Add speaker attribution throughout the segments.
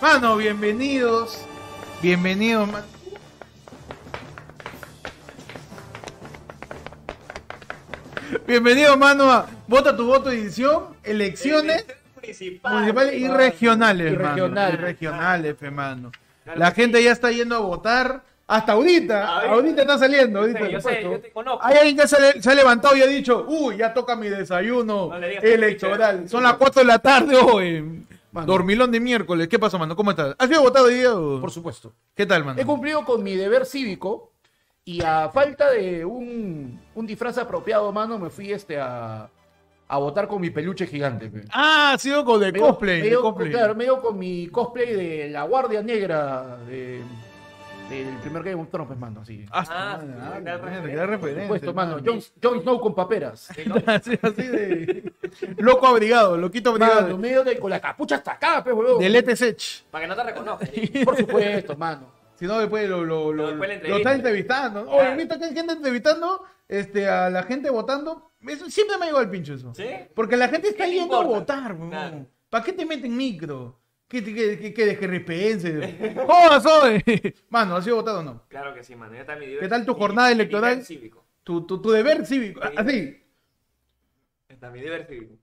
Speaker 1: Mano, bienvenidos. Bienvenidos, man- Bienvenido, mano, a Vota tu voto edición, elecciones municipales y regionales,
Speaker 2: Y
Speaker 1: mano.
Speaker 2: regionales.
Speaker 1: Y regionales, fe, mano. La gente ya está yendo a votar. Hasta ahorita,
Speaker 3: Ahorita.
Speaker 1: ahorita está saliendo,
Speaker 3: Yo
Speaker 1: ahorita.
Speaker 3: sé, yo sé, yo te conozco.
Speaker 1: Hay alguien que se, le- se ha levantado y ha dicho, uy, ya toca mi desayuno
Speaker 3: No le digas,
Speaker 1: electoral.
Speaker 3: Peter.
Speaker 1: Son las 4 de la tarde hoy. Dormilón de miércoles. ¿Qué pasó, mano? ¿Cómo estás? ¿Has sido votado hoy día? o?
Speaker 2: Por supuesto.
Speaker 1: ¿Qué tal, mano?
Speaker 2: He cumplido con mi deber cívico y a falta de un, un disfraz apropiado, mano, me fui este a, a votar con mi peluche gigante. pe.
Speaker 1: Ah, ha sido con de
Speaker 2: Medio-
Speaker 1: cosplay. de
Speaker 2: medio-
Speaker 1: cosplay.
Speaker 2: Claro, medio con mi cosplay de la Guardia Negra de- del primer Game of Thrones, pues, mano, así.
Speaker 1: Ah, su
Speaker 3: Ah,
Speaker 1: madre,
Speaker 3: sí,
Speaker 1: ah,
Speaker 3: gran
Speaker 1: mierda,
Speaker 3: referente.
Speaker 1: gran
Speaker 2: Por
Speaker 1: referente,
Speaker 2: supuesto, mano.
Speaker 1: mano.
Speaker 2: Jon, Jon Snow con paperas.
Speaker 1: Así, así de... Loco abrigado, loquito
Speaker 2: Mano,
Speaker 1: abrigado.
Speaker 2: medio de, con la capucha hasta acá, pues, huevón.
Speaker 1: Del E ETSH.
Speaker 3: Para que no te reconozcan.
Speaker 2: Por supuesto, mano.
Speaker 1: Si no, después lo, lo, lo,
Speaker 3: después
Speaker 1: lo
Speaker 3: la entrevista. Ah.
Speaker 1: están entrevistando. Oye,
Speaker 3: Claro.
Speaker 1: ahorita que hay gente entrevistando este, a la gente votando. Eso, siempre me ha llegado el pincho eso.
Speaker 3: ¿Sí?
Speaker 1: Porque la gente está
Speaker 3: ¿Qué le
Speaker 1: yendo a
Speaker 3: importa?
Speaker 1: votar, weón.
Speaker 3: Claro.
Speaker 1: ¿Para qué te meten micro? ¿Qué te que, que, que, que repense? ¡Jodas, oye! Mano, ¿has sido votado o no?
Speaker 3: Claro que sí, mano. Ya está mi deber-
Speaker 1: ¿Qué tal tu
Speaker 3: mi-
Speaker 1: jornada
Speaker 3: mi
Speaker 1: electoral?
Speaker 3: deber cívico.
Speaker 1: Tu, tu, tu deber cívico. Ah, Así.
Speaker 3: Está mi deber cívico.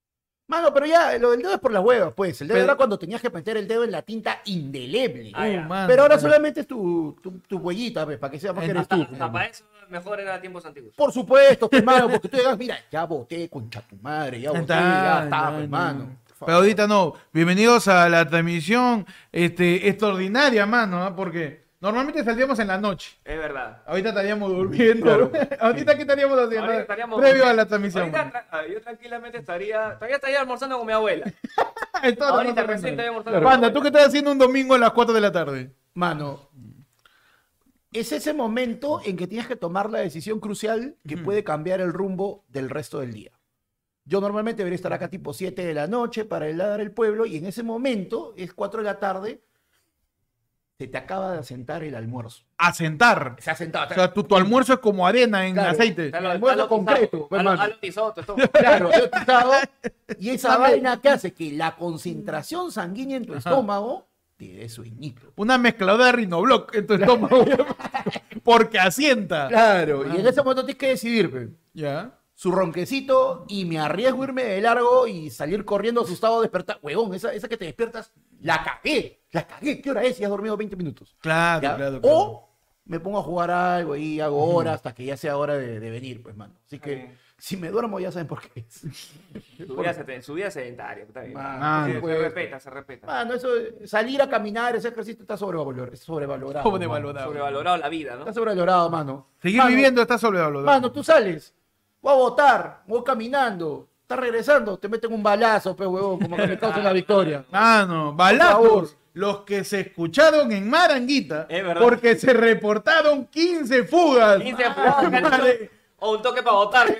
Speaker 2: Mano, pero ya, lo del dedo es por las huevas, pues. El dedo
Speaker 1: Pero-
Speaker 2: era cuando tenías que meter el dedo en la tinta indeleble.
Speaker 3: Ah, ya.
Speaker 1: Uh, mano,
Speaker 2: pero ahora
Speaker 1: mano.
Speaker 2: solamente es tu, tu, tu huellita, pues, para que sepas que
Speaker 1: En-
Speaker 2: eres
Speaker 3: Hasta,
Speaker 2: tú.
Speaker 3: hasta para eso mejor era tiempos antiguos.
Speaker 2: Por supuesto, pues, mano, porque tú llegas, mira, ya voté, concha tu madre, ya voté, ya
Speaker 1: Está,
Speaker 2: está,
Speaker 1: no,
Speaker 2: pues,
Speaker 1: no.
Speaker 2: mano.
Speaker 1: Pero ahorita no. Bienvenidos a la transmisión este, extraordinaria, mano, ¿ah? porque normalmente saldríamos en la noche.
Speaker 3: Es verdad.
Speaker 1: Ahorita estaríamos durmiendo. ahorita qué estaríamos haciendo
Speaker 3: Ahorita estaríamos-
Speaker 1: previo a la transmisión.
Speaker 3: Ahorita tra- ah, yo tranquilamente estaría. Todavía estaría almorzando con mi abuela.
Speaker 1: Entonces, estamos
Speaker 3: ahorita recién
Speaker 1: hablando.
Speaker 3: estaríamos hablando.
Speaker 1: Panda, ¿tú qué estás haciendo un domingo a las 4 de la tarde?
Speaker 2: Mano, es ese momento en que tienes que tomar la decisión crucial que puede cambiar el rumbo del resto del día. Yo normalmente debería estar acá tipo 7 de la noche para heladar el pueblo y en ese momento es 4 de la tarde, se te acaba de asentar el almuerzo.
Speaker 1: A sentar.
Speaker 2: Se ha sentado.
Speaker 1: O sea, tu, tu almuerzo es como arena en
Speaker 2: Claro.
Speaker 1: aceite.
Speaker 3: Está lo- está
Speaker 2: el almuerzo
Speaker 3: lo
Speaker 2: concreto,
Speaker 3: tizado,
Speaker 2: pues,
Speaker 3: está lo-
Speaker 2: mano.
Speaker 3: está lo tizado, todo esto.
Speaker 2: Claro, yo he escuchado, y esa
Speaker 1: Mame.
Speaker 2: vaina que hace que la concentración sanguínea en tu estómago te dé sueñito.
Speaker 1: Una mezcladora de rinobloc en tu estómago. Porque asienta.
Speaker 2: Claro, y en ese momento tienes que decidir, pe.
Speaker 1: Ya.
Speaker 2: su ronquecito y me arriesgo a irme de largo y salir corriendo asustado, despertar. Huevón, esa, esa que te despiertas, la cagué, la cagué. ¿Qué hora es? Y has dormido 20 minutos.
Speaker 1: Claro,
Speaker 2: Ya.
Speaker 1: Ah, claro, claro.
Speaker 2: O me pongo a jugar algo y hago hora hasta que ya sea hora de, de venir, pues, mano. Así que
Speaker 3: bien.
Speaker 2: si me duermo ya saben por qué es.
Speaker 3: Su vida sed- Su vida sedentaria. Está bien.
Speaker 2: Mano,
Speaker 1: Ah,
Speaker 3: Sí,
Speaker 2: pues.
Speaker 3: se respeta, se respeta.
Speaker 2: Mano, eso, de salir a caminar, ese ejercicio está sobrevalor- sobrevalorado.
Speaker 1: Sobrevalorado.
Speaker 2: mano.
Speaker 3: Sobrevalorado
Speaker 1: pues.
Speaker 3: la vida, ¿no?
Speaker 2: Está sobrevalorado, mano.
Speaker 1: Seguir
Speaker 2: Mano,
Speaker 1: viviendo está sobrevalorado.
Speaker 2: Mano, tú sales, voy a votar, voy caminando, estás regresando, te meten un balazo, pe huevón, como que me causa la victoria.
Speaker 1: Mano,
Speaker 2: Por
Speaker 1: balazos.
Speaker 2: favor.
Speaker 1: Los que se escucharon en Maranguita.
Speaker 3: Es verdad.
Speaker 1: Porque se reportaron 15 fugas.
Speaker 3: 15
Speaker 1: Ah,
Speaker 3: fugas, gancho.
Speaker 1: madre.
Speaker 3: O un toque para votar.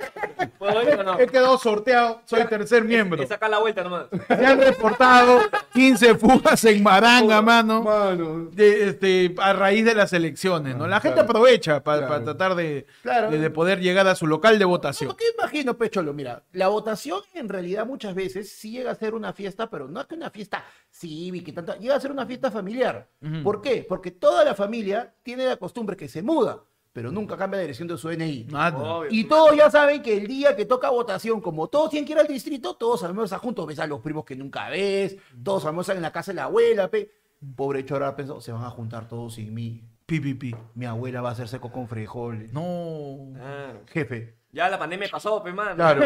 Speaker 3: ¿Puedo ir o no?
Speaker 1: He quedado sorteado. Soy tercer miembro.
Speaker 3: Es sacar la vuelta nomás.
Speaker 1: Se han reportado 15 fugas en Maranga, mano.
Speaker 2: Oh, Mano. Ah,
Speaker 1: de, este, a raíz de las elecciones, ¿no? La gente aprovecha para
Speaker 2: Claro.
Speaker 1: tratar de,
Speaker 2: Claro.
Speaker 1: de, de poder llegar a su local de votación.
Speaker 2: No, ¿Qué imagino, Pecholo? Mira, la votación en realidad muchas veces sí llega a ser una fiesta, pero no es que una fiesta cívica y tanta, llega a ser una fiesta familiar.
Speaker 1: Ujú.
Speaker 2: ¿Por qué? Porque toda la familia tiene la costumbre que se muda, pero nunca cambia la dirección de su DNI.
Speaker 1: Nada.
Speaker 2: Y todos ya saben que el día que toca votación, como todos tienen que ir al distrito, todos almuerzan juntos. Ves a los primos que nunca ves, todos almuerzan en la casa de la abuela, pe. Pobre Chora pensó, se van a juntar todos sin mí.
Speaker 1: Pi, pi, pi.
Speaker 2: Mi abuela va a hacer seco con frijoles.
Speaker 1: No.
Speaker 3: Claro.
Speaker 2: Jefe.
Speaker 3: Ah, Ya la pandemia pasó, pe, mano.
Speaker 2: Claro.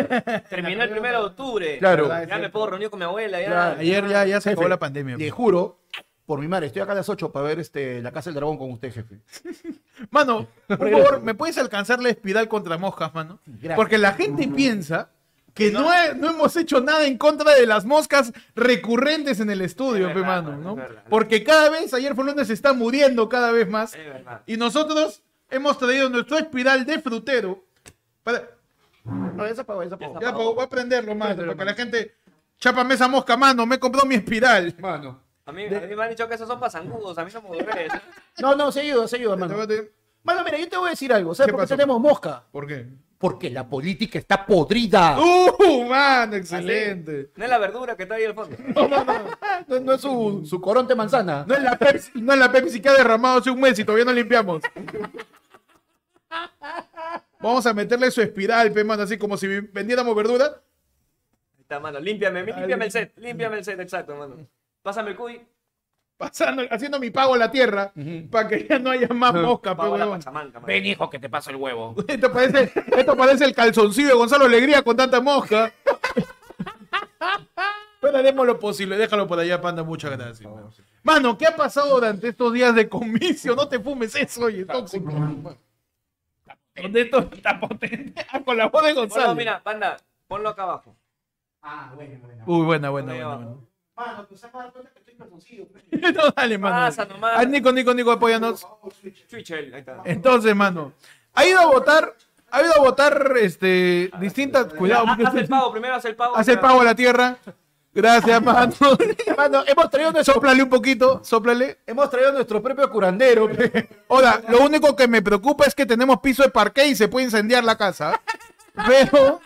Speaker 3: Terminó el primero de octubre.
Speaker 2: Claro.
Speaker 3: Ya me puedo reunir con mi abuela. Ya.
Speaker 2: Claro.
Speaker 1: Ayer ya, ya se
Speaker 2: Jefe,
Speaker 1: acabó la pandemia.
Speaker 2: Le juro, por mi madre, estoy acá a las 8 para ver este, la casa del dragón con usted, jefe.
Speaker 1: Mano, por favor, ¿me puedes alcanzar la espiral contra moscas, mano?
Speaker 2: Gracias.
Speaker 1: Porque la gente piensa que no, he- no hemos hecho nada en contra de las moscas recurrentes en el estudio,
Speaker 3: Es
Speaker 1: pe,
Speaker 3: verdad,
Speaker 1: mano,
Speaker 3: mano,
Speaker 1: ¿no?
Speaker 3: es verdad. Eh.
Speaker 1: Porque cada vez, ayer fue lunes, se está muriendo cada vez más.
Speaker 3: Es verdad.
Speaker 1: Y nosotros hemos traído nuestro espiral de frutero para,
Speaker 2: No, esa pagó, esa pagó.
Speaker 3: Esa
Speaker 1: Ya,
Speaker 3: Por
Speaker 1: Pau,
Speaker 3: favor.
Speaker 1: voy a prenderlo, mano,
Speaker 2: Préndelo,
Speaker 1: porque
Speaker 2: mano.
Speaker 1: la gente... Chápame esa mosca, mano, me compró mi espiral.
Speaker 2: Mano.
Speaker 3: A mí, a mí me han dicho que esos son pasangudos. A mí no me duele eso.
Speaker 2: No, no, se ayuda, se ayuda, mano.
Speaker 1: Espérate.
Speaker 2: Mano, mira, yo te voy a decir algo. ¿Sabes
Speaker 1: ¿Qué
Speaker 2: por qué
Speaker 1: pasó?
Speaker 2: tenemos mosca?
Speaker 1: ¿Por qué?
Speaker 2: Porque la política está podrida.
Speaker 1: ¡Uh, mano! Excelente.
Speaker 3: No es la verdura que está ahí al fondo.
Speaker 2: No, no, no. No, no es su, su coronte manzana.
Speaker 1: No es, la Pepsi, no es la Pepsi que ha derramado hace un mes y todavía no limpiamos. Vamos a meterle su espiral, pe, mano, así como si vendiéramos verdura.
Speaker 3: Está, mano. Límpiame, límpiame el set. Límpiame el set, exacto, mano. Pásame el cuy.
Speaker 1: Pasando, haciendo mi pago a la tierra para que ya no haya más mosca, pe,
Speaker 3: Pago la
Speaker 1: huevón.
Speaker 3: pachamanca, mano.
Speaker 4: Ven, hijo, que te paso el huevo.
Speaker 1: Esto parece, esto parece el calzoncillo de Gonzalo Alegría con tanta mosca. Pero haremos lo posible. Déjalo por allá, panda. Muchas gracias. mano. Mano, ¿qué ha pasado durante estos días de comicio? No te fumes eso, oye, tóxico. Donde esto está potente. Ah, con la voz de
Speaker 3: Ponlo,
Speaker 1: Gonzalo.
Speaker 3: mira, panda. Ponlo acá abajo.
Speaker 2: Ah, bueno, bueno.
Speaker 1: Uy, buena, buena,
Speaker 3: Ponlo ahí
Speaker 1: buena.
Speaker 3: abajo.
Speaker 1: buena.
Speaker 2: Mano, pues saca la cuenta que estoy pues. perdoncido.
Speaker 1: No, dale, mano.
Speaker 3: Pasa nomás.
Speaker 1: Ah, Nico, Nico, Nico, apóyanos.
Speaker 3: Chuichel, ahí está.
Speaker 1: Entonces, mano, ha ido a votar, ha ido a votar, este, distintas. Cuidado, este
Speaker 3: Ah, Haz el pago, primero haz el pago.
Speaker 1: Hace el
Speaker 3: Mira.
Speaker 1: pago a la tierra. Gracias, mano. mano hemos traído nuestro... Sóplale un poquito, sóplale.
Speaker 2: Hemos traído a nuestro propio curandero. pe.
Speaker 1: Hola, lo único que me preocupa es que tenemos piso de parque y se puede incendiar la casa. Pero,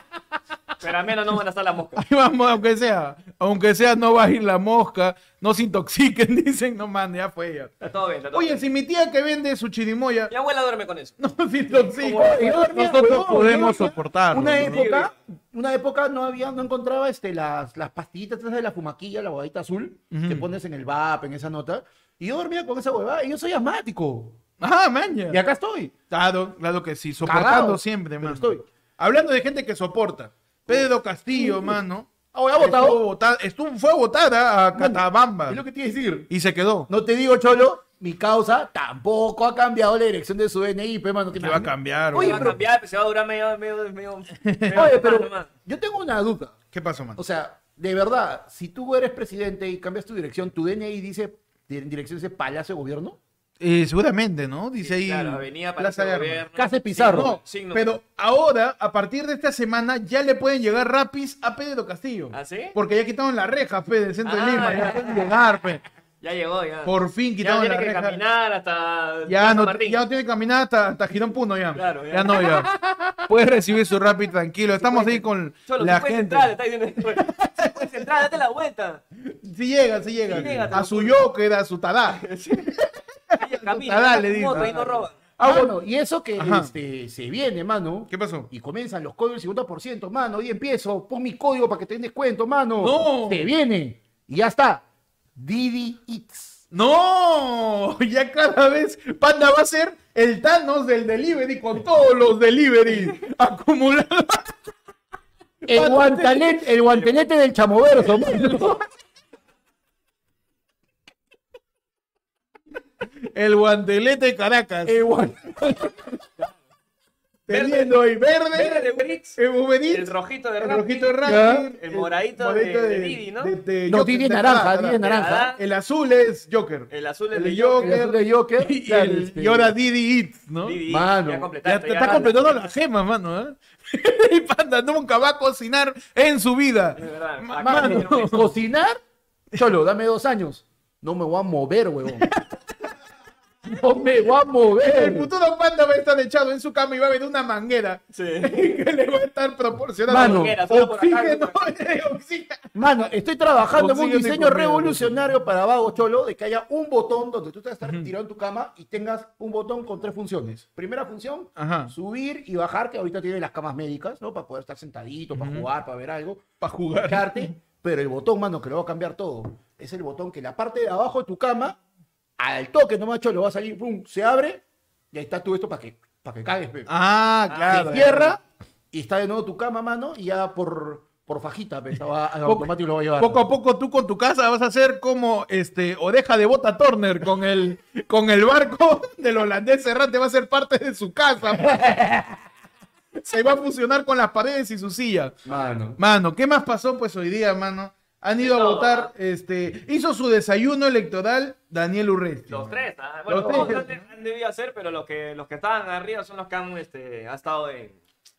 Speaker 3: Pero al menos no van a estar las moscas.
Speaker 1: ahí vamos, aunque sea, aunque sea, no va a ir la mosca, no se intoxiquen, dicen, no man, ya fue ella.
Speaker 3: Está todo bien, está todo bien.
Speaker 1: Oye, si mi tía que vende su chirimoya
Speaker 3: Mi abuela duerme con eso.
Speaker 1: no se intoxica,
Speaker 2: Oye, yo dormía,
Speaker 1: nosotros
Speaker 2: huevón, yo
Speaker 1: podemos
Speaker 2: dormía.
Speaker 1: soportarlo.
Speaker 2: Una
Speaker 1: ¿no?
Speaker 2: época, una época no había, no encontraba este, las, las pastillitas esas de la fumaquilla, la huevadita azul, que pones en el VAP, en esa nota. Y yo dormía con esa huevada y yo soy asmático.
Speaker 1: Ah, maña.
Speaker 2: Y acá estoy.
Speaker 1: Claro, claro que sí, soportando
Speaker 2: Cagado,
Speaker 1: siempre,
Speaker 2: pero
Speaker 1: mano.
Speaker 2: estoy.
Speaker 1: Hablando de gente que soporta. Pedro Castillo, mano.
Speaker 2: Ahora ha votado.
Speaker 1: Estuvo, vota- estuvo- fue a votar a, a Catabamba.
Speaker 2: Es lo que te iba a decir.
Speaker 1: Y se quedó.
Speaker 2: No te digo, Cholo, mi causa tampoco ha cambiado la dirección de su DNI, pe, mano. ¿Qué
Speaker 1: Se va a cambiar.
Speaker 2: Oye,
Speaker 3: Oye,
Speaker 1: weón.
Speaker 3: va
Speaker 2: pero-
Speaker 3: a cambiar, pues, se va a durar medio, medio, medio. medio
Speaker 2: Oye,
Speaker 3: más,
Speaker 2: pero
Speaker 3: nomás.
Speaker 2: yo tengo una duda.
Speaker 1: ¿Qué pasó, mano?
Speaker 2: O sea, de verdad, si tú eres presidente y cambias tu dirección, tu DNI dice, en dirección dice Palacio de Gobierno.
Speaker 1: Eh, seguramente, ¿no? Dice
Speaker 3: Sí,
Speaker 1: ahí.
Speaker 3: Claro, avenida para
Speaker 1: Plaza de Armas.
Speaker 2: Case
Speaker 1: No,
Speaker 2: Pizarro.
Speaker 3: Signo, signo.
Speaker 1: este pero ahora, a partir de esta semana, ya le pueden llegar rapis a Pedro Castillo.
Speaker 3: ¿Ah, sí?
Speaker 1: Porque ya quitaron la reja, pe, del centro
Speaker 3: Ah,
Speaker 1: de Lima. Ya
Speaker 3: ya.
Speaker 1: pueden llegar, pe.
Speaker 3: Ya llegó, ya.
Speaker 1: Por fin
Speaker 3: ya
Speaker 1: quitaron
Speaker 3: tiene
Speaker 1: la
Speaker 3: que
Speaker 1: reja.
Speaker 3: caminar hasta.
Speaker 1: Ya
Speaker 3: Plaza
Speaker 1: no,
Speaker 3: Martín.
Speaker 1: ya no tiene que caminar hasta, hasta Girón Puno ya.
Speaker 3: Claro,
Speaker 1: ya.
Speaker 3: ya.
Speaker 1: no, ya. Puedes recibir su rapi tranquilo. Estamos ahí con
Speaker 3: Cholo,
Speaker 1: la
Speaker 3: tú puedes
Speaker 1: gente.
Speaker 3: entrar, está diciendo. Puedes entrar, date la vuelta.
Speaker 1: Si llega, si llega.
Speaker 3: Sí llega, te
Speaker 1: a
Speaker 3: lo
Speaker 1: su
Speaker 3: juro.
Speaker 1: Joker, a su Tadá.
Speaker 3: Ella camina.
Speaker 1: Ah, Dale,
Speaker 3: dale,
Speaker 1: dice.
Speaker 3: moto, ahí no roban.
Speaker 2: Ah, bueno, y eso que
Speaker 1: Ajá.
Speaker 2: este, se viene, mano.
Speaker 1: ¿Qué pasó?
Speaker 2: Y comienzan los códigos del 50%, mano. Y empiezo, pon mi código para que te den descuento, mano.
Speaker 1: No.
Speaker 2: Se viene. Y ya está. Didi Eats.
Speaker 1: ¡No! Ya cada vez Panda va a ser el Thanos del delivery con todos los deliveries acumulados.
Speaker 2: El, guantelete, el guantelete del chamoverso, mano.
Speaker 1: El guantelete de Caracas.
Speaker 3: Eh,
Speaker 2: El guan-
Speaker 1: teniendo ahí
Speaker 3: Verde de
Speaker 1: verde,
Speaker 3: Uber Eats,
Speaker 1: el Uber Eats,
Speaker 3: El rojito de
Speaker 1: Eh, el
Speaker 3: Rappi,
Speaker 1: rojito de
Speaker 2: Ya.
Speaker 1: Rappi,
Speaker 3: El moradito de- de Didi, ¿no?
Speaker 2: No,
Speaker 1: Joker,
Speaker 2: Didi
Speaker 1: de
Speaker 2: naranja,
Speaker 1: Tadá,
Speaker 2: Didi
Speaker 1: Tadá.
Speaker 2: naranja.
Speaker 3: Tadá.
Speaker 1: El azul es Joker.
Speaker 3: El azul es
Speaker 1: El
Speaker 3: de
Speaker 1: yo-
Speaker 3: Joker.
Speaker 2: El azul de Joker.
Speaker 1: Y,
Speaker 2: Claro,
Speaker 1: el-
Speaker 2: este,
Speaker 1: y ahora Didi Eats, ¿no?
Speaker 3: Didi,
Speaker 2: Mano.
Speaker 3: ya
Speaker 1: Ya
Speaker 3: completaste.
Speaker 1: te está completando las gemas, mano. ¿eh? y Panda nunca va a cocinar en su vida.
Speaker 3: Es verdad.
Speaker 1: Ma-
Speaker 3: Acá
Speaker 1: mano.
Speaker 3: viene un-
Speaker 2: Cocinar, cholo, dame dos años. No me voy a mover, huevón. No me voy a
Speaker 1: El
Speaker 2: mover.
Speaker 1: futuro panda va a estar echado en su cama y va a haber una manguera
Speaker 3: Sí.
Speaker 1: que le va a estar proporcionando
Speaker 2: Mano,
Speaker 3: solo por acá,
Speaker 1: oxígeno,
Speaker 3: solo
Speaker 1: oxígeno.
Speaker 2: Mano, estoy trabajando en un
Speaker 1: Consíguete
Speaker 2: diseño
Speaker 1: comida,
Speaker 2: revolucionario para vagos, cholo, de que haya un botón donde tú te vas a estar tirado en tu cama y tengas un botón con tres funciones. Primera función,
Speaker 1: Ajá.
Speaker 2: subir y bajar, que ahorita tiene las camas médicas, ¿no? Para poder estar sentadito, para jugar, para ver algo.
Speaker 1: Para jugar.
Speaker 2: Echarte, pero el botón, mano, que lo va a cambiar todo. Es el botón que la parte de abajo de tu cama, al toque no macho, lo va a salir, pum, se abre y ahí está tú esto para que, para que cagues, pe.
Speaker 1: Ah, claro.
Speaker 2: se cierra y está de nuevo tu cama, mano, y ya por, por fajita, pe, esa va- automático lo va a llevar.
Speaker 1: Poco a poco tú con tu casa vas a ser como este oreja de bota Turner con el con el barco del holandés errante va a ser parte de su casa. Se va a fusionar con las paredes y su silla.
Speaker 2: Mano.
Speaker 1: Mano, ¿qué más pasó pues hoy día, mano? Han ido
Speaker 3: De
Speaker 1: a
Speaker 3: todo,
Speaker 1: votar, este, hizo su desayuno electoral Daniel Urresti.
Speaker 3: Los
Speaker 1: mano.
Speaker 3: tres, ah, bueno,
Speaker 1: Los
Speaker 3: todos
Speaker 1: tres.
Speaker 3: han de- han debido hacer, pero los que, los que estaban arriba son los que han este, ha estado en,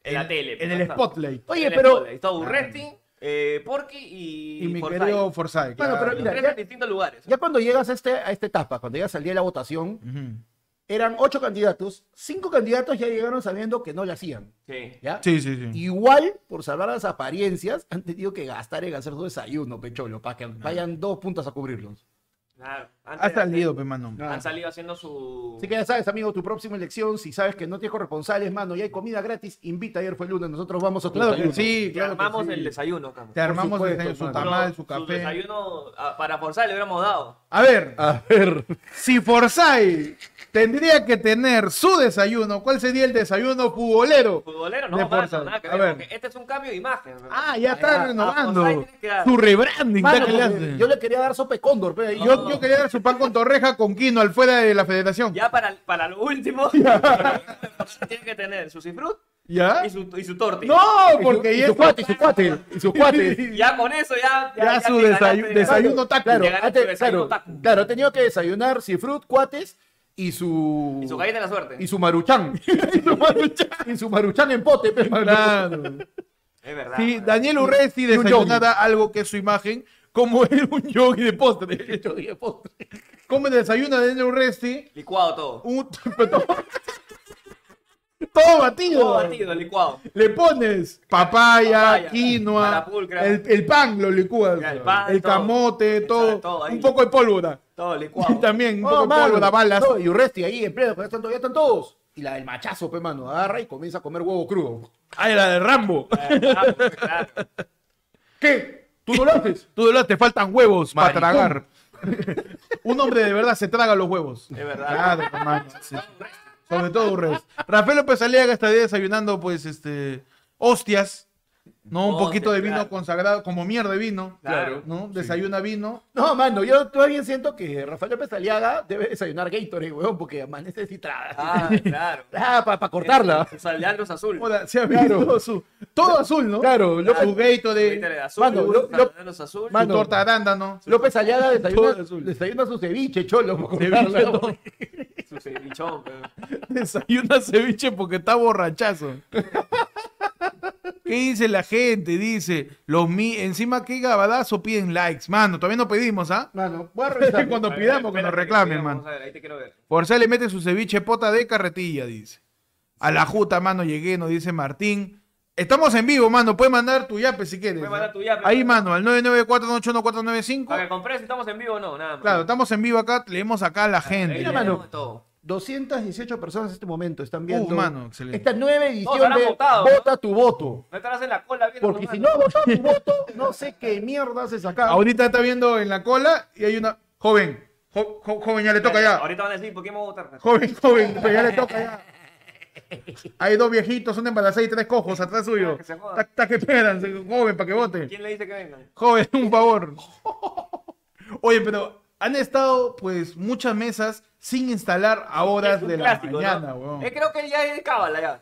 Speaker 3: en la tele. pues,
Speaker 1: En
Speaker 3: ha
Speaker 1: el
Speaker 3: estado.
Speaker 1: spotlight.
Speaker 2: Oye,
Speaker 3: En el
Speaker 2: pero-
Speaker 3: spotlight. Está Urresti, eh, Porky y.
Speaker 1: Ah. Y mi
Speaker 3: Forsyth.
Speaker 1: querido Forsyth.
Speaker 2: Bueno,
Speaker 1: claro.
Speaker 2: pero
Speaker 3: Los
Speaker 2: mira,
Speaker 3: tres
Speaker 2: ya-
Speaker 3: en distintos lugares.
Speaker 2: Ya cuando llegas a, este, a esta etapa, cuando llegas al día de la votación,
Speaker 1: Ujú.
Speaker 2: Eran ocho candidatos, cinco candidatos ya llegaron sabiendo que no le hacían.
Speaker 3: Sí.
Speaker 2: ¿ya?
Speaker 1: Sí, sí, sí.
Speaker 2: Igual, por salvar las apariencias, han tenido que gastar en hacer su desayuno, pecholo, para que vayan dos puntas a cubrirlos.
Speaker 3: Claro, Ah, antes
Speaker 1: Ha
Speaker 3: de hacer-
Speaker 1: salido, pe, mano.
Speaker 3: Han salido haciendo su.
Speaker 2: Así que ya sabes, amigo, tu próxima elección, si sabes que no tienes corresponsales, mano, y hay comida gratis, invita. Ayer fue lunes, nosotros vamos a tu
Speaker 1: Claro que
Speaker 2: desayuno.
Speaker 1: sí,
Speaker 3: Te
Speaker 1: claro que
Speaker 3: armamos
Speaker 1: sí.
Speaker 3: el desayuno, Cam.
Speaker 1: Te armamos
Speaker 2: supuesto,
Speaker 1: desde su
Speaker 2: mano.
Speaker 1: tamal, su
Speaker 3: Su
Speaker 1: café.
Speaker 3: desayuno ah, para forzar le hubiéramos dado.
Speaker 1: A ver,
Speaker 2: A ver,
Speaker 1: si Forsyth tendría que tener su desayuno, ¿cuál sería el desayuno futbolero?
Speaker 3: Futbolero, no,
Speaker 1: De
Speaker 3: mano,
Speaker 1: Forsyth.
Speaker 3: nada que
Speaker 1: A
Speaker 3: ver,
Speaker 1: ver.
Speaker 3: porque este es un cambio de imagen. ¿no?
Speaker 1: Ah, ya
Speaker 2: Ah,
Speaker 1: está
Speaker 2: a
Speaker 1: renovando.
Speaker 3: Forsyth tiene que dar-
Speaker 1: Su rebranding.
Speaker 2: mano,
Speaker 1: está que le
Speaker 2: porque
Speaker 1: hace.
Speaker 2: yo le quería dar sope cóndor, pero ahí-
Speaker 1: Yo, yo quería dar su pan con torreja con quino al fuera de la federación.
Speaker 3: Ya para, para lo último, Forsyth tiene que tener su cifrut
Speaker 1: ¿Ya?
Speaker 3: y su, y su torta.
Speaker 1: No,
Speaker 2: y su-
Speaker 1: porque
Speaker 2: y
Speaker 1: ya
Speaker 2: su
Speaker 1: está-
Speaker 2: cuate, y su cuate, y su cuate.
Speaker 3: Ya con eso, ya.
Speaker 1: Ya su
Speaker 3: te
Speaker 1: desayu-
Speaker 3: ganaste-
Speaker 1: desayuno
Speaker 2: Mano,
Speaker 1: taco. Ah,
Speaker 2: Claro,
Speaker 3: Te ganaste
Speaker 2: antes-
Speaker 3: tu desayuno
Speaker 2: claro,
Speaker 3: taco.
Speaker 2: claro, ha tenido que desayunar cifrut, cuates y su...
Speaker 3: Y su galleta de la suerte.
Speaker 2: Y su maruchán. y su maruchán. y su maruchán en pote, pe, mano.
Speaker 1: Claro.
Speaker 3: Es verdad.
Speaker 1: Si
Speaker 3: mano.
Speaker 1: Daniel Urresti
Speaker 2: y un
Speaker 1: desayunara algo que es su imagen, como era un yogi de postre.
Speaker 2: Yo dije, postre.
Speaker 1: ¿Cómo desayuna Daniel Urresti?
Speaker 3: Licuado todo.
Speaker 1: Un... Todo batido.
Speaker 3: Todo batido, licuado.
Speaker 1: Le pones papaya,
Speaker 3: Papaya,
Speaker 1: quinoa,
Speaker 3: carapulcra.
Speaker 1: el, el pan lo licúas,
Speaker 3: Ya, el
Speaker 1: el,
Speaker 3: pan, todo.
Speaker 1: camote,
Speaker 3: Está
Speaker 1: todo,
Speaker 3: todo ahí.
Speaker 1: un poco de pólvora.
Speaker 3: Todo licuado.
Speaker 1: También, un
Speaker 2: Oh,
Speaker 1: poco de
Speaker 2: mano.
Speaker 1: pólvora, balas.
Speaker 2: No, y Urresti ahí en pleno, porque están, todavía están todos. Y la del machazo, pe, mano, agarra y comienza a comer huevo crudo.
Speaker 1: Ah, era de Rambo.
Speaker 3: Ah, Claro, claro.
Speaker 2: ¿Qué? ¿Tú no lo haces?
Speaker 1: Tú de verdad, te faltan huevos para
Speaker 2: Maricón.
Speaker 1: tragar. Un hombre de verdad se traga los huevos.
Speaker 3: Es verdad.
Speaker 1: Claro, hermano, sí. Sobre todo Urres. Rafael López Aliaga estaría desayunando, pues, este, hostias, ¿no? Un
Speaker 3: Hostias,
Speaker 1: poquito de vino
Speaker 3: claro.
Speaker 1: consagrado, como mierda de vino,
Speaker 3: Claro.
Speaker 1: ¿no? Desayuna vino.
Speaker 2: No, mano, yo todavía siento que Rafael López Aliaga debe desayunar Gatorade, weón, porque amanece citrada.
Speaker 3: Ah, claro.
Speaker 2: Ah, para cortarla.
Speaker 3: Sus aldeanos azul.
Speaker 1: Ahora, se ha visto
Speaker 2: Claro.
Speaker 1: su- todo azul, ¿no?
Speaker 2: Claro,
Speaker 1: Lo-
Speaker 2: López,
Speaker 1: su gato
Speaker 3: Twitter
Speaker 1: de
Speaker 3: azul.
Speaker 2: Mano, lo-
Speaker 3: sus
Speaker 2: lo-
Speaker 3: aldeanos azul.
Speaker 1: su
Speaker 2: Mano.
Speaker 1: torta de arándano.
Speaker 2: López Aliaga
Speaker 1: Todo
Speaker 2: desayuna,
Speaker 1: azul.
Speaker 2: desayuna su ceviche, cholo, para
Speaker 1: Ceviche,
Speaker 2: cortarla.
Speaker 1: todo.
Speaker 3: Su cevichón, pero-
Speaker 1: Desayuna ceviche porque está borrachazo. ¿Qué dice la gente? Dice, los mi... encima que gabadazo piden likes. Mano, todavía no pedimos, ¿ah?
Speaker 2: Mano, voy a revisar.
Speaker 1: Cuando
Speaker 3: A ver,
Speaker 1: pidamos que
Speaker 3: espérate
Speaker 1: nos reclamen,
Speaker 3: pidamos,
Speaker 1: mano.
Speaker 3: a ver, ahí te quiero ver.
Speaker 1: Porcel le mete su ceviche pota de carretilla, dice. A la juta, mano, llegué, nos dice Martín. Estamos en vivo, mano. Puedes mandar tu yape si quieres.
Speaker 3: Puedes
Speaker 1: ¿ah?
Speaker 3: mandar tu yape.
Speaker 1: Ahí, mano, al 994
Speaker 3: Para que compres si estamos en vivo o no, nada más.
Speaker 1: Claro, estamos en vivo acá, leemos acá a la gente.
Speaker 3: Ahí
Speaker 2: Mira,
Speaker 3: le
Speaker 2: mano.
Speaker 3: damos todo.
Speaker 2: 218 personas en este momento están viendo.
Speaker 1: Uh, mano, excelente.
Speaker 2: Esta nueva edición
Speaker 3: Todos habrán
Speaker 2: de
Speaker 3: votado, ¿no?
Speaker 2: Vota tu voto.
Speaker 3: No estarás en la cola viendo.
Speaker 2: Porque si no votas tu voto, no sé qué mierda haces acá.
Speaker 1: Ahorita está viendo en la cola y hay una. Joven, jo- jo- joven, ya le toca ya.
Speaker 3: Ahorita van a decir, ¿por qué me voy a votar?
Speaker 1: Joven, joven, pues ya le toca ya. Hay dos viejitos, son embarazados y tres cojos atrás suyo.
Speaker 3: que se joda.
Speaker 1: Tac, tac, que esperan, se- joven, para que vote.
Speaker 3: ¿Quién le dice que vengan?
Speaker 1: Joven, un favor. Oye, pero han estado, pues, muchas mesas sin instalar a horas
Speaker 3: Es un
Speaker 1: de la
Speaker 3: clásico, ¿no?
Speaker 1: mañana, weón.
Speaker 3: Eh, creo que ya es cábala ya.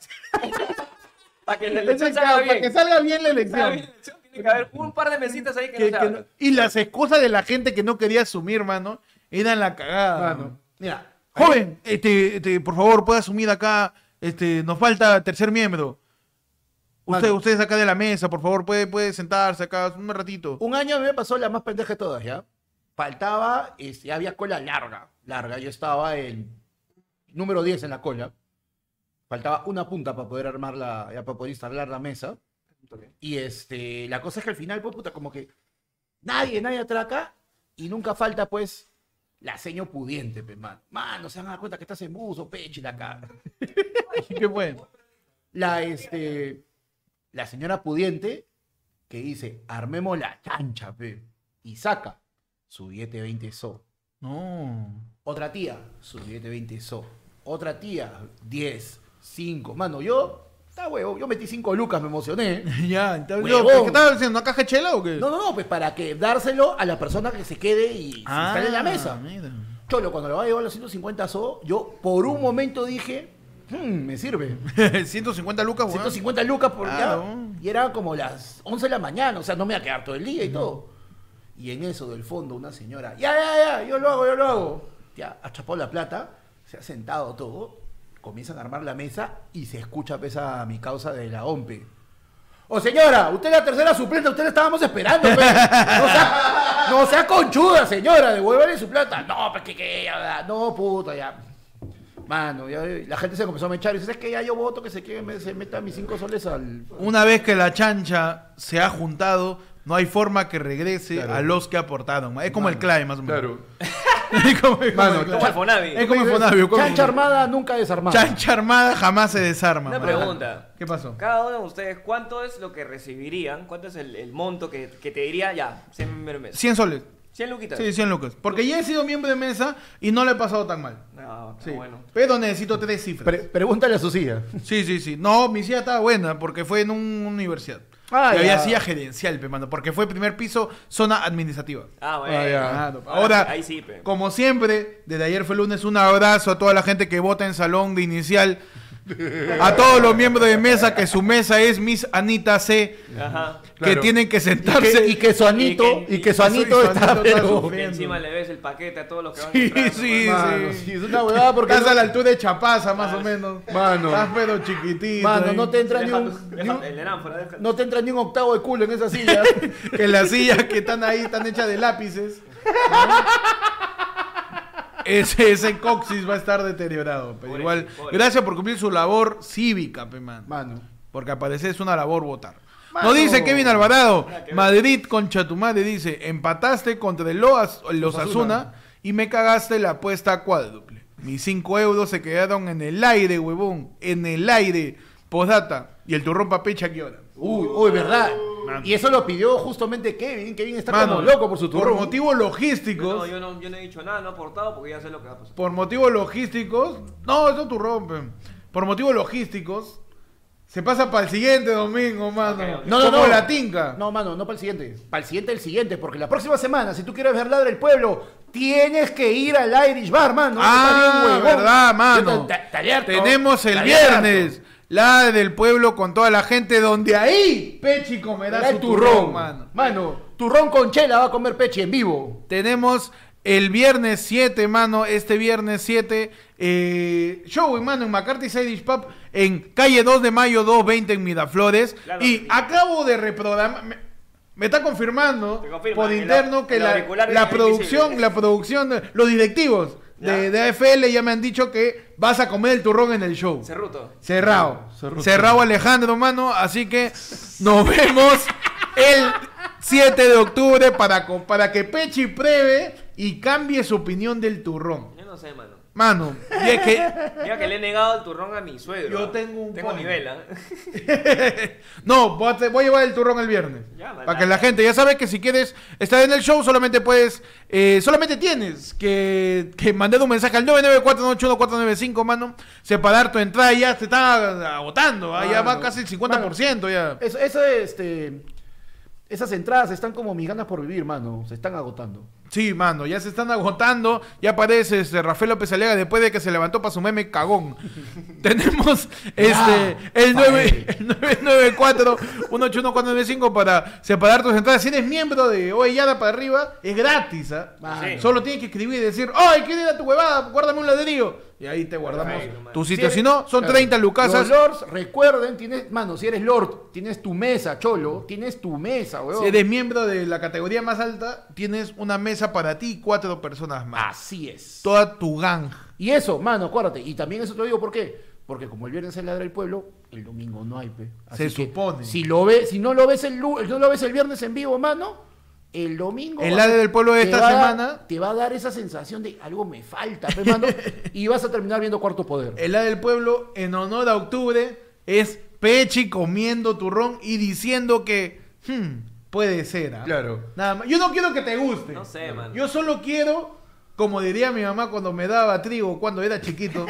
Speaker 3: Para que la
Speaker 1: Es
Speaker 3: elección
Speaker 1: el
Speaker 3: salga
Speaker 1: caos, para
Speaker 3: bien.
Speaker 1: que salga bien la
Speaker 3: Salga bien
Speaker 1: elección.
Speaker 3: la elección, Tiene que haber un par de mesitas ahí que,
Speaker 1: Que-
Speaker 3: no
Speaker 1: que
Speaker 3: se
Speaker 1: no-
Speaker 3: abran.
Speaker 1: y las excusas de la gente que no quería asumir, mano, eran la cagada.
Speaker 2: Mano, Mira,
Speaker 1: Joven, este, este, por favor, puede asumir acá. Este, nos falta tercer miembro. Usted,
Speaker 2: Mano.
Speaker 1: ustedes acá de la mesa, por favor, puede, puede sentarse acá un ratito.
Speaker 2: un año a mí me pasó la más pendeja de todas, ¿ya? Faltaba, este, había cola larga, larga. Yo estaba en número 10 en la cola. Faltaba una punta para poder armar la, ya para poder instalar la mesa. Y este, la cosa es que al final, pues, puta, como que nadie, nadie atraca y nunca falta, pues, la seño pudiente, pe, man. Mano, se van a dar cuenta que estás en buzo, peche, la cara.
Speaker 1: ¿Qué fue?
Speaker 2: La, este, la señora pudiente que dice, armemos la chancha, pe. Y saca su billete 20 so.
Speaker 1: No.
Speaker 2: Otra tía, su billete 20 so. Otra tía, 10, 5. Mano, yo, está huevo, yo metí 5 lucas, me emocioné.
Speaker 1: ya, está-
Speaker 2: Huevón.
Speaker 1: no, ¿qué estaba haciendo? ¿Una caja de chela o qué?
Speaker 2: No, no, no, pues para que dárselo a la persona que se quede y se instale en la mesa.
Speaker 1: Ah, mira.
Speaker 2: Cholo, cuando le va a llevar los 150 so, yo por un momento dije, "Hmm, me sirve.
Speaker 1: 150 lucas, weón.
Speaker 2: 150 lucas por ya".
Speaker 1: Claro.
Speaker 2: Y era como las 11 de la mañana, o sea, no me iba a quedar todo el día y todo. Y en eso del fondo una señora, ya, ya, ya, yo lo hago, yo lo hago. Ya, ha chapado la plata, se ha sentado todo, comienzan a armar la mesa y se escucha pesa mi causa de la OMPE. ¡Oh, señora! Usted es la tercera suplente, usted la estábamos esperando, pe. No sea, no sea conchuda, señora, devuélvale su plata. No, pues que, que- ya, ya, no, puta, ya. Mano, ya, la gente se comenzó a mechar y dice, es que ya yo voto que se queden, me- se meta mis cinco soles al...
Speaker 1: Una vez que la chancha se ha juntado, no hay forma que regrese
Speaker 4: Claro.
Speaker 1: a los que aportaron. Es como el clave, más o menos.
Speaker 4: Claro.
Speaker 1: es como, es como
Speaker 4: Mano,
Speaker 1: el
Speaker 3: Como el
Speaker 1: Clave.
Speaker 3: Fonavi.
Speaker 1: Es como el Fonavio. como-
Speaker 2: Chancha armada nunca desarmada.
Speaker 1: Chancha armada jamás se desarma.
Speaker 3: Una
Speaker 1: mano.
Speaker 3: pregunta.
Speaker 1: ¿Qué pasó?
Speaker 3: Cada uno de ustedes, ¿cuánto es lo que recibirían? ¿Cuánto es el, el monto que, que te diría ya? 100 mero mes?
Speaker 1: 100 soles.
Speaker 3: 100 luquitas.
Speaker 1: Sí, 100 lucas. Porque ya he sido miembro de mesa y no le he pasado tan mal.
Speaker 3: No,
Speaker 1: Sí.
Speaker 3: Ah, bueno.
Speaker 1: Pero necesito tres cifras.
Speaker 2: Pre- pregúntale a su silla.
Speaker 1: Sí, sí, sí. No, mi silla estaba buena porque fue en una universidad.
Speaker 2: Ah,
Speaker 1: y había
Speaker 2: ya.
Speaker 1: silla gerencial, pe, mano, porque fue primer piso, zona administrativa.
Speaker 3: Ah, bueno.
Speaker 4: Ah, ya.
Speaker 1: Claro. Ahora,
Speaker 3: ahí sí, pe.
Speaker 1: como siempre, desde ayer fue lunes, un abrazo a toda la gente que vota en salón de inicial. A todos los miembros de mesa, que su mesa es Miss Anita C,
Speaker 3: Ajá.
Speaker 1: que
Speaker 4: Claro.
Speaker 1: tienen que
Speaker 2: Y que,
Speaker 1: sentarse.
Speaker 2: y que su anito,
Speaker 3: Y que-
Speaker 2: y que su
Speaker 1: y que su- y
Speaker 2: anito
Speaker 1: su
Speaker 2: está...
Speaker 1: anito está
Speaker 2: pero-
Speaker 1: sufriendo.
Speaker 3: Y
Speaker 1: Viendo.
Speaker 3: encima le ves el paquete a todos los que van
Speaker 1: Sí,
Speaker 3: entrando,
Speaker 1: sí,
Speaker 3: pues,
Speaker 2: Mano,
Speaker 1: sí.
Speaker 2: sí, es una huevada Ah, porque...
Speaker 1: Estás
Speaker 2: no- Ah.
Speaker 1: a la altura de Chapaza, más o menos.
Speaker 4: Mano.
Speaker 1: Estás pero chiquitito.
Speaker 2: Mano,
Speaker 1: ahí.
Speaker 2: no te entra ni
Speaker 3: deja-
Speaker 2: un...
Speaker 3: deja-
Speaker 2: ni un-
Speaker 3: el de lámpara, deja-
Speaker 2: No te entra ni un octavo de culo en esa silla.
Speaker 1: Que las sillas que están ahí están hechas de lápices. Ese, ese coxis va a estar deteriorado. Pero
Speaker 3: Pobre,
Speaker 1: igual,
Speaker 3: pobre.
Speaker 1: gracias por cumplir su labor cívica, pe, man.
Speaker 2: Mano.
Speaker 1: Porque aparece es una labor votar.
Speaker 2: Mano.
Speaker 1: No dice Kevin Alvarado.
Speaker 3: que ver.
Speaker 1: Madrid concha tu madre dice, empataste contra el Loas- los Asuna y me cagaste la apuesta cuádruple. Mis 5 euros se quedaron en el aire, huevón. En el aire. Postdata. Y el turrón papecha que hora.
Speaker 2: Uy, uy, verdad. Y eso lo pidió justamente Kevin. Kevin está
Speaker 1: Mano,
Speaker 2: como loco por su
Speaker 1: Por
Speaker 2: turno.
Speaker 1: motivos
Speaker 3: Yo
Speaker 1: logísticos.
Speaker 3: no, yo, no, yo no he dicho nada, no he aportado porque ya sé lo que va a pasar.
Speaker 1: Por motivos logísticos. No, eso tú rompe. Por motivos logísticos. Se pasa para el siguiente domingo, mano.
Speaker 3: Ok, ok.
Speaker 2: No, no,
Speaker 1: Como
Speaker 2: no.
Speaker 1: la tinca.
Speaker 2: No, mano, no para el siguiente. Para el siguiente, el siguiente. Porque la próxima semana, si tú quieres ver Ladra el Pueblo, tienes que ir al Irish Bar, mano. Está
Speaker 1: ah,
Speaker 2: bien, huevón.
Speaker 1: verdad, mano.
Speaker 2: Yo ta- ta- ta- abierto,
Speaker 1: Tenemos el
Speaker 2: ta-
Speaker 1: viernes. La del pueblo con toda la gente donde ahí Pechi comerá
Speaker 2: Era
Speaker 1: su
Speaker 2: el turrón,
Speaker 1: mano.
Speaker 2: mano. turrón con chela va a comer Pechi en vivo.
Speaker 1: Tenemos el viernes 7, mano, este viernes 7, eh, show, mano, en McCarthy Sadish Pub, en calle 2 de mayo 220 en Miraflores.
Speaker 3: Claro,
Speaker 1: y
Speaker 3: sí.
Speaker 1: acabo de reprogramar... Me, me está confirmando
Speaker 3: Te confirma,
Speaker 1: por
Speaker 3: el-
Speaker 1: interno que
Speaker 3: el
Speaker 1: la,
Speaker 3: auricular
Speaker 1: la
Speaker 3: es
Speaker 1: producción,
Speaker 3: invisible.
Speaker 1: la producción, de- los directivos
Speaker 3: Ya.
Speaker 1: de, de AFL ya me han dicho que vas a comer el turrón en el show.
Speaker 3: Cerruto.
Speaker 1: Cerrado. Cerrado Alejandro, mano. Así que nos vemos el 7 de octubre para, co- para que Pechi pruebe y cambie su opinión del turrón.
Speaker 3: Yo no sé, mano.
Speaker 1: Mano, y es que...
Speaker 3: Mira que le he negado el turrón a mi suegro.
Speaker 1: Yo
Speaker 3: ¿ah?
Speaker 1: tengo un
Speaker 3: Tengo
Speaker 1: coño.
Speaker 3: nivel, ¿ah?
Speaker 1: No, voy a, te- voy a llevar el turrón el viernes.
Speaker 3: Ya, vale.
Speaker 1: para que la gente, ya sabe que si quieres estar en el show, solamente puedes, eh, solamente tienes que, que mandar un mensaje al 994-981-495, mano. Separar tu entrada, ya se está agotando, ¿ah? ya va
Speaker 2: Mano.
Speaker 1: casi el 50%. Ya.
Speaker 2: Eso, eso, este, esas entradas están como mis ganas por vivir, mano. Se están agotando.
Speaker 1: Sí, mano, ya se están agotando. Ya aparece este, Rafael López Alega después de que se levantó para su meme cagón. Tenemos este, el, nueve- el 994-181-495 para separar tus entradas. Si eres miembro de Oellada para arriba, es gratis. ¿ah?
Speaker 2: Mano.
Speaker 3: Sí.
Speaker 1: Solo tienes que escribir y decir, ¡ay, qué era tu huevada! Guárdame un ladrillo. Y ahí te guardamos
Speaker 3: Perfecto, mano.
Speaker 1: tu sitio. Si no, son
Speaker 2: Claro.
Speaker 1: 30 lucasas.
Speaker 2: Los lords, recuerden, tienes, mano, si eres lord, tienes tu mesa, cholo, tienes tu mesa, weón.
Speaker 1: Si eres miembro de la categoría más alta, tienes una mesa para ti y cuatro personas más.
Speaker 2: Así es.
Speaker 1: Toda tu gang.
Speaker 2: Y eso, mano, acuérdate. Y también eso te lo digo, ¿por qué? Porque como el viernes se ladra el pueblo, el domingo no hay, pe.
Speaker 1: Se supone.
Speaker 2: Si, lo ve, si no, lo ves el, lu- no lo ves el viernes en vivo, mano, el domingo.
Speaker 1: El
Speaker 2: vas a-
Speaker 1: Ladra del Pueblo de
Speaker 2: te
Speaker 1: esta
Speaker 2: va a dar-
Speaker 1: semana-
Speaker 2: Te va a dar esa sensación de algo me falta, pe, mano. y vas a terminar viendo Cuarto Poder.
Speaker 1: El A del Pueblo, en honor a octubre, es Pechi comiendo turrón y diciendo que hmm, puede ser. ¿ah?
Speaker 4: Claro.
Speaker 1: Nada más. Yo no quiero que te guste.
Speaker 3: No sé, mano.
Speaker 1: Yo solo quiero, como diría mi mamá cuando me daba trigo cuando era chiquito,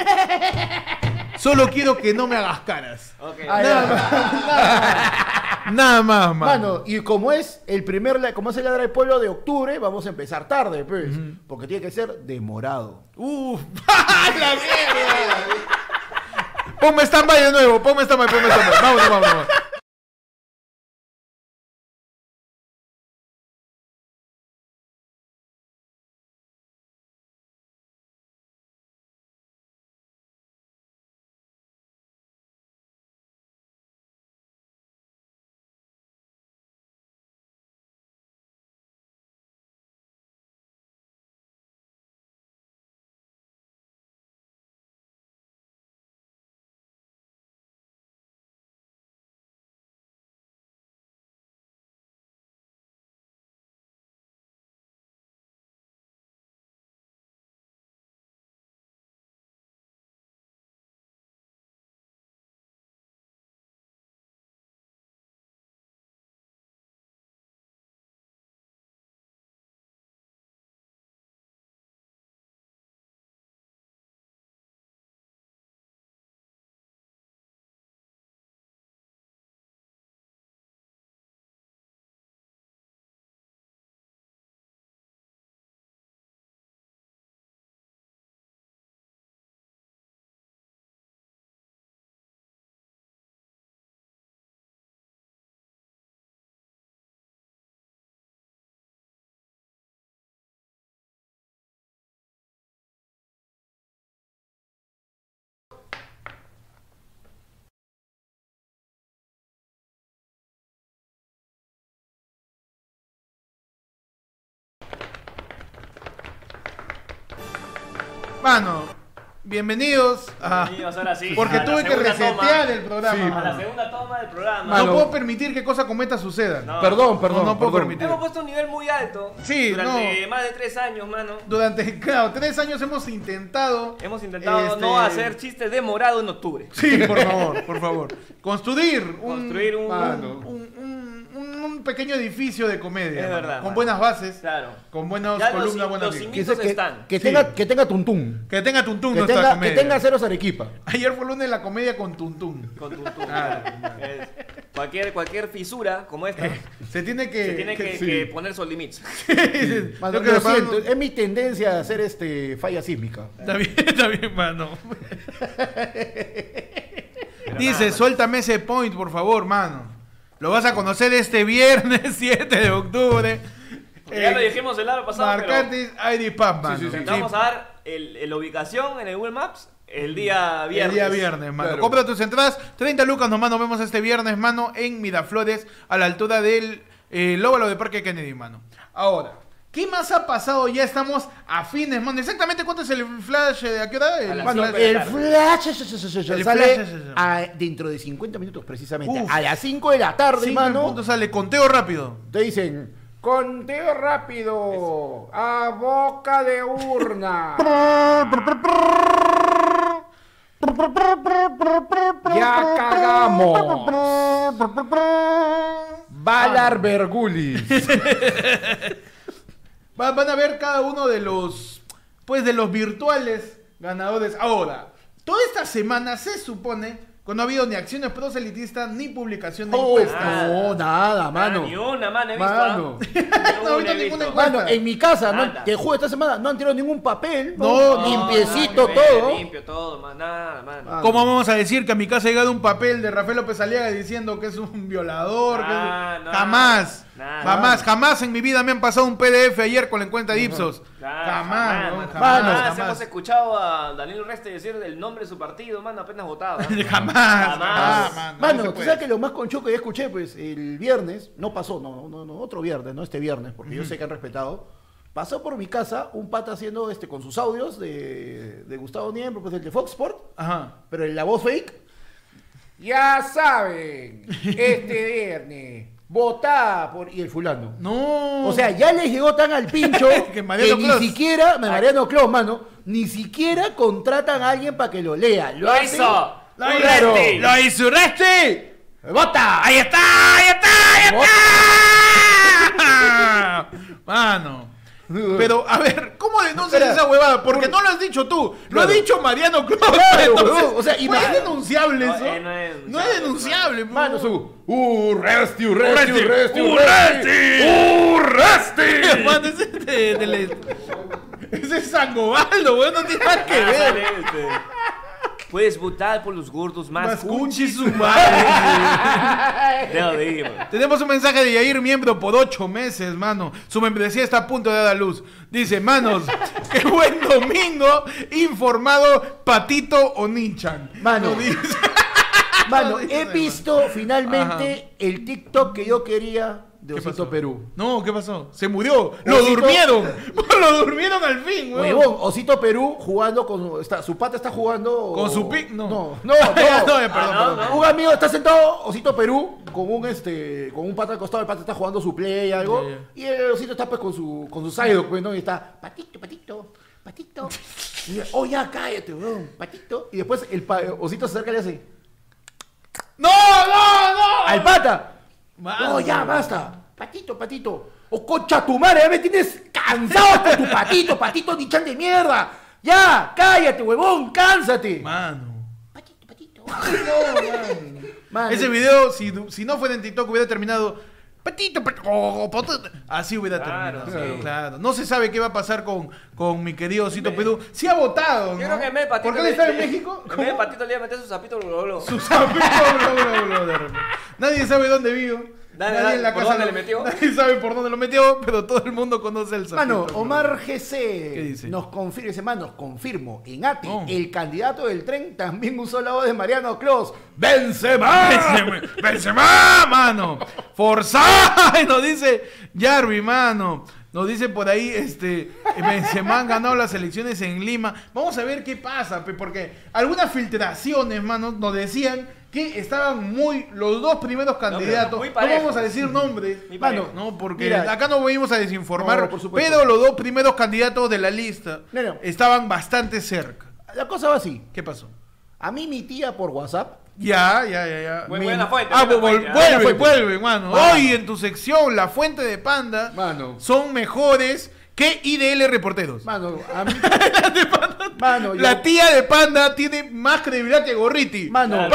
Speaker 1: solo quiero que no me hagas caras.
Speaker 3: Ok.
Speaker 2: Ah, ya.
Speaker 1: Nada más, mano.
Speaker 2: Mano, y como es el primer, la- como es el ladra del pueblo de octubre, vamos a empezar tarde, pues, porque tiene que ser demorado.
Speaker 1: Uf. ¡A la mierda! Ponme stand-by de nuevo, ponme stand-by, ponme stand-by. Vamos, vamos, vamos. Mano, bienvenidos a...
Speaker 3: Bienvenidos, ahora sí,
Speaker 1: Ah. Porque
Speaker 3: a la
Speaker 1: tuve que
Speaker 3: segunda
Speaker 1: resetear
Speaker 3: toma.
Speaker 1: el programa.
Speaker 2: Sí,
Speaker 1: mano.
Speaker 3: A la segunda toma del programa.
Speaker 1: No
Speaker 2: Mano.
Speaker 1: puedo permitir que cosas como esta sucedan.
Speaker 3: No.
Speaker 2: Perdón, perdón.
Speaker 1: No, no puedo
Speaker 2: perdón.
Speaker 1: permitir.
Speaker 3: Hemos puesto un nivel muy alto.
Speaker 1: Sí,
Speaker 3: Durante
Speaker 1: no.
Speaker 3: más de tres años, mano.
Speaker 1: Durante claro, tres años hemos intentado.
Speaker 3: Hemos intentado
Speaker 1: este,
Speaker 3: no hacer chistes de morado en octubre.
Speaker 1: Sí, por favor, por favor. Construir un,
Speaker 3: Construir un-
Speaker 1: mano, un- un- un- un pequeño edificio de comedia.
Speaker 3: Es
Speaker 1: mano,
Speaker 3: verdad,
Speaker 1: Con
Speaker 3: mano.
Speaker 1: buenas bases.
Speaker 3: Claro.
Speaker 1: Con buenas
Speaker 3: Ya los
Speaker 1: columnas,
Speaker 3: in-
Speaker 1: buenas
Speaker 3: los
Speaker 1: bien.
Speaker 3: in-
Speaker 2: Que, se- que-
Speaker 3: están.
Speaker 2: que
Speaker 1: Sí.
Speaker 2: tenga, que tenga tuntún.
Speaker 1: Que tenga Tuntún
Speaker 2: Que
Speaker 1: nuestra
Speaker 2: tenga, que
Speaker 1: comedia.
Speaker 2: tenga ceros Arequipa.
Speaker 1: Ayer fue lunes la comedia con Tuntún.
Speaker 3: Con tu, tu-
Speaker 1: Ah,
Speaker 3: es- cualquier, cualquier fisura como esta
Speaker 1: Se tiene Eh, que.
Speaker 3: se tiene que,
Speaker 1: sí.
Speaker 3: que poner sus límites.
Speaker 2: Mano,
Speaker 1: Yo creo
Speaker 2: lo
Speaker 1: que, mano,
Speaker 2: siento, es mi tendencia a hacer este falla sísmica.
Speaker 1: Está bien, está bien, mano. Dice, suéltame ese point, por favor, mano. Lo vas a conocer este viernes 7 de octubre.
Speaker 3: Ya
Speaker 1: Eh,
Speaker 3: lo dijimos el año pasado. Pero
Speaker 1: Marcantes ID Pub, mano.
Speaker 2: sí, sí.
Speaker 1: Sí,
Speaker 3: te vamos a dar el, el- la ubicación en el Google Maps el día viernes.
Speaker 1: El día viernes, mano.
Speaker 2: Claro.
Speaker 1: Compra tus entradas. 30 lucas nomás nos vemos este viernes, mano, en Miraflores, a la altura del eh, el óvalo de Parque Kennedy, mano. Ahora, ¿qué más ha pasado? Ya estamos a fines, mano. ¿Exactamente cuánto es el flash? eh, ¿A qué hora? El
Speaker 3: A las
Speaker 1: flash-
Speaker 2: Mano,
Speaker 3: cinco de
Speaker 2: el
Speaker 3: la
Speaker 2: flash se- se- se- se-
Speaker 1: El
Speaker 2: sale
Speaker 1: flash se- se-
Speaker 2: a- dentro de 50 minutos precisamente.
Speaker 1: Uf.
Speaker 2: A las 5 de la tarde,
Speaker 1: Cinco en
Speaker 2: mano.
Speaker 1: punto sale conteo rápido.
Speaker 2: Te dicen, conteo rápido, a boca de urna. ya cagamos. Valar Bergulis.
Speaker 1: Va- van a ver cada uno de los, pues, de los virtuales ganadores. Ahora, toda esta semana se supone que no ha habido ni acciones proselitistas ni publicación de
Speaker 2: Oh,
Speaker 1: encuestas.
Speaker 2: no,
Speaker 3: Mano.
Speaker 2: nada, mano.
Speaker 3: Ah, ni una, mano, he visto.
Speaker 1: No
Speaker 3: ¿ah?
Speaker 2: Mano.
Speaker 1: he visto
Speaker 3: he
Speaker 1: ninguna encuesta.
Speaker 2: Mano, en mi casa, no,
Speaker 3: Nada.
Speaker 2: te juro, esta semana no han tirado ningún papel.
Speaker 1: No, no,
Speaker 2: limpiecito
Speaker 3: no,
Speaker 2: todo.
Speaker 3: Limpio todo, man, nada, mano.
Speaker 2: Ah,
Speaker 1: ¿Cómo vamos a decir que a mi casa ha llegado un papel de Rafael López Aliaga diciendo que es un violador? que es un-
Speaker 3: Ah, no.
Speaker 1: jamás,
Speaker 3: Nada.
Speaker 1: jamás, jamás en mi vida me han pasado un PDF ayer con la encuesta de Ipsos.
Speaker 3: Claro,
Speaker 1: jamás, ¿no?
Speaker 3: mano,
Speaker 1: jamás,
Speaker 2: Mano.
Speaker 1: jamás.
Speaker 3: hemos escuchado a Danilo Reste decir el nombre de su partido, mano, apenas ¿ah? votaba.
Speaker 1: jamás, jamás,
Speaker 3: Jamás.
Speaker 1: mano, Ah, no se
Speaker 2: Mano, Ah, tú
Speaker 1: puede.
Speaker 2: sabes que lo más concho que yo escuché, pues, el viernes, no pasó, no, no, no, otro viernes, no este viernes, porque yo sé que han respetado. Pasó por mi casa un pata haciendo este con sus audios de, de Gustavo Niembro, pues el de Fox Sport,
Speaker 1: Ajá.
Speaker 2: pero en la voz fake.
Speaker 4: Ya saben, este viernes, votá por...
Speaker 2: Y el fulano.
Speaker 1: No.
Speaker 2: O sea, ya les llegó tan al pincho
Speaker 1: Que
Speaker 2: que,
Speaker 1: Mariano
Speaker 2: ni
Speaker 1: Clos.
Speaker 2: siquiera, Mariano Clos, mano, ni siquiera contratan a alguien para que lo lea. Lo,
Speaker 3: ¡Lo
Speaker 2: hacen-
Speaker 3: hizo!
Speaker 1: ¡Lo
Speaker 3: ¡Un
Speaker 1: hizo!
Speaker 3: Resti!
Speaker 1: ¡Lo hizo Resti!
Speaker 2: ¡Vota!
Speaker 1: ¡Ahí está! ¡Ahí está! ¡Ahí está! Mano. Pero, a ver, ¿cómo denuncias
Speaker 2: Espera.
Speaker 1: esa huevada? Porque no lo has dicho tú, lo ha
Speaker 2: Claro.
Speaker 1: dicho Mariano Cruz.
Speaker 2: Claro,
Speaker 1: Entonces,
Speaker 2: o sea,
Speaker 1: ¿no
Speaker 2: imagina-
Speaker 1: es denunciable
Speaker 3: No,
Speaker 1: eso.
Speaker 3: eh, no es
Speaker 1: No es denunciable,
Speaker 3: denunciable,
Speaker 1: mano.
Speaker 2: Uh, Resti, Urresti,
Speaker 1: Urresti,
Speaker 2: Urresti,
Speaker 1: Urresti.
Speaker 2: Urresti.
Speaker 1: Mano, ese es de- de la- Ese es Sangobaldo, weón, no tiene nada que
Speaker 3: Ah,
Speaker 1: ver.
Speaker 3: sale este. Puedes votar por los gordos más,
Speaker 1: Más
Speaker 3: cuchis.
Speaker 1: cuchi su madre.
Speaker 3: Te lo digo.
Speaker 1: Tenemos un mensaje de Yair, miembro por ocho meses, mano. Su membresía está a punto de dar a luz. Dice, manos, qué buen domingo informado Patito Onichan.
Speaker 2: Mano.
Speaker 1: Nos dice-
Speaker 2: Mano,
Speaker 1: No, dice,
Speaker 2: he
Speaker 1: mano.
Speaker 2: visto finalmente el TikTok que yo quería de
Speaker 1: ¿Qué
Speaker 2: Osito
Speaker 1: pasó?
Speaker 2: Perú.
Speaker 1: No, ¿qué pasó? Se murió. Lo
Speaker 2: Osito-
Speaker 1: durmieron. Lo durmieron al fin, weón.
Speaker 2: Huevón, Osito Perú jugando con. Está, su pata está jugando.
Speaker 1: Con su pic, no.
Speaker 2: No, no,
Speaker 1: Ah, ya,
Speaker 2: no.
Speaker 1: no, eh, perdón,
Speaker 3: Ah, no,
Speaker 1: perdón.
Speaker 3: no.
Speaker 2: Un amigo está sentado, Osito Perú, con un este, con un pata al costado, el pata está jugando su play, algo,
Speaker 1: Ya,
Speaker 2: y el osito está pues con su, con su side, pues, ¿no? Y está, patito, patito, patito. Y yo, oh ya, cállate, weón, patito. Y después el pa- osito se acerca y le hace,
Speaker 1: No, no, no.
Speaker 2: al pata.
Speaker 1: Mano.
Speaker 2: No, ya, basta. Patito, patito. O concha tu madre, ya me tienes cansado con tu patito, patito dichan de mierda. Ya, cállate, huevón, cánsate.
Speaker 1: Mano.
Speaker 2: Patito, patito. Ah, No, man.
Speaker 1: Ese video, si, du- si no fuera en TikTok, hubiera terminado. Patito, pat- oh, patito. Así hubiera
Speaker 3: Claro,
Speaker 1: terminado.
Speaker 3: sí.
Speaker 1: Claro. No se sabe qué va a pasar con, con mi querido Osito Perú. Sí ha votado.
Speaker 3: Yo
Speaker 1: ¿no?
Speaker 3: creo que en vez de
Speaker 1: ¿Por
Speaker 3: patito.
Speaker 1: qué él
Speaker 3: le-
Speaker 1: está en
Speaker 3: le-
Speaker 1: México?
Speaker 3: En vez de
Speaker 1: ¿Cómo?
Speaker 3: patito le iba a meter su zapito bro, bro.
Speaker 1: Su zapito, bro, bro, bro, de repente. Nadie sabe dónde vivo.
Speaker 3: Dale,
Speaker 1: Nadie
Speaker 3: dale,
Speaker 1: en la
Speaker 3: ¿por
Speaker 1: casa
Speaker 3: dónde
Speaker 1: lo-
Speaker 3: le metió?
Speaker 1: Nadie sabe por dónde lo metió, pero todo el mundo conoce el zapito.
Speaker 2: Mano,
Speaker 1: bro.
Speaker 2: Omar GC
Speaker 1: dice? Oh.
Speaker 2: nos confirma, dice, manos, confirmo, en ATI,
Speaker 1: No.
Speaker 2: el candidato del tren también usó la voz de Mariano Clos. ¡Benzema!
Speaker 1: Benzema, Benzema, mano. Forzá, nos dice Jarvi, mano. Nos dice por ahí, este, Benzema han ganado las elecciones en Lima. Vamos a ver qué pasa, pe, porque algunas filtraciones, mano, nos decían que estaban muy, los dos primeros candidatos,
Speaker 3: muy
Speaker 1: no
Speaker 3: parejos.
Speaker 1: vamos a decir nombres,
Speaker 3: Muy
Speaker 1: mano,
Speaker 3: parejos.
Speaker 1: no, porque
Speaker 2: Mira.
Speaker 1: acá no venimos a desinformar,
Speaker 2: No, por supuesto.
Speaker 1: pero los dos primeros candidatos de la lista
Speaker 2: No, no.
Speaker 1: estaban bastante cerca.
Speaker 2: La cosa va así.
Speaker 1: ¿Qué pasó?
Speaker 2: A mí mi tía por WhatsApp
Speaker 1: Ya, ya, ya, ya.
Speaker 3: Bu-
Speaker 1: Mi-
Speaker 3: buena fuente,
Speaker 1: Ah,
Speaker 3: buena
Speaker 1: vol-
Speaker 3: fuente,
Speaker 1: vuelve,
Speaker 3: ah.
Speaker 2: Buena fuente.
Speaker 1: vuelve, mano.
Speaker 2: Mano.
Speaker 1: Hoy en tu sección, la fuente de panda
Speaker 2: Mano.
Speaker 1: son mejores que IDL reporteros.
Speaker 2: Mano, a mí. mano, yo-
Speaker 1: La tía de panda tiene más credibilidad que Gorriti.
Speaker 2: Mano,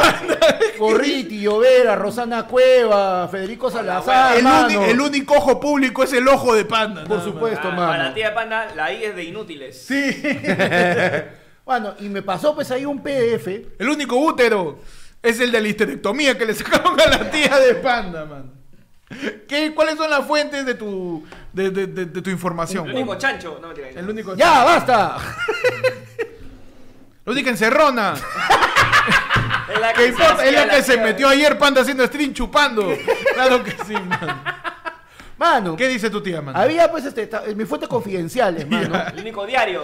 Speaker 2: Gorriti, Llovera, Rosana Cueva, Federico Salazar.
Speaker 1: el,
Speaker 2: mano.
Speaker 1: uni- el único ojo público es el ojo de panda.
Speaker 2: Por
Speaker 1: nada más.
Speaker 2: supuesto,
Speaker 3: Ah,
Speaker 2: mano.
Speaker 3: Para la tía de Panda, la I es de inútiles.
Speaker 1: Sí.
Speaker 2: Bueno, y me pasó pues ahí un PDF.
Speaker 1: El único útero es el de la histerectomía que le sacaron a la tía de panda, mano. ¿Qué, ¿Cuáles son las fuentes de tu, de, de- de- de tu información?
Speaker 3: El único chancho. No, mentira.
Speaker 1: El único-
Speaker 2: ¡Ya, basta!
Speaker 1: La única encerrona.
Speaker 3: Es la
Speaker 1: que
Speaker 3: se
Speaker 1: importa, es
Speaker 3: hacía
Speaker 1: la que se
Speaker 3: tía.
Speaker 1: metió ayer panda haciendo stream chupando. Claro que sí, mano.
Speaker 2: Mano,
Speaker 1: ¿Qué dice tu tía, mano?
Speaker 2: había pues este, ta- mis fuentes confidenciales, mano.
Speaker 3: El único diario.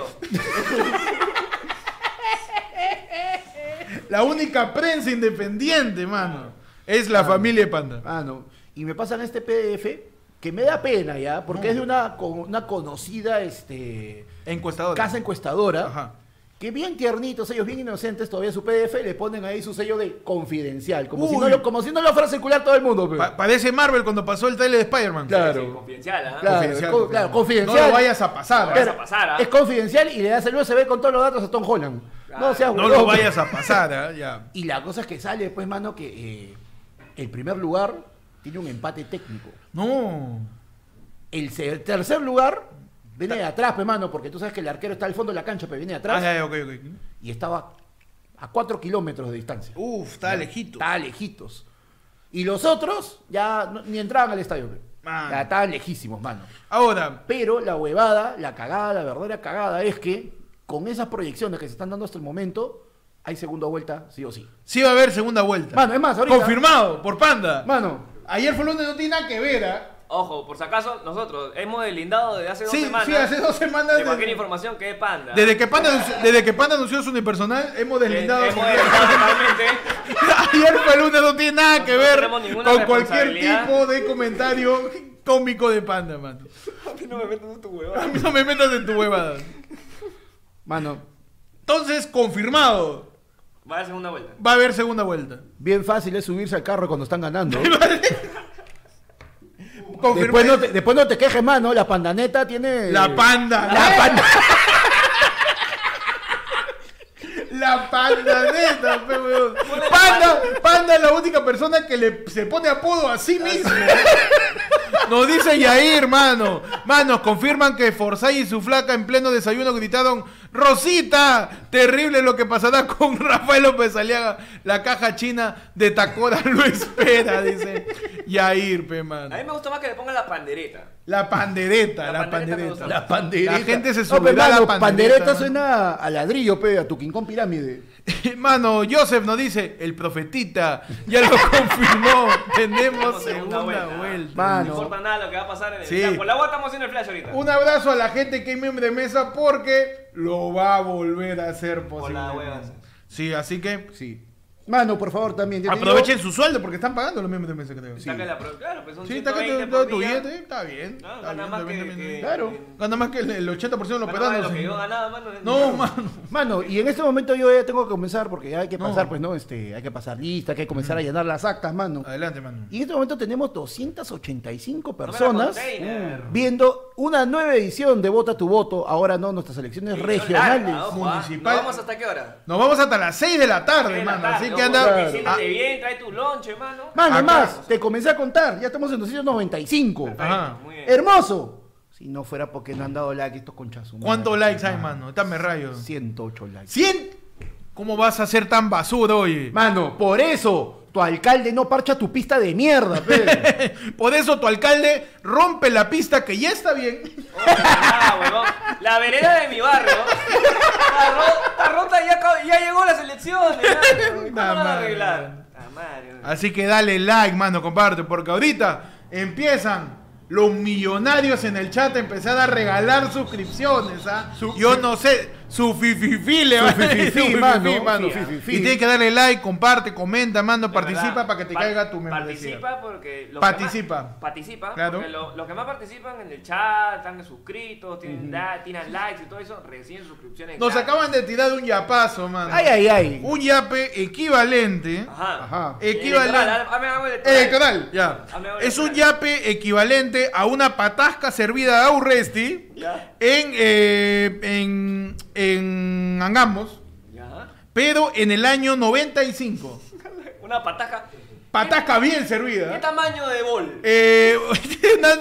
Speaker 1: La única prensa independiente, mano, es la familia de panda.
Speaker 2: Mano, y me pasan este PDF que me da pena ya, porque es de una, con- una conocida este,
Speaker 1: Encuestadora.
Speaker 2: casa encuestadora.
Speaker 1: Ajá.
Speaker 2: Que bien tiernitos, ellos bien inocentes, todavía su PDF le ponen ahí su sello de confidencial. Como, si
Speaker 1: Uy.
Speaker 2: no, lo, como si no lo fuera a circular todo el mundo. pues. pe.
Speaker 1: Pa- parece Marvel cuando pasó el trailer de Spider-Man.
Speaker 2: Claro.
Speaker 3: Sí, confidencial, ¿ah?
Speaker 2: Claro. co- claro, confidencial.
Speaker 1: No lo vayas a pasar.
Speaker 3: Claro.
Speaker 1: ¿ah?
Speaker 3: a pasar, ¿ah?
Speaker 2: Es confidencial y le das el USB con todos los datos a Tom Holland. No
Speaker 3: Claro.
Speaker 2: seas
Speaker 1: No
Speaker 2: huevón.
Speaker 1: lo vayas a pasar, ¿ah? ya.
Speaker 2: Y la cosa es que sale después, mano, que eh, el primer lugar tiene un empate técnico.
Speaker 1: No.
Speaker 2: El, se- el tercer lugar viene de atrás, pe, mano, porque tú sabes que el arquero está al fondo de la cancha, pero viene de atrás
Speaker 1: Ah, ya, ok, ok.
Speaker 2: y estaba a 4 kilómetros de distancia.
Speaker 1: Uf, está lejito.
Speaker 2: Estaban lejitos. Y los otros ya no- ni entraban al estadio. pe.
Speaker 1: Mano.
Speaker 2: Ya estaban lejísimos, mano.
Speaker 1: Ahora,
Speaker 2: Pero la huevada, la cagada, la verdadera cagada es que con esas proyecciones que se están dando hasta el momento, hay segunda vuelta, sí o sí.
Speaker 1: sí va a haber segunda vuelta.
Speaker 2: Mano, es más, ahorita-
Speaker 1: Confirmado por panda.
Speaker 2: Mano,
Speaker 1: Ayer fue lunes, no tiene nada que ver, ¿ah?
Speaker 3: Ojo, por si acaso, nosotros hemos deslindado desde hace dos
Speaker 1: Sí,
Speaker 3: semanas.
Speaker 1: sí, hace dos semanas.
Speaker 3: De cualquier
Speaker 1: desde-
Speaker 3: información que es Panda.
Speaker 1: Desde que Panda, anunció- desde que Panda anunció su unipersonal, hemos
Speaker 3: Que
Speaker 1: deslindado.
Speaker 3: Hemos deslindado totalmente.
Speaker 1: Ayer fue lunes, no tiene nada que
Speaker 3: No
Speaker 1: ver
Speaker 3: tenemos ninguna
Speaker 1: con cualquier
Speaker 3: responsabilidad.
Speaker 1: tipo de comentario cómico de Panda, mano.
Speaker 3: A mí no me metas en tu
Speaker 1: A
Speaker 3: huevada.
Speaker 1: mí no me metas en tu huevada.
Speaker 2: mano,
Speaker 1: Entonces, confirmado,
Speaker 3: Va a la segunda vuelta.
Speaker 1: va a haber segunda vuelta.
Speaker 2: bien fácil es subirse al carro cuando están ganando.
Speaker 1: Confirmado.
Speaker 2: Después no, te, después no te quejes más, ¿no? La pandaneta tiene...
Speaker 1: La panda.
Speaker 2: Eh,
Speaker 1: Eh.
Speaker 2: La panda.
Speaker 1: La panda neta, pe, weón. Panda, panda es la única persona que le, se pone apodo a sí mismo. Nos dice Yair, hermano. Manos, confirman que Forsyth y su flaca en pleno desayuno gritaron: Rosita, terrible lo que pasará con Rafael López Aliaga. La caja china de Tacora lo espera, dice Yair, pe, mano.
Speaker 3: A mí me gusta más que le pongan la pandereta.
Speaker 1: La pandereta,
Speaker 3: La
Speaker 1: la
Speaker 3: pandereta me
Speaker 1: pandereta.
Speaker 3: gusta. La
Speaker 1: La gente se
Speaker 2: No,
Speaker 1: subirá
Speaker 2: pe,
Speaker 1: a
Speaker 2: mano,
Speaker 1: la
Speaker 2: pandereta,
Speaker 1: pandereta. mano.
Speaker 2: suena a ladrillo, pe, a tu quincón pirámide.
Speaker 1: Hermano, Joseph nos dice, el profetita ya lo confirmó, tenemos
Speaker 3: Tenemos
Speaker 1: segunda
Speaker 3: segunda
Speaker 1: vuelta.
Speaker 3: vuelta. no
Speaker 2: Ah, no.
Speaker 3: importa nada lo que va a pasar en el
Speaker 1: Sí.
Speaker 3: campo. La agua estamos haciendo el flash ahorita.
Speaker 1: Un abrazo a la gente que es miembro de mesa porque lo va a volver a hacer
Speaker 3: Por
Speaker 1: posible.
Speaker 3: la hueva.
Speaker 1: Sí, así que
Speaker 2: Sí. Mano, por favor, también. yo te digo-
Speaker 1: aprovechen su sueldo porque están pagando los miembros de mesa, creo. Sí,
Speaker 3: Saca la pro- Claro, pues son
Speaker 1: sí está
Speaker 3: 120
Speaker 1: que
Speaker 3: por
Speaker 1: tu
Speaker 3: día.
Speaker 1: billete, está bien.
Speaker 3: No,
Speaker 1: está
Speaker 3: gana
Speaker 1: bien,
Speaker 3: más
Speaker 1: está bien,
Speaker 3: que-
Speaker 1: está bien.
Speaker 3: que-
Speaker 2: Claro.
Speaker 1: Gana más que el, el 80% de los
Speaker 3: Bueno, vale,
Speaker 1: peruanos.
Speaker 3: lo que yo
Speaker 1: señor.
Speaker 3: ganaba, mano. es-
Speaker 1: No, mano.
Speaker 2: Mano, y en este momento yo ya tengo que comenzar porque ya hay que
Speaker 1: No.
Speaker 2: pasar, pues no, este, hay que pasar lista, hay que comenzar a llenar las actas, mano.
Speaker 1: Adelante, mano.
Speaker 2: Y en este momento tenemos 285
Speaker 3: me la
Speaker 2: personas
Speaker 3: container.
Speaker 2: mm, viendo una nueva edición de Vota tu Voto, ahora no, nuestras
Speaker 3: Sí,
Speaker 2: elecciones
Speaker 3: son
Speaker 2: regionales.
Speaker 3: largas, ojo, ah.
Speaker 1: municipal-
Speaker 3: ¿Nos vamos hasta qué hora?
Speaker 1: Nos vamos hasta las 6 de la tarde,
Speaker 3: Tres de la
Speaker 1: mano.
Speaker 3: tarde,
Speaker 1: así que
Speaker 3: ojo,
Speaker 1: anda.
Speaker 3: pues,
Speaker 1: Ah,
Speaker 3: siéntate bien, trae tu lonche, mano.
Speaker 2: Mano,
Speaker 1: Acá.
Speaker 2: más, te comencé a contar, ya estamos en 295.
Speaker 1: Perfecto. Ajá.
Speaker 3: Ah, Muy bien.
Speaker 2: ¡Hermoso! Si no fuera porque no han dado like estos conchazos.
Speaker 1: ¿Cuántos likes hay, mano? Está me rayo.
Speaker 2: 108 likes.
Speaker 1: 100. ¿Cómo vas a ser tan basura, oye?
Speaker 2: Mano, por eso tu alcalde no parcha tu pista de mierda, pe.
Speaker 1: Por eso tu alcalde rompe la pista que ya está bien.
Speaker 3: Ojo, nada, Oh, huevón. La vereda de mi barrio. Está, ro- está rota y ya, acab- ya llegó la selección. ya.
Speaker 1: Nah,
Speaker 3: ¿Cómo la van a
Speaker 1: madre.
Speaker 3: arreglar? Ah, madre.
Speaker 1: Así que dale like, mano, comparte, porque ahorita empiezan los millonarios en el chat empezar a regalar suscripciones, ¿ah?
Speaker 2: Su-
Speaker 1: Yo no sé, su fififi le va a decir,
Speaker 2: fififi,
Speaker 1: su
Speaker 2: mano,
Speaker 1: fififi, mano.
Speaker 2: su fififi.
Speaker 1: Y tiene que darle like, comparte, comenta, mando,
Speaker 3: De
Speaker 1: participa
Speaker 3: verdad,
Speaker 1: para que te
Speaker 3: pa-
Speaker 1: caiga tu membresía.
Speaker 3: Participa porque. los
Speaker 1: Participa.
Speaker 3: que más- participa.
Speaker 1: Claro.
Speaker 3: Porque lo- los que más participan en el chat, están suscritos, tienen, da- tienen likes y todo eso, reciben suscripciones.
Speaker 1: Nos
Speaker 3: gratis.
Speaker 1: acaban de tirar un yapazo, mano.
Speaker 2: Ay, ay, ay.
Speaker 1: Un yape equivalente.
Speaker 3: Ajá.
Speaker 2: Ajá.
Speaker 1: Equivalente.
Speaker 3: Electoral, hazme algo electoral.
Speaker 1: Electoral, ya.
Speaker 3: Hazme algo
Speaker 1: Es un
Speaker 3: electoral.
Speaker 1: yape equivalente a una patasca servida a Urresti
Speaker 3: Ya.
Speaker 1: en, eh, en, en Angamos,
Speaker 3: Ya.
Speaker 1: pero en el año 95.
Speaker 3: Una pataja.
Speaker 1: Patasca bien
Speaker 3: ¿Qué
Speaker 1: servida.
Speaker 3: tamaño de bol?
Speaker 1: Eh, una-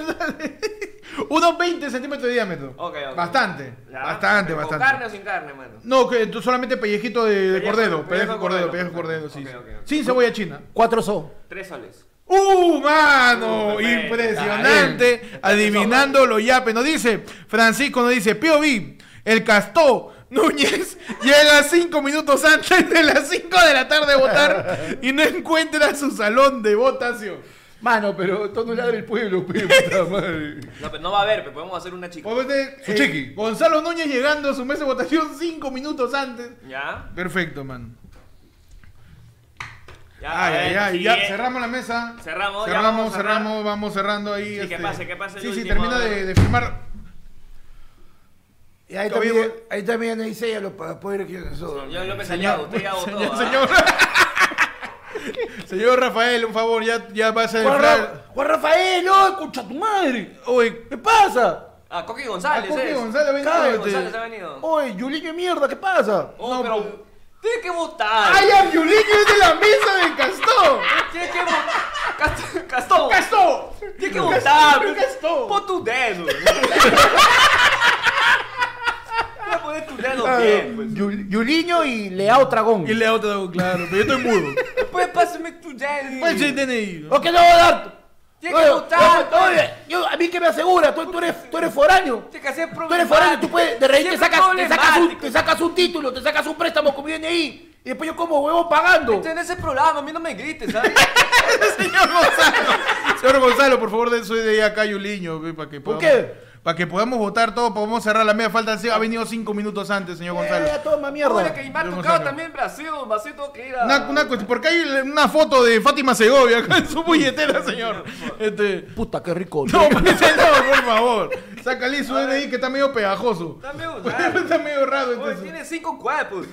Speaker 1: unos 20 centímetros de diámetro.
Speaker 3: Ok, ok.
Speaker 1: Bastante,
Speaker 3: Ya.
Speaker 1: bastante,
Speaker 3: ¿Con
Speaker 1: bastante.
Speaker 3: carne o sin carne, mano?
Speaker 1: No, que tú solamente pellejito de, de
Speaker 3: Pellejo-
Speaker 1: cordero, pellejo de cordero, pellejo
Speaker 3: pellejo
Speaker 1: de
Speaker 3: cordero,
Speaker 1: cordero, sí.
Speaker 3: ok, ok, ok.
Speaker 1: Sin cebolla china.
Speaker 2: Cuatro son.
Speaker 3: Tres soles.
Speaker 1: ¡Uh, mano!
Speaker 3: Uh, perfecto.
Speaker 1: Impresionante. Adivinando los yapes. Nos dice, Francisco nos dice, POV, el Castó Núñez llega cinco minutos antes de las 5 de la tarde a votar y no encuentra su salón de votación.
Speaker 2: Mano, pero esto no ladra el pueblo, pe, puta madre.
Speaker 3: No, pero no va a haber, pero podemos hacer una chica.
Speaker 1: Pues, eh,
Speaker 2: Su
Speaker 1: eh,
Speaker 2: chiqui.
Speaker 1: Gonzalo Núñez llegando a su mesa de votación cinco minutos antes.
Speaker 3: ¿Ya?
Speaker 1: Perfecto, man.
Speaker 3: Ya, eh. a
Speaker 1: Ay, ay,
Speaker 3: ver,
Speaker 1: ay, ya
Speaker 3: sigue.
Speaker 1: cerramos la mesa.
Speaker 3: Cerramos, ya
Speaker 1: cerramos,
Speaker 3: vamos a cerrar.
Speaker 1: cerramos, vamos cerrando ahí. este.
Speaker 3: que pase, que pase el
Speaker 1: Sí, sí,
Speaker 3: último. eh.
Speaker 1: termina de, de firmar.
Speaker 2: Y ahí
Speaker 1: Todavía
Speaker 2: también, ahí también dice ya los poderes que son.
Speaker 3: Yo López Aliaga, usted ya votó.
Speaker 1: Señor,
Speaker 3: ¿ah?
Speaker 1: señor. Señor Rafael, un favor, ya, ya va a ser el
Speaker 2: Juan,
Speaker 1: fra-
Speaker 2: Ra- Juan Rafael, no, escucha tu madre.
Speaker 1: Oye,
Speaker 2: ¿Qué pasa?
Speaker 3: Ah, Coqui
Speaker 1: a
Speaker 3: González,
Speaker 1: Coque
Speaker 3: es.
Speaker 1: González, ven,
Speaker 2: Cabe,
Speaker 1: este-
Speaker 3: Coqui González ha venido.
Speaker 2: Oye, Yuliño de mierda, ¿qué pasa?
Speaker 3: Oh,
Speaker 1: no,
Speaker 3: pero. Tienes que votar.
Speaker 1: ¡Ay, a Violiño es de la mesa de Castó!
Speaker 3: Tienes que votar. Cast- Castón.
Speaker 1: ¡Castó!
Speaker 3: Tienes que votar.
Speaker 1: pero Gastón.
Speaker 3: Pon tu dedo. Voy a poner tu
Speaker 2: Ah.
Speaker 3: dedo bien, pues.
Speaker 2: Yul- Yuliño y Leao Dragón.
Speaker 1: Y le otro dado, claro, pero yo estoy mudo.
Speaker 3: Después pásame tu dedo.
Speaker 1: Pues sí, DNI.
Speaker 2: ¿O qué no va a dar?
Speaker 3: Tiene que votar.
Speaker 2: Oye, yo, a mí que me asegura, tú, tú eres, tú eres foráneo.
Speaker 3: Tienes que hacer
Speaker 2: Tú eres foráneo, tú puedes, de repente
Speaker 3: Siempre
Speaker 2: sacas, te, sacas un,
Speaker 3: problemático.
Speaker 2: te sacas un título, te sacas un préstamo con BNI y después yo como huevo pagando.
Speaker 3: Estoy en ese programa, a mí no me grites, ¿sabes?
Speaker 1: Señor Gonzalo, señor Gonzalo, por favor, den su idea acá a Yuliño. ve, Para que
Speaker 2: ¿Por
Speaker 1: podamos,
Speaker 2: qué?
Speaker 1: Para que podamos votar todo, podamos cerrar la media falta. sí, Ha venido cinco minutos antes, señor Gonzalo.
Speaker 2: Eh, toma
Speaker 3: Oye,
Speaker 2: mierda.
Speaker 3: que Imar
Speaker 1: Yo no
Speaker 3: tocado
Speaker 1: sé.
Speaker 3: también en Brasil, tá Brasil tuvo que ir a...
Speaker 1: Una, una cuestión, porque hay una foto de Fátima Segovia acá en su billetera, señor. Este,
Speaker 2: Puta, qué rico.
Speaker 1: no, pues, no, por favor. Sácale su DNI que está medio pegajoso.
Speaker 3: Está medio raro.
Speaker 1: está medio raro. este
Speaker 3: Oye,
Speaker 1: Entonces.
Speaker 3: tiene cinco cuerpos.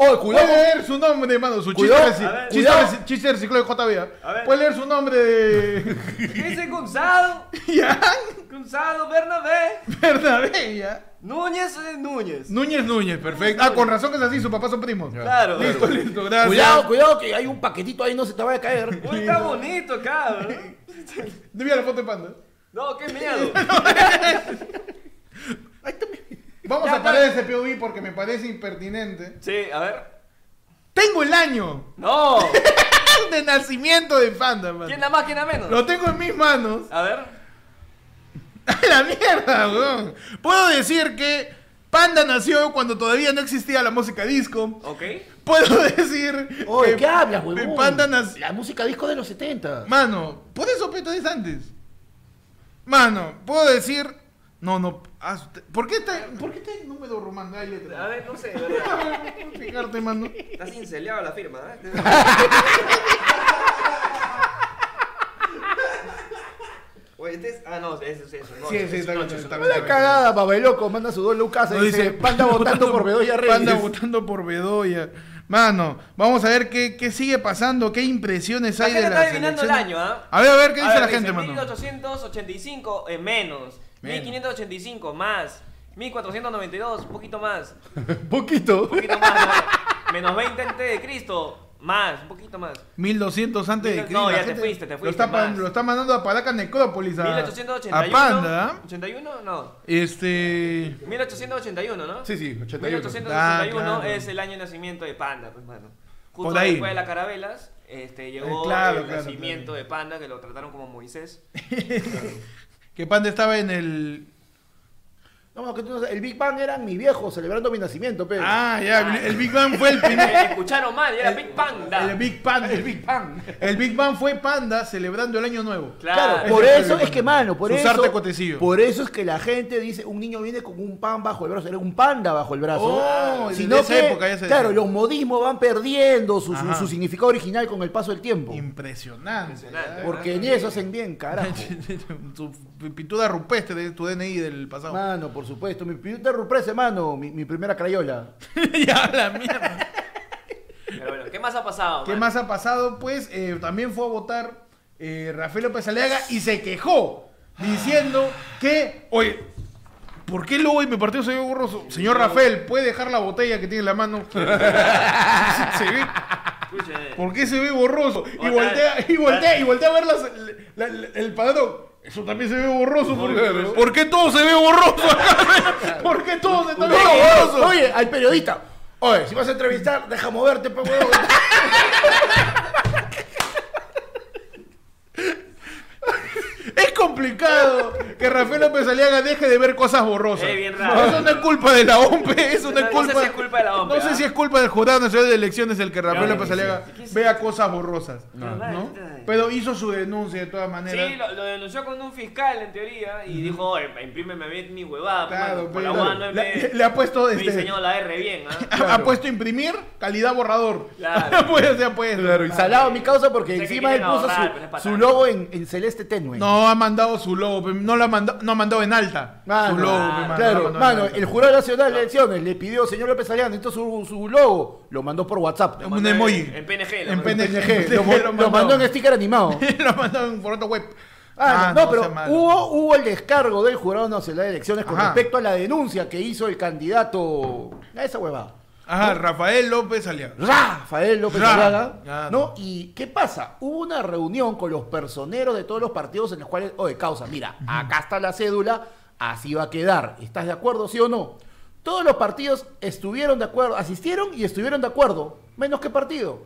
Speaker 2: Oye,
Speaker 1: Puede
Speaker 2: cuidado.
Speaker 1: leer su nombre, hermano, su chiste,
Speaker 2: Cuidado,
Speaker 1: reci-
Speaker 3: a ver.
Speaker 1: chiste,
Speaker 2: Cuidado.
Speaker 1: reci- chiste reciclado de
Speaker 3: A
Speaker 1: JB.
Speaker 3: ver.
Speaker 1: Puede leer su nombre de
Speaker 3: Dice Gonzalo,
Speaker 1: ya,
Speaker 3: Gonzalo Bernabé,
Speaker 1: Bernabé, ya.
Speaker 3: Núñez eh, Núñez.
Speaker 1: Núñez Núñez, perfecto. Ah, con razón que es así, su papá son primos.
Speaker 3: Claro.
Speaker 1: Listo, listo, gracias.
Speaker 2: Cuidado, cuidado, que hay un paquetito ahí, no se te vaya a caer.
Speaker 3: Uy, está bonito, cabrón.
Speaker 1: Mira la foto de panda.
Speaker 3: No, qué miedo.
Speaker 1: Vamos
Speaker 3: Ya, pues.
Speaker 1: a parar ese POV porque me parece impertinente.
Speaker 3: Sí, a ver.
Speaker 1: Tengo el año
Speaker 3: No.
Speaker 1: de nacimiento de panda, man.
Speaker 3: ¿Quién da más, quién da menos?
Speaker 1: Lo tengo en mis manos.
Speaker 3: A ver.
Speaker 1: ¡A la mierda, weón! Puedo decir que Panda nació cuando todavía no existía la música disco.
Speaker 3: Ok.
Speaker 1: Puedo decir.
Speaker 2: Oye,
Speaker 1: que
Speaker 2: ¿qué hablas, huevón?
Speaker 1: Panda nació.
Speaker 2: La música disco de los 70.
Speaker 1: Mano, por eso Peto dice antes. Mano, puedo decir. No, no. ah, usted- ¿Por qué está, ¿por qué está el número romano? Hay
Speaker 3: A
Speaker 1: letra.
Speaker 3: ver, no sé, de ¿verdad?
Speaker 1: Fijarte, mano.
Speaker 3: Está cincelado la firma, ¿eh? Oye, este es... Ah, no, ese es eso. No,
Speaker 1: Sí,
Speaker 3: ese
Speaker 1: sí,
Speaker 3: es
Speaker 1: está
Speaker 3: un
Speaker 1: bien,
Speaker 3: ocho,
Speaker 1: está
Speaker 3: es un
Speaker 1: bien,
Speaker 2: Una cagada, babeloco, manda su dos lucas y
Speaker 1: No,
Speaker 2: dice, panda votando por Bedoya Reyes.
Speaker 1: Panda votando por Bedoya. Mano, vamos a ver qué, qué sigue pasando, qué impresiones
Speaker 3: La
Speaker 1: hay de
Speaker 3: gente
Speaker 1: la
Speaker 3: está adivinando
Speaker 1: selección.
Speaker 3: el año, ¿ah?
Speaker 1: A ver, a ver qué
Speaker 3: A
Speaker 1: dice
Speaker 3: ver,
Speaker 1: la gente, mano.
Speaker 3: 1885 eh, menos,
Speaker 1: Menos.
Speaker 3: 1585 más, 1492, poquito más,
Speaker 2: Poquito.
Speaker 3: poquito más, ¿no? menos 20 antes de Cristo, más, un poquito más.
Speaker 1: 1200 antes de
Speaker 3: No,
Speaker 1: Cristo.
Speaker 3: ya
Speaker 1: la
Speaker 3: te
Speaker 1: gente
Speaker 3: fuiste, te
Speaker 1: Lo
Speaker 3: fuiste
Speaker 1: está, pa-
Speaker 3: más.
Speaker 1: lo está mandando a Palaca Necrópolis. A, a
Speaker 3: 1881.
Speaker 1: Panda. ¿ah?
Speaker 3: 81, no.
Speaker 1: Este.
Speaker 3: 1881, ¿no?
Speaker 2: Sí, sí, 81.
Speaker 3: 1881
Speaker 1: Ah, claro.
Speaker 3: es el año de nacimiento de Panda, pues, mano. Justo
Speaker 1: Por ahí.
Speaker 3: después de las carabelas, este, llegó
Speaker 1: Eh, claro,
Speaker 3: el
Speaker 1: claro,
Speaker 3: nacimiento
Speaker 1: claro.
Speaker 3: de Panda, que lo trataron como Moisés.
Speaker 1: Que Panda estaba en el.
Speaker 2: No, no, que tú no sabes, el Big Bang eran mi viejo celebrando mi nacimiento, pero.
Speaker 1: Ah, ya, el Big Bang fue el primer.
Speaker 3: Eh, Escucharon mal, era
Speaker 1: Eh,
Speaker 3: Big Panda.
Speaker 1: El Big Panda. El Big,
Speaker 4: Pan.
Speaker 1: Bang fue Panda celebrando el año nuevo.
Speaker 2: Claro,
Speaker 3: claro.
Speaker 2: por
Speaker 1: ese
Speaker 2: eso
Speaker 1: fue el
Speaker 2: es que, mano, por
Speaker 1: Su
Speaker 2: eso.
Speaker 1: sarta cotecillo.
Speaker 2: Por eso es que la gente dice, un niño viene con un pan bajo el brazo, era un panda bajo el brazo.
Speaker 1: Oh,
Speaker 2: Sino
Speaker 1: desde esa
Speaker 2: que,
Speaker 1: época ya se
Speaker 2: claro,
Speaker 1: decía.
Speaker 2: los modismos van perdiendo su, su-
Speaker 1: Ajá.
Speaker 2: su significado original con el paso del tiempo.
Speaker 1: Impresionante.
Speaker 3: Impresionante.
Speaker 2: Porque en eso hacen bien, carajo.
Speaker 1: tu pintura rupestre de tu DNI del pasado.
Speaker 2: Mano, por supuesto, mi primera rupresa, mano, mi, mi primera crayola.
Speaker 1: ya la mierda.
Speaker 3: Pero bueno, ¿qué más ha pasado?
Speaker 1: ¿Qué
Speaker 3: man?
Speaker 1: más ha pasado? Pues eh, también fue a votar eh, Rafael López Aliaga y se quejó diciendo que, oye, ¿por qué luego en mi partido se ve borroso? Señor Rafael, ¿puede dejar la botella que tiene en la mano? Se ve-
Speaker 3: Escuche.
Speaker 1: ¿Por qué se ve borroso? Y
Speaker 3: Otra
Speaker 1: voltea,
Speaker 3: vez.
Speaker 1: y voltea, y voltea a ver las- la- la- el padrón. Eso también se ve borroso. ¿Por, ¿por qué todo se ve borroso? acá? ¿Por qué todo se está
Speaker 2: Oye,
Speaker 1: viendo borroso?
Speaker 2: Oye, al periodista. Oye, si vas a entrevistar, deja moverte, pe huevón.
Speaker 1: Es complicado que Rafael López Aliaga deje de ver cosas borrosas.
Speaker 3: Eh, bien raro.
Speaker 1: Eso no es culpa de la OMP, eso no es
Speaker 3: No sé
Speaker 1: culpa.
Speaker 3: si es culpa de la OMP,
Speaker 1: No sé
Speaker 3: ¿ah?
Speaker 1: si es culpa del Jurado Nacional de Elecciones el que Rafael
Speaker 4: Claro,
Speaker 1: López
Speaker 4: sí.
Speaker 1: Aliaga
Speaker 3: ¿Qué es
Speaker 1: vea cosas borrosas.
Speaker 3: No.
Speaker 1: ¿no?
Speaker 3: Ay.
Speaker 1: Pero hizo su denuncia de todas maneras.
Speaker 3: Sí, lo, lo denunció con un fiscal en teoría y dijo, oye, imprímeme bien mi huevada,
Speaker 1: Claro,
Speaker 3: claro, por la
Speaker 1: pero-
Speaker 3: huevada no me,
Speaker 1: le, le ha puesto
Speaker 3: me
Speaker 1: este,
Speaker 3: diseñó la R bien, ¿ah?
Speaker 1: ha- ha puesto imprimir calidad borrador.
Speaker 3: Claro.
Speaker 1: pues, o sea, pues,
Speaker 2: Pero salado mi causa porque
Speaker 3: Sé que
Speaker 2: encima él
Speaker 3: quieren
Speaker 2: puso
Speaker 3: ahorrar, pero es
Speaker 2: su,
Speaker 3: patán.
Speaker 2: su logo en, en celeste tenue.
Speaker 1: No ha mandado su logo, pe, no lo ha mandado, no ha mandado en alta.
Speaker 2: Mano,
Speaker 1: su logo, pe, mano, no
Speaker 3: claro,
Speaker 2: Ah, Claro,
Speaker 1: lo ha mandado en
Speaker 2: mano,
Speaker 1: alta.
Speaker 2: el Jurado Nacional de Elecciones le pidió, señor López Aliano, entonces su, su logo lo mandó por WhatsApp.
Speaker 1: un emoji.
Speaker 3: En PNG. lo
Speaker 1: En
Speaker 3: mandó.
Speaker 1: PNG.
Speaker 2: PNG, lo, mo- lo mandó en este sticker animado.
Speaker 1: lo mandó en formato web.
Speaker 2: Ah,
Speaker 1: Ah,
Speaker 2: no,
Speaker 1: sea
Speaker 2: pero
Speaker 1: malo.
Speaker 2: hubo, hubo el descargo del Jurado Nacional de Elecciones con
Speaker 1: Ajá.
Speaker 2: respecto a la denuncia que hizo el candidato a esa huevada.
Speaker 1: Ajá, Rafael López Aliaga.
Speaker 2: Rafael López
Speaker 1: Ra.
Speaker 2: Aliaga,
Speaker 1: Claro.
Speaker 2: ¿no? ¿Y qué pasa? Hubo una reunión con los personeros de todos los partidos en los cuales, oye, causa, mira, acá está la cédula, así va a quedar. ¿Estás de acuerdo, sí o no? Todos los partidos estuvieron de acuerdo, asistieron y estuvieron de acuerdo, menos que partido.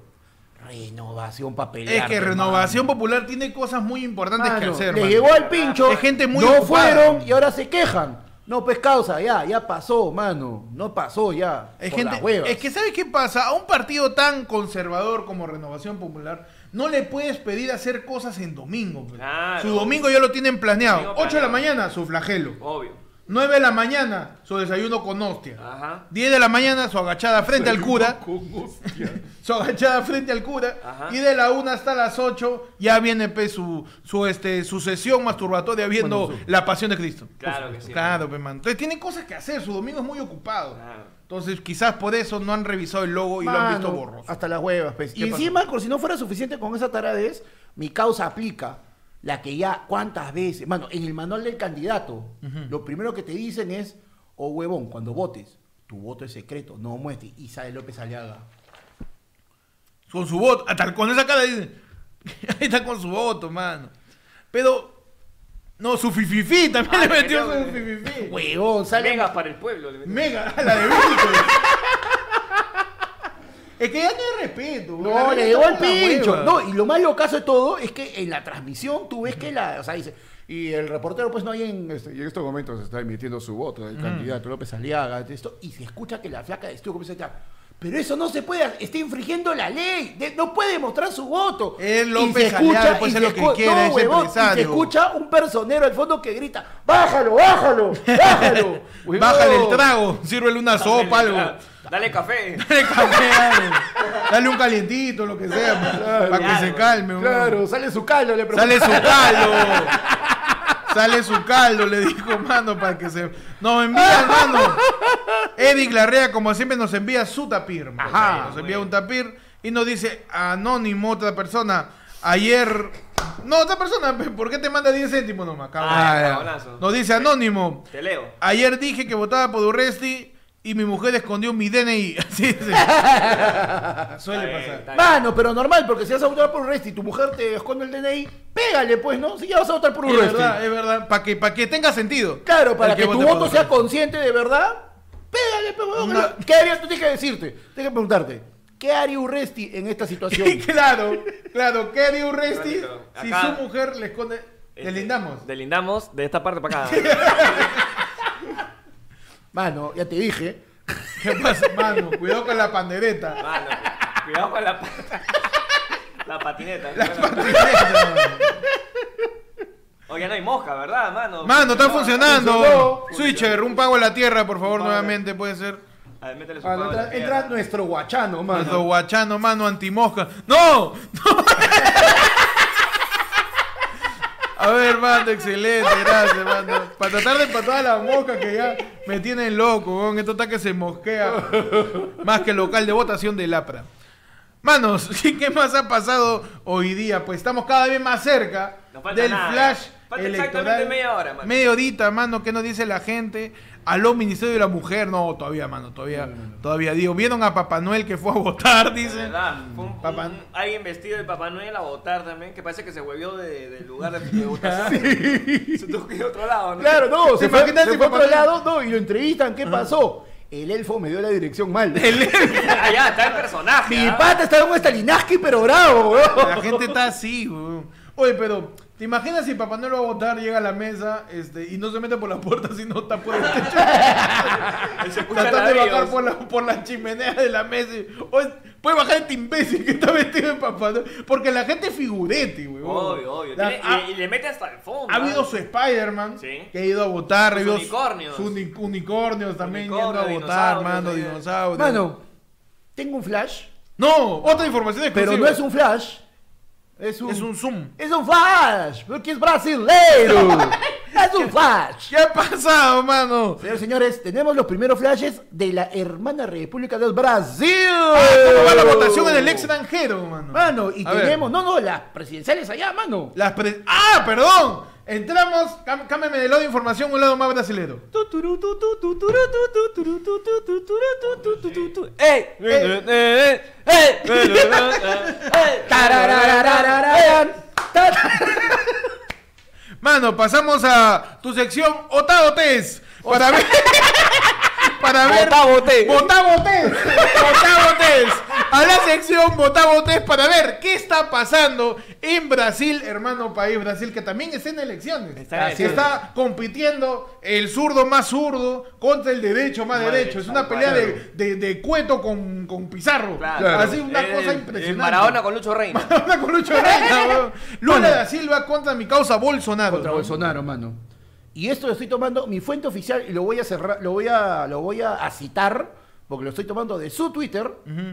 Speaker 2: Renovación papel.
Speaker 1: Es que Renovación Popular tiene cosas muy importantes que hacer.
Speaker 2: le
Speaker 1: mano.
Speaker 2: llegó al pincho,
Speaker 1: Es gente muy
Speaker 2: no
Speaker 1: ocupada.
Speaker 2: fueron y ahora se quejan. No, pues causa, ya, ya pasó, mano. No pasó ya.
Speaker 1: Es,
Speaker 2: por
Speaker 1: gente,
Speaker 2: las huevas.
Speaker 1: es que ¿sabes qué pasa? A un partido tan conservador como Renovación Popular no le puedes pedir hacer cosas en domingo. pe.
Speaker 3: Claro.
Speaker 1: Su domingo ya lo tienen planeado.
Speaker 3: Domingo
Speaker 1: 8 de la
Speaker 3: planeado.
Speaker 1: mañana, su flagelo.
Speaker 3: Obvio.
Speaker 1: 9 de la mañana, su desayuno con hostia.
Speaker 3: Ajá.
Speaker 1: 10 de la mañana, su agachada frente al cura. su agachada frente al cura.
Speaker 3: Ajá.
Speaker 1: Y de la 1 hasta las 8 ya viene pe, su, su, este, su sesión masturbatoria viendo la pasión de Cristo. Pues,
Speaker 3: Claro que sí.
Speaker 1: Claro, pe, man. Entonces tienen cosas que hacer, su domingo es muy ocupado.
Speaker 3: Claro.
Speaker 1: Entonces quizás por eso no han revisado el logo y lo han visto
Speaker 2: Mano,
Speaker 1: borroso.
Speaker 2: Hasta las huevas, pues. Y
Speaker 1: ¿Qué pasó?
Speaker 2: encima, por si no fuera suficiente con esa taradez, mi causa aplica. La que ya, ¿cuántas veces? Mano, en el manual del candidato, lo primero que te dicen es, oh huevón, cuando votes, tu voto es secreto, no muestres. Y sale López Aliaga.
Speaker 1: Con su voto, hasta con esa cara dicen, ahí está con su voto, mano. Pero, no, su fififi también
Speaker 3: Ah,
Speaker 1: le metió
Speaker 3: creo
Speaker 1: su
Speaker 3: que-
Speaker 1: fififi.
Speaker 2: Huevón, sale...
Speaker 3: Megas para el pueblo. le metió.
Speaker 1: Mega, la de Beatles. es que ya no hay respeto. güey.
Speaker 2: No,
Speaker 1: La
Speaker 2: le
Speaker 1: gente
Speaker 2: llegó
Speaker 1: está
Speaker 2: el
Speaker 1: con la
Speaker 2: pincho.
Speaker 1: hueva.
Speaker 2: No, y lo más locazo de todo es que en la transmisión tú ves que la. O sea, dice. Y el reportero, pues no hay en. este,
Speaker 4: y en estos momentos se está emitiendo su voto
Speaker 1: Mm.
Speaker 4: del
Speaker 2: candidato López Aliaga, esto, y se escucha que la flaca de Estudio comienza a gritar, Pero eso no se puede, está infringiendo la ley, de- no puede mostrar su voto.
Speaker 1: Es
Speaker 2: Y
Speaker 1: López
Speaker 2: se
Speaker 1: Aliaga,
Speaker 2: escucha-
Speaker 1: puede
Speaker 2: y
Speaker 1: ser
Speaker 2: se
Speaker 1: lo que
Speaker 2: escu-
Speaker 1: quiera,
Speaker 2: no,
Speaker 1: es
Speaker 2: huevón, y se
Speaker 1: empresario.
Speaker 2: escucha un personero al fondo que grita, bájalo, bájalo, bájalo. huevón".
Speaker 1: Bájale el trago, sírvele una sopa, algo.
Speaker 3: Dale café.
Speaker 1: Dale café, dale. Dale un calientito, lo que sea, para que
Speaker 3: claro.
Speaker 1: se calme. güey.
Speaker 2: Claro, sale su caldo, le pregunta.
Speaker 1: Sale su caldo. Sale su caldo, le dijo, mano, para que se. Nos envían, mano. Eric Larrea, como siempre, nos envía su tapir. mano.
Speaker 3: Ajá.
Speaker 1: Nos envía un tapir y nos dice, anónimo, otra persona. Ayer. No, otra persona, pe, ¿por qué te manda 10 céntimos nomás? cabrón?
Speaker 3: Ah,
Speaker 1: Ah, ya.
Speaker 3: cabronazo.
Speaker 1: nos dice anónimo.
Speaker 3: Te leo.
Speaker 1: Ayer dije que votaba por Urresti y mi mujer escondió mi DNI. Así dice. Suele
Speaker 3: Está
Speaker 1: pasar.
Speaker 3: bien, está bien.
Speaker 2: Mano, pero normal, porque si vas a votar por un resti y tu mujer te esconde el DNI, pégale, pues, ¿no? Si ya vas a votar por un
Speaker 1: Es
Speaker 2: resti.
Speaker 1: verdad, es verdad. Para que, pa' que tenga sentido.
Speaker 2: Claro, para
Speaker 1: El
Speaker 2: que, tu
Speaker 1: vote por
Speaker 2: voto sea
Speaker 1: Urresti.
Speaker 2: consciente de verdad, pégale, pues, huevón,
Speaker 1: Una-
Speaker 2: ¿Qué haría? Tú tienes que decirte, tienes que preguntarte, ¿qué haría un resti en esta situación?
Speaker 1: claro, claro. ¿Qué haría Urresti
Speaker 3: Claro,
Speaker 1: si
Speaker 3: acá-
Speaker 1: su mujer le esconde?
Speaker 3: Este,
Speaker 1: Delindamos.
Speaker 3: Delindamos de esta parte para acá.
Speaker 2: Mano, ya te dije.
Speaker 1: ¿Qué pasa, mano? Cuidado con la pandereta.
Speaker 3: Mano, cuidado con la pata. La patineta. Bueno, Oye, no hay mosca, ¿verdad, mano?
Speaker 1: Mano, está
Speaker 3: No,
Speaker 1: funcionando.
Speaker 3: funcionó.
Speaker 1: Switcher, un pago a la tierra, por favor,
Speaker 3: Un pago a la-
Speaker 1: nuevamente, puede ser.
Speaker 3: A ver, métele su
Speaker 1: Ah,
Speaker 2: Mano,
Speaker 3: pavo en la
Speaker 2: Ah, entra,
Speaker 3: tierra.
Speaker 2: entra nuestro guachano,
Speaker 1: Nuestro
Speaker 2: mano.
Speaker 1: guachano, mano, antimosca. ¡No! ¡No! A ver, mano, excelente, gracias, mano. Para tratar de empatar a las moscas que ya me tienen loco, weón. Esto está que se mosquea. Más que local de votación de Lapra. Manos, ¿qué más ha pasado hoy día? Pues estamos cada vez más cerca
Speaker 3: No falta
Speaker 1: del
Speaker 3: nada. eh.
Speaker 1: flash
Speaker 3: Falta
Speaker 1: electoral.
Speaker 3: exactamente media hora, mano.
Speaker 1: Media horita, mano, ¿qué nos dice la gente? Aló, Ministerio de la Mujer. No, todavía, mano, todavía, todavía. Digo, ¿vieron a Papá Noel que fue a votar?
Speaker 3: De
Speaker 1: Dicen.
Speaker 3: verdad, fue un-
Speaker 1: Papá-
Speaker 3: un- alguien vestido de Papá Noel a votar también, que parece que se huevió de- del lugar de, de votación. Se tuvo que ir a otro lado, ¿no?
Speaker 2: Claro, no, se fue,
Speaker 1: imaginas
Speaker 2: se
Speaker 1: si
Speaker 2: fue a
Speaker 1: papá
Speaker 2: otro
Speaker 1: te-
Speaker 2: lado, no, y lo entrevistan, ¿qué pasó? El elfo me dio la dirección mal.
Speaker 3: Allá Ah, está el personaje.
Speaker 2: Mi
Speaker 3: ¿ah?
Speaker 2: pata está como Stalinaski, pero bravo, weón.
Speaker 1: La gente está así, weón. Oye, pero, ¿te imaginas si Papá Noel va a votar, llega a la mesa este, y no se mete por la puerta, sino tapa por el techo?
Speaker 3: Él se escucha
Speaker 1: Tratando de
Speaker 3: ladrillos.
Speaker 1: bajar por la, por la chimenea de la mesa. y, "Oye, Puede bajar este imbécil que está vestido de Papá Noel. Porque la gente es figurete, weón.
Speaker 3: Obvio, obvio.
Speaker 1: La-
Speaker 3: Tiene-
Speaker 1: ha-
Speaker 3: y, y le mete hasta el fondo.
Speaker 1: Ha habido
Speaker 3: ¿ah?
Speaker 1: su Spider-Man,
Speaker 3: Sí.
Speaker 1: que ha ido a votar. ha
Speaker 3: Sus
Speaker 1: habido
Speaker 3: unicornios.
Speaker 1: sus uni- unicornios también
Speaker 3: Unicornio,
Speaker 1: yendo a votar,
Speaker 3: dinosaurios,
Speaker 1: mano,
Speaker 3: ahí.
Speaker 1: dinosaurios.
Speaker 2: Mano, tengo un flash,
Speaker 1: No, otra información exclusiva.
Speaker 2: pero no es un flash. Es un.
Speaker 1: Es un Zoom.
Speaker 2: Es un flash, porque es brasileiro. es un flash.
Speaker 1: ¿Qué ha pasado, mano?
Speaker 2: Señores, señores, tenemos los primeros flashes de la hermana República del Brasil.
Speaker 1: Ah, ¿Cómo va la votación en el extranjero, mano?
Speaker 2: Mano, y
Speaker 1: A ver,
Speaker 2: tenemos, no, no, las presidenciales allá, mano.
Speaker 1: las pre- ¡Ah, perdón! Entramos, cam- cámbiame del lado de información a un lado más brasilero.
Speaker 3: ¡Ey! ¡Ey! ¡Ey! ¡Ey! ¡Ey!
Speaker 2: Tararararararán. Ta-
Speaker 1: Mano, pasamos a tu sección Otado Test. Para ver. Para ver.
Speaker 3: Votá, voté.
Speaker 1: Votá, voté. Votá, votés. A la sección Votá, votés para ver qué está pasando en Brasil, hermano país Brasil, que también está en elecciones.
Speaker 3: Está en
Speaker 1: Así
Speaker 3: elecciones.
Speaker 1: está compitiendo el zurdo más zurdo contra el derecho más
Speaker 3: Madre,
Speaker 1: derecho. Es una
Speaker 3: tal
Speaker 1: pelea
Speaker 3: cual.
Speaker 1: de, de, de cueto con, con pizarro.
Speaker 3: Claro.
Speaker 1: Así una
Speaker 3: Eh,
Speaker 1: cosa
Speaker 3: eh,
Speaker 1: impresionante.
Speaker 3: Maradona con Lucho Reina.
Speaker 1: Maradona con Lucho Reina, weón. Lula
Speaker 2: Mano.
Speaker 1: da Silva contra mi causa Bolsonaro.
Speaker 2: Contra Bolsonaro, mano. Y esto lo estoy tomando, mi fuente oficial, y lo voy a cerrar, lo voy a, lo voy a, a citar, porque lo estoy tomando de su Twitter,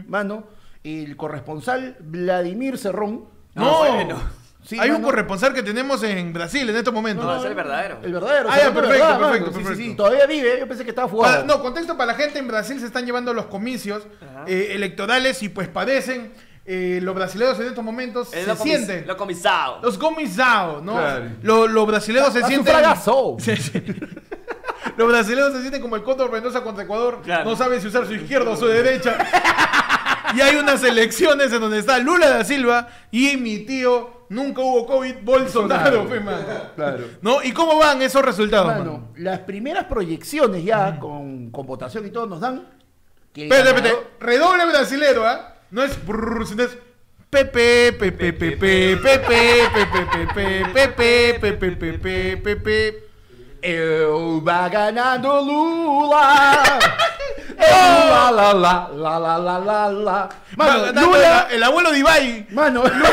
Speaker 2: mano, el corresponsal Vladimir Cerrón.
Speaker 1: No,
Speaker 3: bueno.
Speaker 2: Sí,
Speaker 1: hay un
Speaker 2: mano.
Speaker 1: corresponsal que tenemos en Brasil en este estos momentos.
Speaker 3: No, es el verdadero.
Speaker 2: El verdadero.
Speaker 1: Ah, ya,
Speaker 2: Cerrón, pero
Speaker 1: perfecto,
Speaker 2: verdad, mano.
Speaker 1: perfecto,
Speaker 2: Sí, sí,
Speaker 1: perfecto.
Speaker 2: sí, todavía vive, eh, yo pensé que estaba
Speaker 1: Para-
Speaker 2: fugado.
Speaker 1: no, contexto para la gente, en Brasil se están llevando los comicios
Speaker 3: Ajá.
Speaker 1: eh, electorales y pues padecen eh, los brasileños en estos momentos
Speaker 3: Es
Speaker 1: se
Speaker 3: lo comis-
Speaker 1: sienten
Speaker 3: Lo comisado.
Speaker 1: los gomizados, ¿no?
Speaker 4: Claro.
Speaker 1: Lo- los brasileños se
Speaker 2: Va a
Speaker 1: sienten
Speaker 2: sufragazo.
Speaker 1: Sí, sí. Los brasileños se sienten como el Cóndor Mendoza contra Ecuador,
Speaker 3: Claro.
Speaker 1: no saben si usar su izquierda o su derecha. y hay unas elecciones en donde está Lula da Silva y mi tío nunca hubo COVID Bolsonaro, fe, mano.
Speaker 4: Claro.
Speaker 1: ¿No? ¿Y cómo van esos resultados, mano?
Speaker 2: Mano, las primeras proyecciones ya, con, con votación y todo, nos dan. que
Speaker 1: Espérate, espérate.
Speaker 2: ganador-
Speaker 1: Redoble brasilero, ¿ah? No es brrr, sino es pepe, pepe, pepe, pepe, pepe, pepe, pepe, pepe, pepe, pepe.
Speaker 2: Eu va ganando Lula. Eu, la, la, la, la, la, la, la.
Speaker 1: Mano,
Speaker 2: Mano,
Speaker 1: Lula,
Speaker 2: Lula.
Speaker 1: el abuelo de Ibai.
Speaker 2: Mano,
Speaker 1: Lula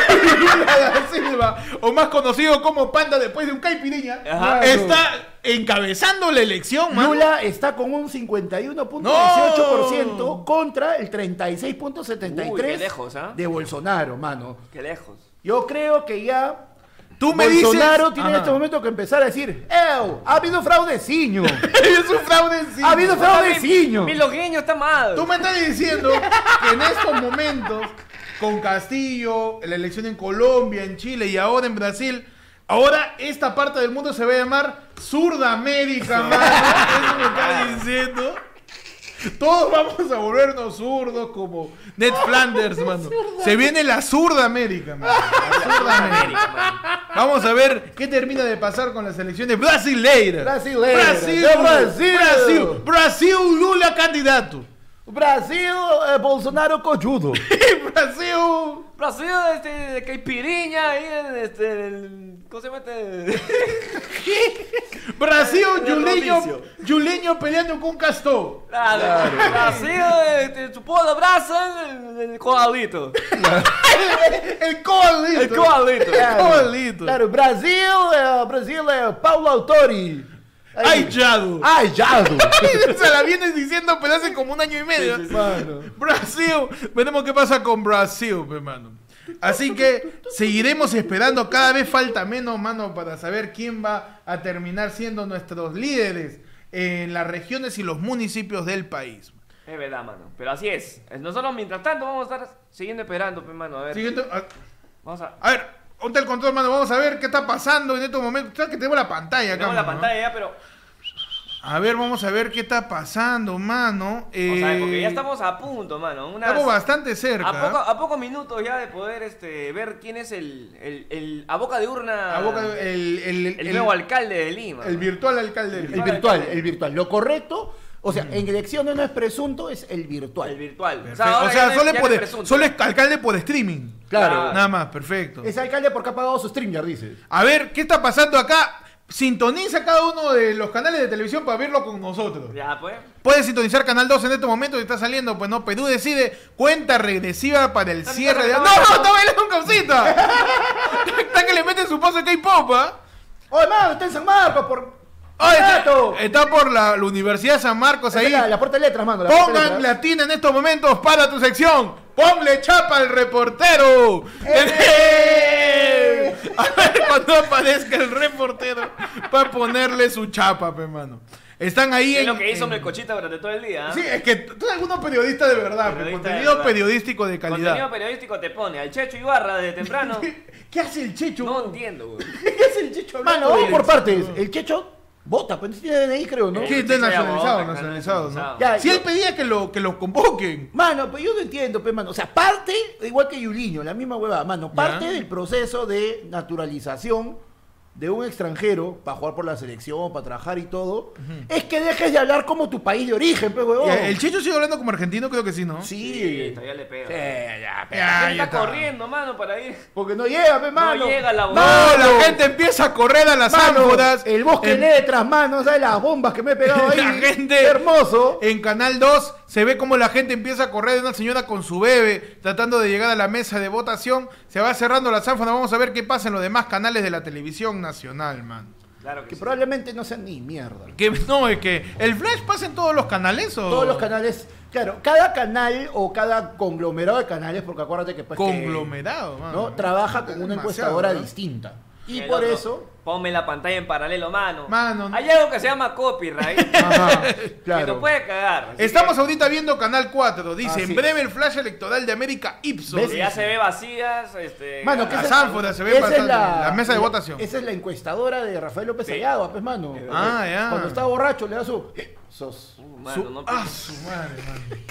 Speaker 1: da Silva, o más conocido como Panda después de un caipirinha,
Speaker 3: Ajá.
Speaker 1: está encabezando la elección, mano.
Speaker 2: Lula está con un 51.18%
Speaker 1: No.
Speaker 2: contra el
Speaker 3: Uy, qué
Speaker 2: 36.73%
Speaker 3: lejos, ¿ah?
Speaker 2: de Bolsonaro, mano.
Speaker 3: Qué lejos.
Speaker 2: Yo creo que ya
Speaker 1: Tú me dices...
Speaker 2: Bolsonaro tiene en
Speaker 1: Ajá.
Speaker 2: este momento que empezar a decir, ¡Ew! ¡Ha habido fraudeciño!
Speaker 1: es un fraude en sí.
Speaker 2: ¡Ha habido
Speaker 3: Mi
Speaker 2: fraudeciño!
Speaker 3: mi logueño está mal.
Speaker 1: Tú me estás diciendo que en estos momentos, con Castillo, la elección en Colombia, en Chile y ahora en Brasil, ahora esta parte del mundo se va a llamar Surdamérica, mano. Eso me estás diciendo. Todos vamos a volvernos zurdos como Ned Flanders, mano. Se viene la zurda América, mano. La zurda América.
Speaker 3: América, man.
Speaker 1: Vamos a ver qué termina de pasar con las elecciones brasileiras.
Speaker 2: Brasileiras,
Speaker 1: Brasil,
Speaker 2: de Brasil.
Speaker 1: Brasil, Brasil, Lula candidato.
Speaker 2: Brasil, eh, Bolsonaro cojudo.
Speaker 1: Brasil.
Speaker 3: Brasil, este, de Caipiriña, ahí, en, este, el- ¿cómo se llama este?
Speaker 1: Brasil,
Speaker 3: En el
Speaker 1: Julinho,
Speaker 3: romicio.
Speaker 1: Julinho peleando com Castor.
Speaker 3: Claro, así eh, te chupó la brasa el, el coalito.
Speaker 1: El colito.
Speaker 3: El coalito.
Speaker 1: Colito.
Speaker 2: Claro, Brasil, é, Brasil é Paulo Autori.
Speaker 1: Ay, Jado.
Speaker 2: Ai, Jado.
Speaker 1: Se la vienes diciendo, pero hace como un año y medio. Brasil. Veremos qué pasa con Brasil, pe, mano. Así que seguiremos esperando. Cada vez falta menos, mano, para saber quién va a terminar siendo nuestros líderes en las regiones y los municipios del país.
Speaker 3: Es verdad, mano. Pero así es. Nosotros, mientras tanto, vamos a estar siguiendo esperando, pues, mano. A ver.
Speaker 1: Siguiente- ah, a,
Speaker 3: Vamos a.
Speaker 1: a ver, ponte el control, mano. Vamos a ver qué está pasando en estos momentos. Sabes que tenemos la pantalla acá.
Speaker 3: Tenemos la
Speaker 1: mano, ¿no?
Speaker 3: pantalla ya, pero.
Speaker 1: A ver, vamos a ver qué está pasando, mano.
Speaker 3: O
Speaker 1: Eh,
Speaker 3: sea, porque ya estamos a punto, mano. Unas-
Speaker 1: estamos bastante cerca. ¿eh?
Speaker 3: a, poco, a pocos minutos ya de poder este, ver quién es el, el, el- a boca de urna
Speaker 1: A boca de- el, el,
Speaker 3: el nuevo alcalde de Lima.
Speaker 1: el virtual alcalde.
Speaker 2: El virtual, el virtual. Lo correcto, o sea, en elecciones no es presunto, es el virtual.
Speaker 3: El virtual.
Speaker 1: Perfecto.
Speaker 3: ahora
Speaker 1: o
Speaker 3: ya
Speaker 1: sea,
Speaker 3: no es-
Speaker 1: solo,
Speaker 3: ya
Speaker 1: es
Speaker 3: no
Speaker 1: por-
Speaker 3: es presunto.
Speaker 1: solo es alcalde por streaming.
Speaker 2: Claro.
Speaker 1: Nada más, perfecto.
Speaker 2: Es alcalde porque ha pagado su streamer, dice.
Speaker 1: A ver, ¿qué está pasando acá? Sintoniza cada uno de los canales de televisión para verlo con nosotros.
Speaker 3: Ya, pues.
Speaker 1: Puedes sintonizar Canal 2 en este momento y está saliendo, pues no, Perú decide cuenta regresiva para el
Speaker 3: Está
Speaker 1: cierre de... ¡No,
Speaker 3: bailando.
Speaker 1: está bailando un causita! está que le meten su paso de K-pop, ¿ah?
Speaker 2: ¡Oh, mano, está en San Marcos! ¡Por
Speaker 1: Ah,
Speaker 2: ¡Gato!
Speaker 1: está, está por la, la Universidad de San Marcos
Speaker 2: Esa es
Speaker 1: ahí.
Speaker 2: La, la puerta de letras, mano. la puerta de
Speaker 1: Pongan
Speaker 2: letras.
Speaker 1: latina en estos momentos para tu sección. Ponle chapa al reportero. A ver cuando aparezca el reportero para ponerle su chapa, pe mano. Están ahí
Speaker 3: Es
Speaker 1: en.
Speaker 3: lo que hizo
Speaker 1: en-
Speaker 3: Melcochita durante todo el día. ¿ah?
Speaker 1: Sí, es que tú eres algunos periodistas de verdad, pe,
Speaker 3: Periodista de
Speaker 1: contenido
Speaker 3: verdad.
Speaker 1: periodístico de
Speaker 3: Contenido
Speaker 1: calidad.
Speaker 3: periodístico te pone al Checho Ibarra desde temprano.
Speaker 1: ¿Qué hace el Checho?
Speaker 3: no entiendo, güey.
Speaker 1: ¿Qué hace el Checho?
Speaker 2: Mano,
Speaker 1: hablando
Speaker 2: vamos
Speaker 1: de
Speaker 2: por
Speaker 1: elección?
Speaker 2: partes. El Checho vota, pues tiene DNI, creo, ¿no?
Speaker 1: Sí,
Speaker 3: Eh,
Speaker 1: está
Speaker 3: Checho ya
Speaker 1: nacionalizado,
Speaker 3: vota,
Speaker 1: nacionalizado, ¿no?
Speaker 3: nacionalizado.
Speaker 2: Ya,
Speaker 1: Si él
Speaker 2: yo-
Speaker 1: pedía que lo, que lo convoquen.
Speaker 2: Mano, pues yo no entiendo, pues, mano. O sea, parte, igual que Yuliño, la misma huevada, mano, parte
Speaker 1: Ya.
Speaker 2: del proceso de naturalización de un extranjero para jugar por la selección, para trabajar y todo, es que dejes de hablar como tu país de origen, pues, huevón.
Speaker 1: Eh, El Checho sigue hablando como argentino, creo que sí, ¿no?
Speaker 2: Sí.
Speaker 3: Sí, todavía le pega.
Speaker 2: Sí, ya, pe-
Speaker 1: Ya,
Speaker 3: Él
Speaker 1: ya
Speaker 3: está corriendo, mano, para ir.
Speaker 2: Porque no llega, pues, mano.
Speaker 3: llega la
Speaker 1: No,
Speaker 3: abogada.
Speaker 2: Mano,
Speaker 1: la gente empieza a correr a las
Speaker 2: mano,
Speaker 1: ánforas.
Speaker 2: El bosque
Speaker 1: en,
Speaker 2: de letras, mano, ¿sabes? Las bombas que me he pegado ahí.
Speaker 1: La gente-
Speaker 2: Qué hermoso.
Speaker 1: en Canal 2 se ve como la gente empieza a correr. Una señora con su bebé tratando de llegar a la mesa de votación. Se va cerrando la ánforas. Vamos a ver qué pasa en los demás canales de la televisión nacional, man.
Speaker 3: Claro que,
Speaker 2: que
Speaker 3: sí.
Speaker 2: probablemente no sean ni mierda.
Speaker 1: Que, no, es que el flash pasa en todos los canales o.
Speaker 2: Todos los canales, claro, cada canal o cada conglomerado de canales, porque acuérdate que pues que-
Speaker 1: Conglomerado, man.
Speaker 2: ¿no? trabaja con una
Speaker 1: Demasiado,
Speaker 2: encuestadora
Speaker 1: ¿no?
Speaker 2: distinta. Y
Speaker 3: El
Speaker 2: por
Speaker 3: otro,
Speaker 2: eso,
Speaker 3: Ponme la pantalla en paralelo, mano.
Speaker 1: Mano, no.
Speaker 3: Hay algo que se llama copyright.
Speaker 2: ajá,
Speaker 3: Que nos
Speaker 2: claro.
Speaker 3: puede cagar. Así
Speaker 1: Estamos
Speaker 3: que-
Speaker 1: ahorita viendo Canal 4. Dice:
Speaker 2: Así
Speaker 1: en breve el flash electoral de América Ipsos.
Speaker 2: Ah, ¿Ves?
Speaker 3: que Ya se ve vacías. Este,
Speaker 2: Mano,
Speaker 3: ah,
Speaker 2: que
Speaker 1: Las
Speaker 2: esa-
Speaker 1: ánforas se ven
Speaker 2: esa es
Speaker 1: pasando, la mesa de votación.
Speaker 2: Esa es la encuestadora de Rafael López Ayado, pues mano.
Speaker 1: Ah, ya.
Speaker 2: Cuando está borracho le da su "Eh, sos.
Speaker 3: uh, mano, no
Speaker 1: Ah, su madre, man.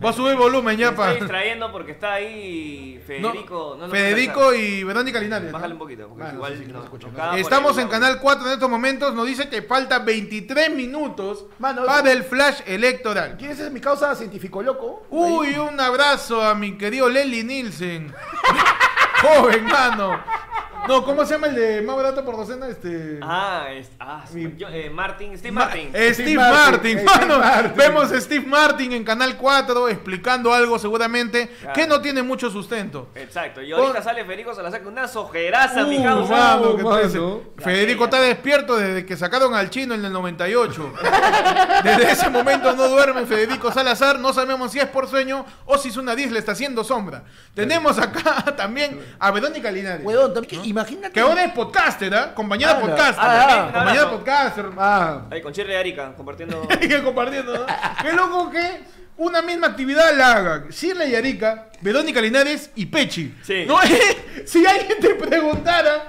Speaker 1: Voy a subir volumen ya
Speaker 3: Me estoy
Speaker 1: para.
Speaker 3: distrayendo porque está ahí
Speaker 1: No,
Speaker 3: Federico. no nos
Speaker 1: Federico
Speaker 3: alcanza.
Speaker 1: y Verónica Linares. ¿no?
Speaker 3: Bájale un poquito, porque
Speaker 2: Mano,
Speaker 3: igual
Speaker 2: sí, sí, que
Speaker 3: nos-
Speaker 2: no se escucha.
Speaker 3: nos caga por
Speaker 1: Estamos
Speaker 3: ahí,
Speaker 1: en
Speaker 3: ¿no?
Speaker 1: Canal 4 en estos momentos. Nos dice que faltan 23 minutos
Speaker 2: Mano,
Speaker 1: para el flash electoral.
Speaker 2: ¿Quién es ese? mi causa científico loco?
Speaker 1: Uy, un abrazo a mi querido Lely Nielsen. Joven, mano. No, ¿cómo se llama el de más barato por docena? Este.
Speaker 3: Ah, es, ah
Speaker 1: Mi-
Speaker 3: yo- eh, Martin, Steve
Speaker 1: Ma-
Speaker 3: Martin.
Speaker 1: eh, Steve,
Speaker 2: Steve
Speaker 1: Martin,
Speaker 2: Martin, eh, Steve
Speaker 1: mano.
Speaker 2: Martin.
Speaker 1: Vemos a Steve Martin en Canal 4 explicando algo seguramente
Speaker 3: Claro.
Speaker 1: que no tiene mucho sustento.
Speaker 3: Exacto. Y ahorita
Speaker 1: Con-
Speaker 3: sale Federico, se la saca unas ojerazas, mi
Speaker 1: Oh. Uh,
Speaker 3: causa.
Speaker 1: mano, que
Speaker 2: mano.
Speaker 1: te dice, Federico está despierto desde que sacaron al chino en el 98. Desde ese momento no duerme Federico Salazar. No sabemos si es por sueño o si su nariz le está haciendo sombra. Tenemos acá también a Verónica Linares.
Speaker 2: Huevón, también que- imagínate.
Speaker 1: Que ahora es podcaster, ¿ah? Compañera
Speaker 2: Ah,
Speaker 1: podcaster.
Speaker 2: ah,
Speaker 3: ah.
Speaker 1: compañera
Speaker 3: Un abrazo.
Speaker 1: podcaster.
Speaker 2: Ah,
Speaker 3: Ahí con Chirre y Arica, compartiendo.
Speaker 1: Que compartiendo, ¿no? Qué loco que una misma actividad la hagan Shirley Yarica, Verónica Linares y Pechi.
Speaker 3: Sí.
Speaker 1: No es- si alguien te preguntara,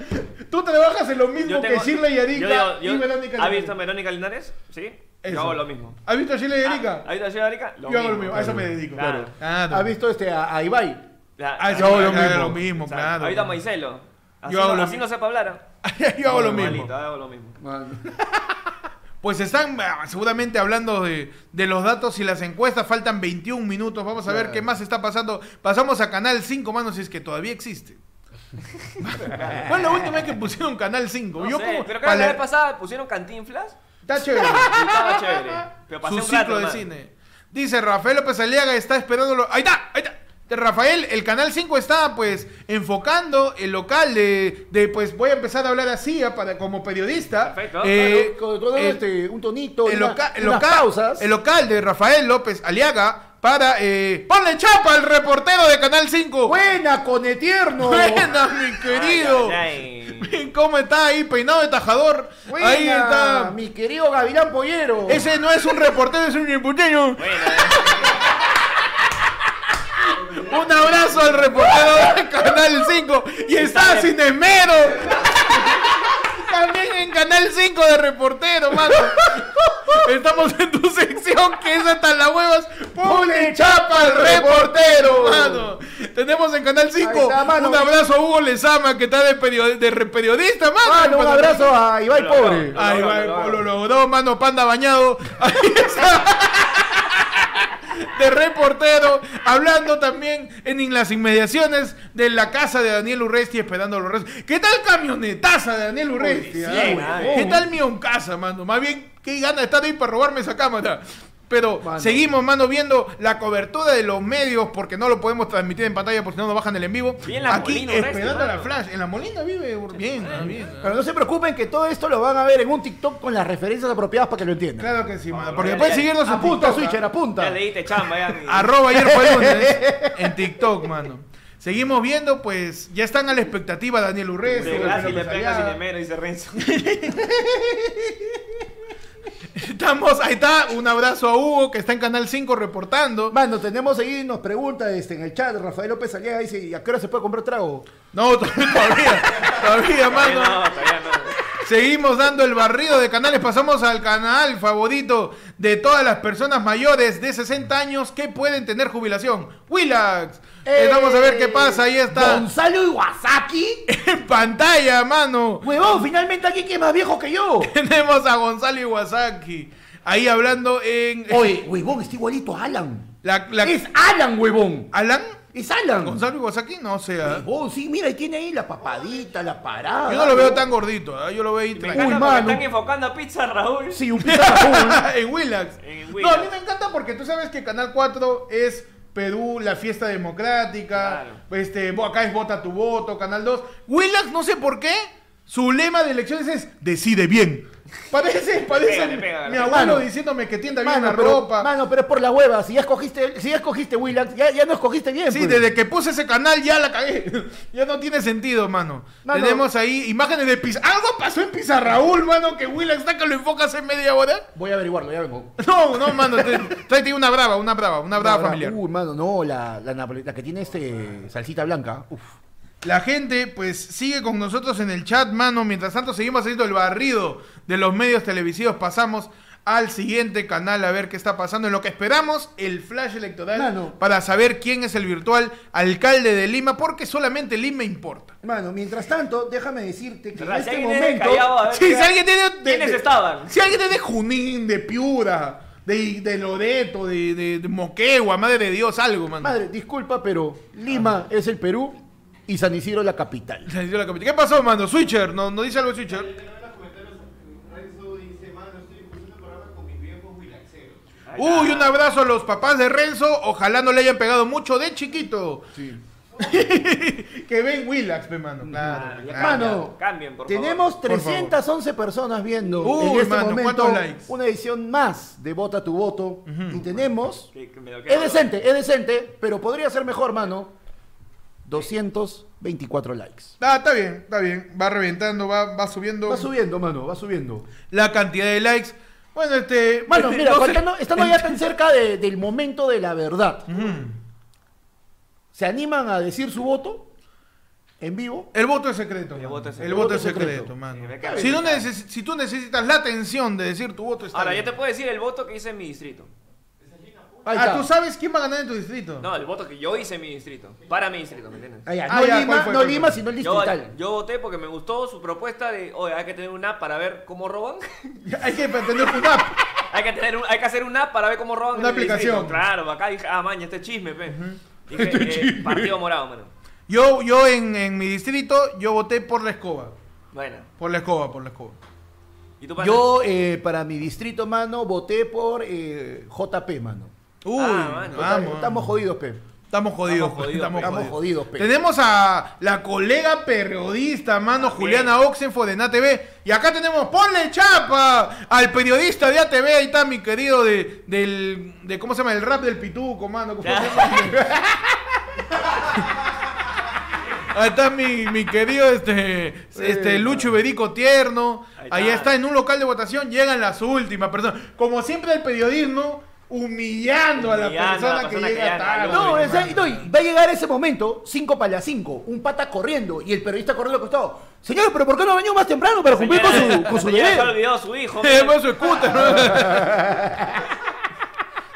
Speaker 1: tú trabajas en lo mismo
Speaker 3: tengo-
Speaker 1: que Shirley Yarica
Speaker 3: yo digo,
Speaker 1: y
Speaker 3: yo-
Speaker 1: Verónica
Speaker 3: ¿Ha
Speaker 1: Linares.
Speaker 3: visto a Verónica Linares? Sí.
Speaker 1: Eso.
Speaker 3: Yo hago lo mismo.
Speaker 1: ¿Has visto a Shirley Yarica?
Speaker 3: Ah, ¿Ha visto a Chirre y Arica? Lo
Speaker 1: Yo hago lo mismo, a eso me dedico.
Speaker 3: Claro.
Speaker 1: Ah,
Speaker 2: ¿Has visto este a, a Ibai?
Speaker 3: Ya,
Speaker 1: Ah,
Speaker 3: ya,
Speaker 1: yo hago
Speaker 3: ya,
Speaker 1: lo
Speaker 3: ya,
Speaker 1: mismo,
Speaker 3: ya,
Speaker 1: lo mismo,
Speaker 3: ya.
Speaker 1: claro.
Speaker 3: Ha visto a Maicelo. Así,
Speaker 1: Yo hago
Speaker 3: no,
Speaker 1: lo
Speaker 3: así
Speaker 1: mismo.
Speaker 3: no sepa hablar. ¿ah?
Speaker 1: Yo hago lo
Speaker 3: Normalito,
Speaker 1: mismo.
Speaker 3: hago lo mismo.
Speaker 1: Ah.
Speaker 2: Mano.
Speaker 1: Pues están ah, seguramente hablando de, de los datos y las encuestas. Faltan 21 minutos. Vamos a ver qué más está pasando. Pasamos a Canal 5, manos, si es que todavía existe. ¿Cuál es la última vez que pusieron Canal 5?
Speaker 3: No
Speaker 1: Yo
Speaker 3: sé,
Speaker 1: como-
Speaker 3: pero creo que
Speaker 1: para-
Speaker 3: la vez pasada pusieron cantinflas
Speaker 1: Está chévere.
Speaker 3: y estaba chévere. Pero pasé
Speaker 1: Su
Speaker 3: un rato,
Speaker 1: ciclo de
Speaker 3: man.
Speaker 1: cine. Dice Rafael López Aliaga está esperándolo. Ahí está, ahí está. De Rafael, el canal 5 está pues enfocando el local de, de, pues voy a empezar a hablar así ah, para, como periodista.
Speaker 3: Perfecto,
Speaker 1: Eh,
Speaker 2: Con- con- con
Speaker 1: eh,
Speaker 2: este, un tonito,
Speaker 1: el,
Speaker 2: una-
Speaker 1: loca- el
Speaker 2: unas
Speaker 1: local,
Speaker 2: pausas.
Speaker 1: el local de Rafael López Aliaga para eh, ponle chapa al reportero de Canal 5.
Speaker 2: Buena, con Etierno.
Speaker 1: Buena, mi querido.
Speaker 3: Ay, ay, ay.
Speaker 1: ¿Cómo está ahí peinado de tajador?
Speaker 2: Buena,
Speaker 1: ahí está.
Speaker 2: Mi querido Gavilán Pollero.
Speaker 1: Ese no es un reportero, es un imputero.
Speaker 3: Bueno,
Speaker 1: Un abrazo al reportero de Canal 5 y está sin esmero. También en Canal 5 de reportero, mano. Estamos en tu sección que es hasta las huevas. Ponle chapa al reportero, mano. Tenemos en Canal 5
Speaker 2: Ahí está, mano.
Speaker 1: un abrazo a Hugo Lezama que está de, perio- de re- periodista, mano.
Speaker 2: Mano, Ah, un abrazo a Ibai
Speaker 3: Hola,
Speaker 2: Pobre.
Speaker 3: hola.
Speaker 1: Ahí
Speaker 3: Lo
Speaker 1: va,
Speaker 3: logró,
Speaker 1: lo
Speaker 3: lo logró.
Speaker 1: logró, mano panda bañado. Ahí está. De reportero, hablando también en in- las inmediaciones de la casa de Daniel Urresti, esperando los restos. ¿Qué tal camionetaza de Daniel Urresti?
Speaker 3: sí,
Speaker 1: ah?
Speaker 3: mano.
Speaker 1: ¿Qué tal mi casa, mano? Más bien, qué gana de estar ahí para robarme esa cámara. Pero
Speaker 2: Mano.
Speaker 1: seguimos, mano, viendo la cobertura de los medios, porque no lo podemos transmitir en pantalla, porque si no nos bajan el en vivo.
Speaker 3: Bien, la
Speaker 1: Aquí,
Speaker 3: Molina Urresti,
Speaker 1: esperando a la
Speaker 3: mano.
Speaker 1: flash. En la Molina vive, Ur- bien, ah, bien. ah.
Speaker 2: Pero no se preocupen que todo esto lo van a ver en un TikTok con las referencias apropiadas para que lo entiendan.
Speaker 1: Claro que sí, mano.
Speaker 3: Vamos,
Speaker 1: Porque
Speaker 3: ya,
Speaker 1: pueden
Speaker 3: ya.
Speaker 1: seguirnos en
Speaker 2: apunta,
Speaker 1: TikTok, ¿ah?
Speaker 2: Switcher, apunta.
Speaker 3: ya le diste chamba ya. mi-
Speaker 1: Arroba ayer fue lunes en TikTok, mano. Seguimos viendo, pues, ya están a la expectativa Daniel Urresti.
Speaker 3: De
Speaker 1: Rafael
Speaker 3: gracia y le
Speaker 1: López
Speaker 3: pegas y
Speaker 1: Ayala.
Speaker 3: le menos, dice Renzo.
Speaker 1: Estamos, ahí está, un abrazo a Hugo, que está en Canal 5 reportando.
Speaker 2: Mano, tenemos ahí, nos pregunta este, en el chat, Rafael López Aliaga dice, ¿y a qué hora se puede comprar trago?
Speaker 1: No, todavía, todavía, todavía,
Speaker 3: Todavía
Speaker 1: mano.
Speaker 3: no, todavía no.
Speaker 1: Seguimos dando el barrido de canales, pasamos al canal favorito de todas las personas mayores de 60 años que pueden tener jubilación. Willax. Eh, Vamos a ver qué pasa, ahí está.
Speaker 2: Gonzalo Iwasaki.
Speaker 1: En pantalla, mano.
Speaker 2: Huevón, finalmente aquí que es más viejo que yo.
Speaker 1: Tenemos a Gonzalo Iwasaki ahí hablando en
Speaker 2: Oye, huevón, está igualito a Alan.
Speaker 1: la, la-
Speaker 2: Es Alan, huevón.
Speaker 1: Alan
Speaker 2: Es Alan.
Speaker 1: Gonzalo Iwasaki, no o sea,
Speaker 2: Huevón, sí, mira, ahí tiene ahí la papadita, la parada.
Speaker 1: yo no lo veo
Speaker 2: huevón.
Speaker 1: tan gordito, ¿ah? yo lo veo ahí
Speaker 3: Me
Speaker 1: tranquilo.
Speaker 3: encanta porque
Speaker 2: mano.
Speaker 3: están enfocando a pizza, Raúl.
Speaker 2: Sí, un pita azul.
Speaker 1: en Willax.
Speaker 3: En
Speaker 1: No,
Speaker 3: Willax.
Speaker 1: a mí me encanta porque tú sabes que Canal 4 es Perú, la fiesta democrática, este, bo- acá es vota tu voto, Canal 2. Willax, no sé por qué, su lema de elecciones es decide bien. Parece, parece
Speaker 3: Pégale, pégale.
Speaker 1: mi abuelo
Speaker 2: Mano.
Speaker 1: diciéndome que tienda bien
Speaker 2: Mano
Speaker 1: la
Speaker 2: pero,
Speaker 1: ropa.
Speaker 2: mano, pero es por la hueva. Si ya escogiste, si ya escogiste Willax, ya, ya no escogiste bien.
Speaker 1: Sí,
Speaker 2: pues.
Speaker 1: desde que puse ese canal ya la cagué. ya no tiene sentido, mano.
Speaker 2: Mano.
Speaker 1: Tenemos ahí imágenes de Pizarra. Algo pasó en Pizarraúl, mano, que Will está que lo enfoca hace media hora.
Speaker 2: Voy a averiguarlo, ya vengo.
Speaker 1: No, no, mano. te- te- te- una brava, una brava, una brava
Speaker 2: Ahora,
Speaker 1: familiar.
Speaker 2: Uy, mano, no, la, la, napole- la que tiene este salsita blanca. Uf.
Speaker 1: La gente, pues, sigue con nosotros en el chat, mano. Mientras tanto, seguimos haciendo el barrido de los medios televisivos. Pasamos al siguiente canal a ver qué está pasando. En lo que esperamos, el flash electoral
Speaker 2: Mano.
Speaker 1: para saber quién es el virtual alcalde de Lima, porque solamente Lima importa.
Speaker 2: Mano, mientras tanto, déjame decirte que en
Speaker 3: Verdad, si
Speaker 2: este
Speaker 3: alguien es de
Speaker 2: momento.
Speaker 3: Callao, a ver
Speaker 1: Sí,
Speaker 3: qué-
Speaker 1: si alguien tiene. de-
Speaker 3: ¿Quiénes
Speaker 1: de-
Speaker 3: estaban?
Speaker 1: Si alguien tiene de Junín, de Piura, de, de Loreto, de, de- de Moquegua, madre de Dios, algo, mano.
Speaker 2: Madre, disculpa, pero Lima es el Perú y San Isidro la capital.
Speaker 1: Se dio la capital. ¿Qué pasó, mano? Switcher, ¿no, no dice algo Switcher? Uy, un abrazo a los papás de Renzo. Ojalá no le hayan pegado mucho de chiquito.
Speaker 4: Sí.
Speaker 1: que ven Willax, pe, mano.
Speaker 3: Ah,
Speaker 1: Claro,
Speaker 3: ya
Speaker 1: claro.
Speaker 2: Mano,
Speaker 3: Cambien, cambien, por favor.
Speaker 2: Tenemos
Speaker 1: Por favor.
Speaker 2: 311 personas viendo en
Speaker 1: Uy,
Speaker 2: este
Speaker 1: mano,
Speaker 2: momento
Speaker 1: ¿cuántos likes?
Speaker 2: una edición más de Vota tu Voto. Y tenemos.
Speaker 3: Que- que me lo
Speaker 2: Es
Speaker 3: quedo.
Speaker 2: decente, es decente, pero podría ser mejor, mano. 224 likes.
Speaker 1: Ah, está bien, está bien. Va reventando, va, va subiendo.
Speaker 2: Va subiendo, mano, va subiendo.
Speaker 1: la cantidad de likes. Bueno, este.
Speaker 2: Bueno, mira,
Speaker 1: no sé.
Speaker 2: faltando- estando ya tan cerca de- del momento de la verdad,
Speaker 1: Mm.
Speaker 2: ¿se animan a decir su voto en vivo?
Speaker 1: El voto es secreto. mano. El voto es secreto, mano. Si, no neces- si tú necesitas la atención de decir tu voto, está
Speaker 3: Ahora, yo
Speaker 1: bien.
Speaker 3: te puedo decir el voto que hice en mi distrito.
Speaker 2: Ahí
Speaker 1: Ah,
Speaker 2: está.
Speaker 1: ¿tú sabes quién va a ganar en tu distrito?
Speaker 3: No, el voto que yo hice en mi distrito. Para mi distrito, ¿me entiendes?
Speaker 2: Ah, ya,
Speaker 1: Ah,
Speaker 2: no
Speaker 1: ya,
Speaker 2: Lima,
Speaker 1: ¿cuál fue,
Speaker 2: no
Speaker 1: cuál
Speaker 2: Lima,
Speaker 1: fue?
Speaker 2: sino el
Speaker 3: Yo,
Speaker 2: distrital.
Speaker 3: yo voté porque me gustó su propuesta de, oye, hay que tener un app para ver cómo roban.
Speaker 1: Hay que tener un app.
Speaker 3: hay, que tener un- hay que hacer un app para ver cómo roban.
Speaker 1: Una
Speaker 3: en el distrito.
Speaker 1: aplicación.
Speaker 3: Claro, acá dije, ah, maña, este chisme, pe. Dije, eh, partido morado, mano.
Speaker 1: Yo, yo en, en mi distrito, yo voté por la escoba.
Speaker 3: Bueno.
Speaker 1: Por la escoba, por la escoba.
Speaker 3: ¿Y tú, pana?
Speaker 2: Yo, eh, para mi distrito, mano, voté por eh, JP, mano.
Speaker 1: Uy,
Speaker 3: Ah, mano.
Speaker 1: vamos.
Speaker 2: Estamos jodidos, pe.
Speaker 1: Estamos jodidos,
Speaker 3: Estamos
Speaker 1: pe,
Speaker 3: jodidos,
Speaker 1: estamos
Speaker 3: pe.
Speaker 1: jodidos.
Speaker 2: Estamos jodidos, pe.
Speaker 1: Tenemos a la colega periodista, mano, Juliana Oxenford en ATV. Y acá tenemos, ponle chapa al periodista de ATV. Ahí está mi querido de, del, de ¿cómo se llama? El rap del pituco, mano. ¿Cómo se llama? Ahí está mi, mi querido este, este Lucho Iberico Tierno.
Speaker 3: Ahí
Speaker 1: Ahí
Speaker 3: está.
Speaker 1: está, en un local de votación llegan las últimas personas. Como siempre el periodismo humillando, a la
Speaker 3: Humillando a la
Speaker 1: persona, que
Speaker 3: persona que
Speaker 1: llega
Speaker 3: ya
Speaker 1: tarde.
Speaker 2: No,
Speaker 1: mano.
Speaker 2: es ahí, no, y va a llegar ese momento, 5 para las 5, un pata corriendo y el periodista corriendo al costado. Señores, pero ¿por qué no ha venido más temprano para cumplir con su, con su
Speaker 3: Señora, se ha
Speaker 2: deber?
Speaker 3: olvidado su hijo.
Speaker 1: Eh,
Speaker 3: man.
Speaker 1: pues, su scooter, ¿no?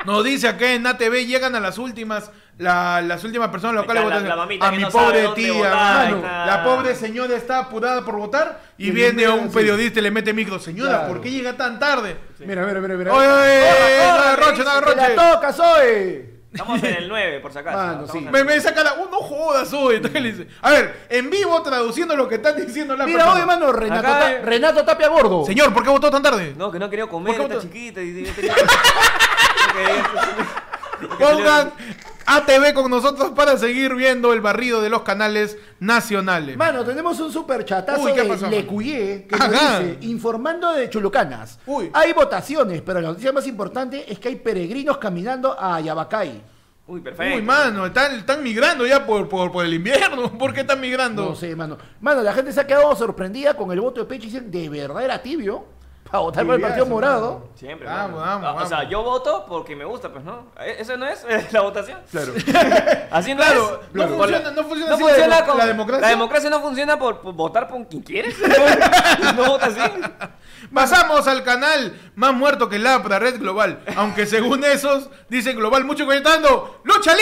Speaker 1: Nos dice acá en ATV llegan a las últimas, la- las últimas personas locales
Speaker 3: Está la-
Speaker 1: votan.
Speaker 3: la mamita
Speaker 1: a
Speaker 3: que
Speaker 1: mi
Speaker 3: no sabe
Speaker 1: pobre
Speaker 3: dónde
Speaker 1: tía,
Speaker 3: votar,
Speaker 1: mano.
Speaker 3: está.
Speaker 1: La pobre señora está apurada por votar y,
Speaker 2: Y
Speaker 1: viene
Speaker 2: le-
Speaker 1: un
Speaker 2: sí.
Speaker 1: periodista y le mete micro. Señora,
Speaker 2: Claro.
Speaker 1: ¿por qué llega tan tarde?
Speaker 4: Mira, mira, mira, mira.
Speaker 1: Oye, oye,
Speaker 3: corra,
Speaker 1: no
Speaker 3: le
Speaker 1: derroche,
Speaker 3: dice,
Speaker 1: no
Speaker 2: ¡Te la
Speaker 1: derroche.
Speaker 2: toca, Zoe!
Speaker 3: Estamos en el 9, por si acaso.
Speaker 2: Mano,
Speaker 3: Estamos
Speaker 2: sí.
Speaker 3: en el
Speaker 1: Me, me saca la. oh, no jodas hoy. entonces le dice, A ver, en vivo traduciendo lo que están diciendo la
Speaker 2: Mira, hoy, mano, Renato,
Speaker 3: Acá,
Speaker 2: Ta-
Speaker 3: eh.
Speaker 2: Renato Tapia Gordo.
Speaker 1: Señor, ¿por qué votó tan tarde?
Speaker 3: No, que no quería comer,
Speaker 1: ¿Por qué
Speaker 3: está
Speaker 1: votó?
Speaker 3: chiquita. Y, "Este y- tenía- Porque- porque
Speaker 1: Pongan ATV con nosotros para seguir viendo el barrido de los canales nacionales.
Speaker 2: Mano, tenemos un super chatazo
Speaker 1: Uy, ¿qué
Speaker 2: de
Speaker 1: pasó,
Speaker 2: Le
Speaker 1: mano?
Speaker 2: Cuyé que
Speaker 1: Ajá.
Speaker 2: nos dice, informando de Chulucanas.
Speaker 1: Uy.
Speaker 2: Hay votaciones, pero la noticia más importante es que hay peregrinos caminando a Yabacay.
Speaker 3: Uy, perfecto.
Speaker 1: Uy, mano, están, están migrando ya por, por, por el invierno. ¿Por qué están migrando?
Speaker 2: No sé, mano. Mano, la gente se ha quedado sorprendida con el voto de Peche y dicen, ¿de verdad era tibio? Para votar por el
Speaker 4: Tibiazo,
Speaker 2: Partido Morado.
Speaker 4: mano.
Speaker 3: Siempre.
Speaker 1: Vamos,
Speaker 3: mano.
Speaker 1: vamos,
Speaker 3: Ah, O sea,
Speaker 1: vamos.
Speaker 3: yo voto porque me gusta, pues, ¿no? ¿E- ¿Eso no es eh, la votación?
Speaker 4: Claro.
Speaker 3: Así no
Speaker 1: Claro,
Speaker 3: es.
Speaker 1: no
Speaker 3: Con
Speaker 1: funciona-
Speaker 3: la-
Speaker 1: no funciona
Speaker 3: no
Speaker 1: así la
Speaker 3: funciona
Speaker 1: demo-
Speaker 3: con-
Speaker 1: la democracia.
Speaker 3: La democracia no funciona por, por votar por quien quieres. no vota así.
Speaker 1: Pasamos al canal más muerto que Lapra, Red Global. Aunque según esos, dicen Global mucho comentando ¡Lucha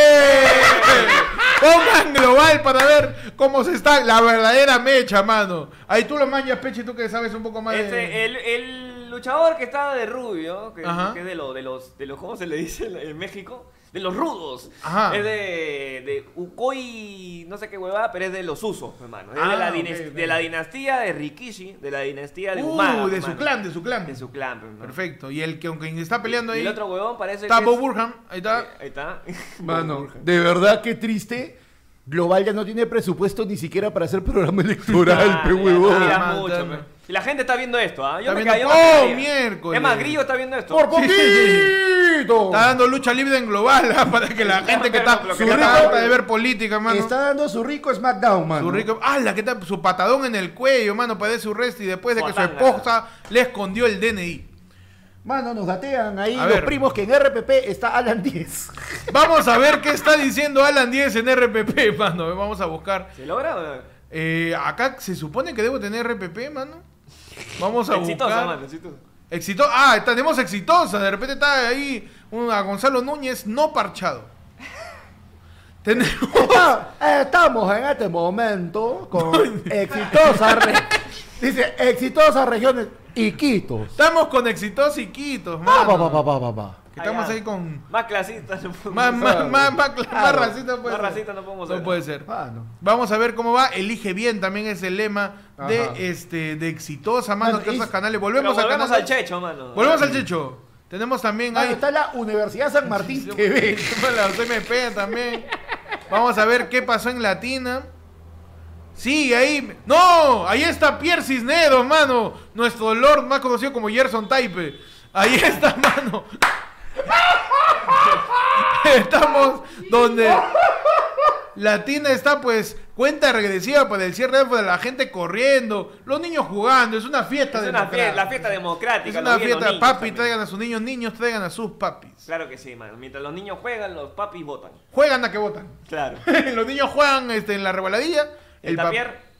Speaker 1: libre! Pongan Global para ver cómo se está la verdadera mecha, mano. Ahí tú lo mangas, Peche, tú que sabes un poco más de...
Speaker 3: Este, el, el luchador que está de rubio, que,
Speaker 1: Ajá.
Speaker 3: que es de, lo- de los, de los, ¿cómo se le dice en- en México? De los rudos.
Speaker 1: Ajá.
Speaker 3: Es de, de Ucoy, no sé qué huevada, pero es de los usos, hermano. Es
Speaker 1: Ah,
Speaker 3: de, la
Speaker 1: ok,
Speaker 3: dinas-
Speaker 1: ok.
Speaker 3: de la dinastía de Rikishi, de la dinastía de
Speaker 1: Uh,
Speaker 3: Humada.
Speaker 1: de su
Speaker 3: hermano.
Speaker 1: clan, de su clan.
Speaker 3: De su clan, pues, hermano.
Speaker 1: Perfecto. Y el que aunque está peleando
Speaker 3: Y
Speaker 1: ahí...
Speaker 3: el otro huevón parece
Speaker 1: Está
Speaker 3: que
Speaker 1: Bob
Speaker 3: es- Eh,
Speaker 1: Burham. Ahí está.
Speaker 3: Ahí está.
Speaker 2: Mano, de verdad qué triste. Global ya no tiene presupuesto ni siquiera para hacer programa electoral,
Speaker 3: Ah,
Speaker 2: pe
Speaker 3: ya,
Speaker 2: huevón.
Speaker 3: no digas
Speaker 1: Ah,
Speaker 3: mucho,
Speaker 1: dame.
Speaker 3: pe. Y la gente está viendo esto, ¿ah? Yo
Speaker 1: Está
Speaker 3: me
Speaker 1: viendo-
Speaker 3: caí, yo me
Speaker 1: ¡Oh,
Speaker 3: caía.
Speaker 1: miércoles!
Speaker 3: Es más, Grillo está viendo esto.
Speaker 2: ¡Por
Speaker 1: Sí,
Speaker 2: poquito!
Speaker 1: Está dando lucha libre en global ¿ah? para que la gente que está
Speaker 3: Lo
Speaker 1: que
Speaker 3: que
Speaker 1: está
Speaker 2: está-
Speaker 1: harta de ver política, mano.
Speaker 2: Está dando su rico SmackDown, mano.
Speaker 1: Su rico, ¡Hala! ¿Qué tal? Su patadón en el cuello, mano, para de su resto y después de que su
Speaker 3: Botanga.
Speaker 1: esposa le escondió el DNI.
Speaker 2: Mano, nos datean ahí
Speaker 1: A
Speaker 2: los
Speaker 1: ver.
Speaker 2: primos que en RPP está Alan 10.
Speaker 1: Vamos a ver qué está diciendo Alan 10 en RPP, mano. Vamos a buscar.
Speaker 3: ¿Se logra? o no?
Speaker 1: Eh, acá se supone que debo tener RPP, mano. Vamos a
Speaker 3: Exitoso,
Speaker 1: buscar.
Speaker 3: mano, exitoso.
Speaker 1: Exito- ah, está- tenemos exitosa. De repente está ahí un- a Gonzalo Núñez no parchado. Tenemos.
Speaker 2: Está- Estamos en este momento con exitosas re- dice exitosas regiones Ah, y Quitos.
Speaker 1: Estamos con exitosos y quitos,
Speaker 2: Pa, pa,
Speaker 1: mano.
Speaker 2: pa, pa, pa, pa, pa.
Speaker 1: Que estamos
Speaker 3: Allá.
Speaker 1: ahí con.
Speaker 3: Más clasistas. no podemos
Speaker 1: Más,
Speaker 3: ser.
Speaker 1: más, más, más, más racista puede
Speaker 3: Más
Speaker 1: ser.
Speaker 3: racista no podemos ser,
Speaker 1: No
Speaker 3: ¿no?
Speaker 1: puede ser.
Speaker 2: Mano.
Speaker 1: Vamos a ver cómo va. Elige bien también es el lema
Speaker 4: Ajá.
Speaker 1: de este de exitosa mano
Speaker 2: Mano,
Speaker 1: que esos
Speaker 2: y-
Speaker 1: canales.
Speaker 3: Pero
Speaker 1: Volvemos,
Speaker 3: Volvemos,
Speaker 1: al canal.
Speaker 3: al Checho, mano.
Speaker 1: Volvemos al Checho. Tenemos también
Speaker 2: Mano,
Speaker 1: ahí.
Speaker 2: está la Universidad San Martín TV.
Speaker 1: Los MP también. Vamos a ver qué pasó en Latina. Sí, ahí. ¡No! Ahí está Pierre Cisneros, mano. Nuestro Lord más conocido como Gerson Taipe. Ahí está, mano. Estamos donde Latina está, pues, cuenta regresiva para el cierre de la gente corriendo, los niños jugando. Es una fiesta
Speaker 3: Es
Speaker 1: de
Speaker 3: una fiesta, la fiesta democrática.
Speaker 1: Es
Speaker 3: lo
Speaker 1: una
Speaker 3: vi en los
Speaker 1: fiesta.
Speaker 3: niños
Speaker 1: Papi,
Speaker 3: también.
Speaker 1: traigan a sus niños, niños, traigan a sus papis.
Speaker 3: Claro que sí, mano. Mientras los niños juegan, los papis votan.
Speaker 1: Juegan a que votan.
Speaker 3: Claro.
Speaker 1: los niños juegan este, en la rebaladilla.
Speaker 3: El
Speaker 1: pa-
Speaker 3: tapier.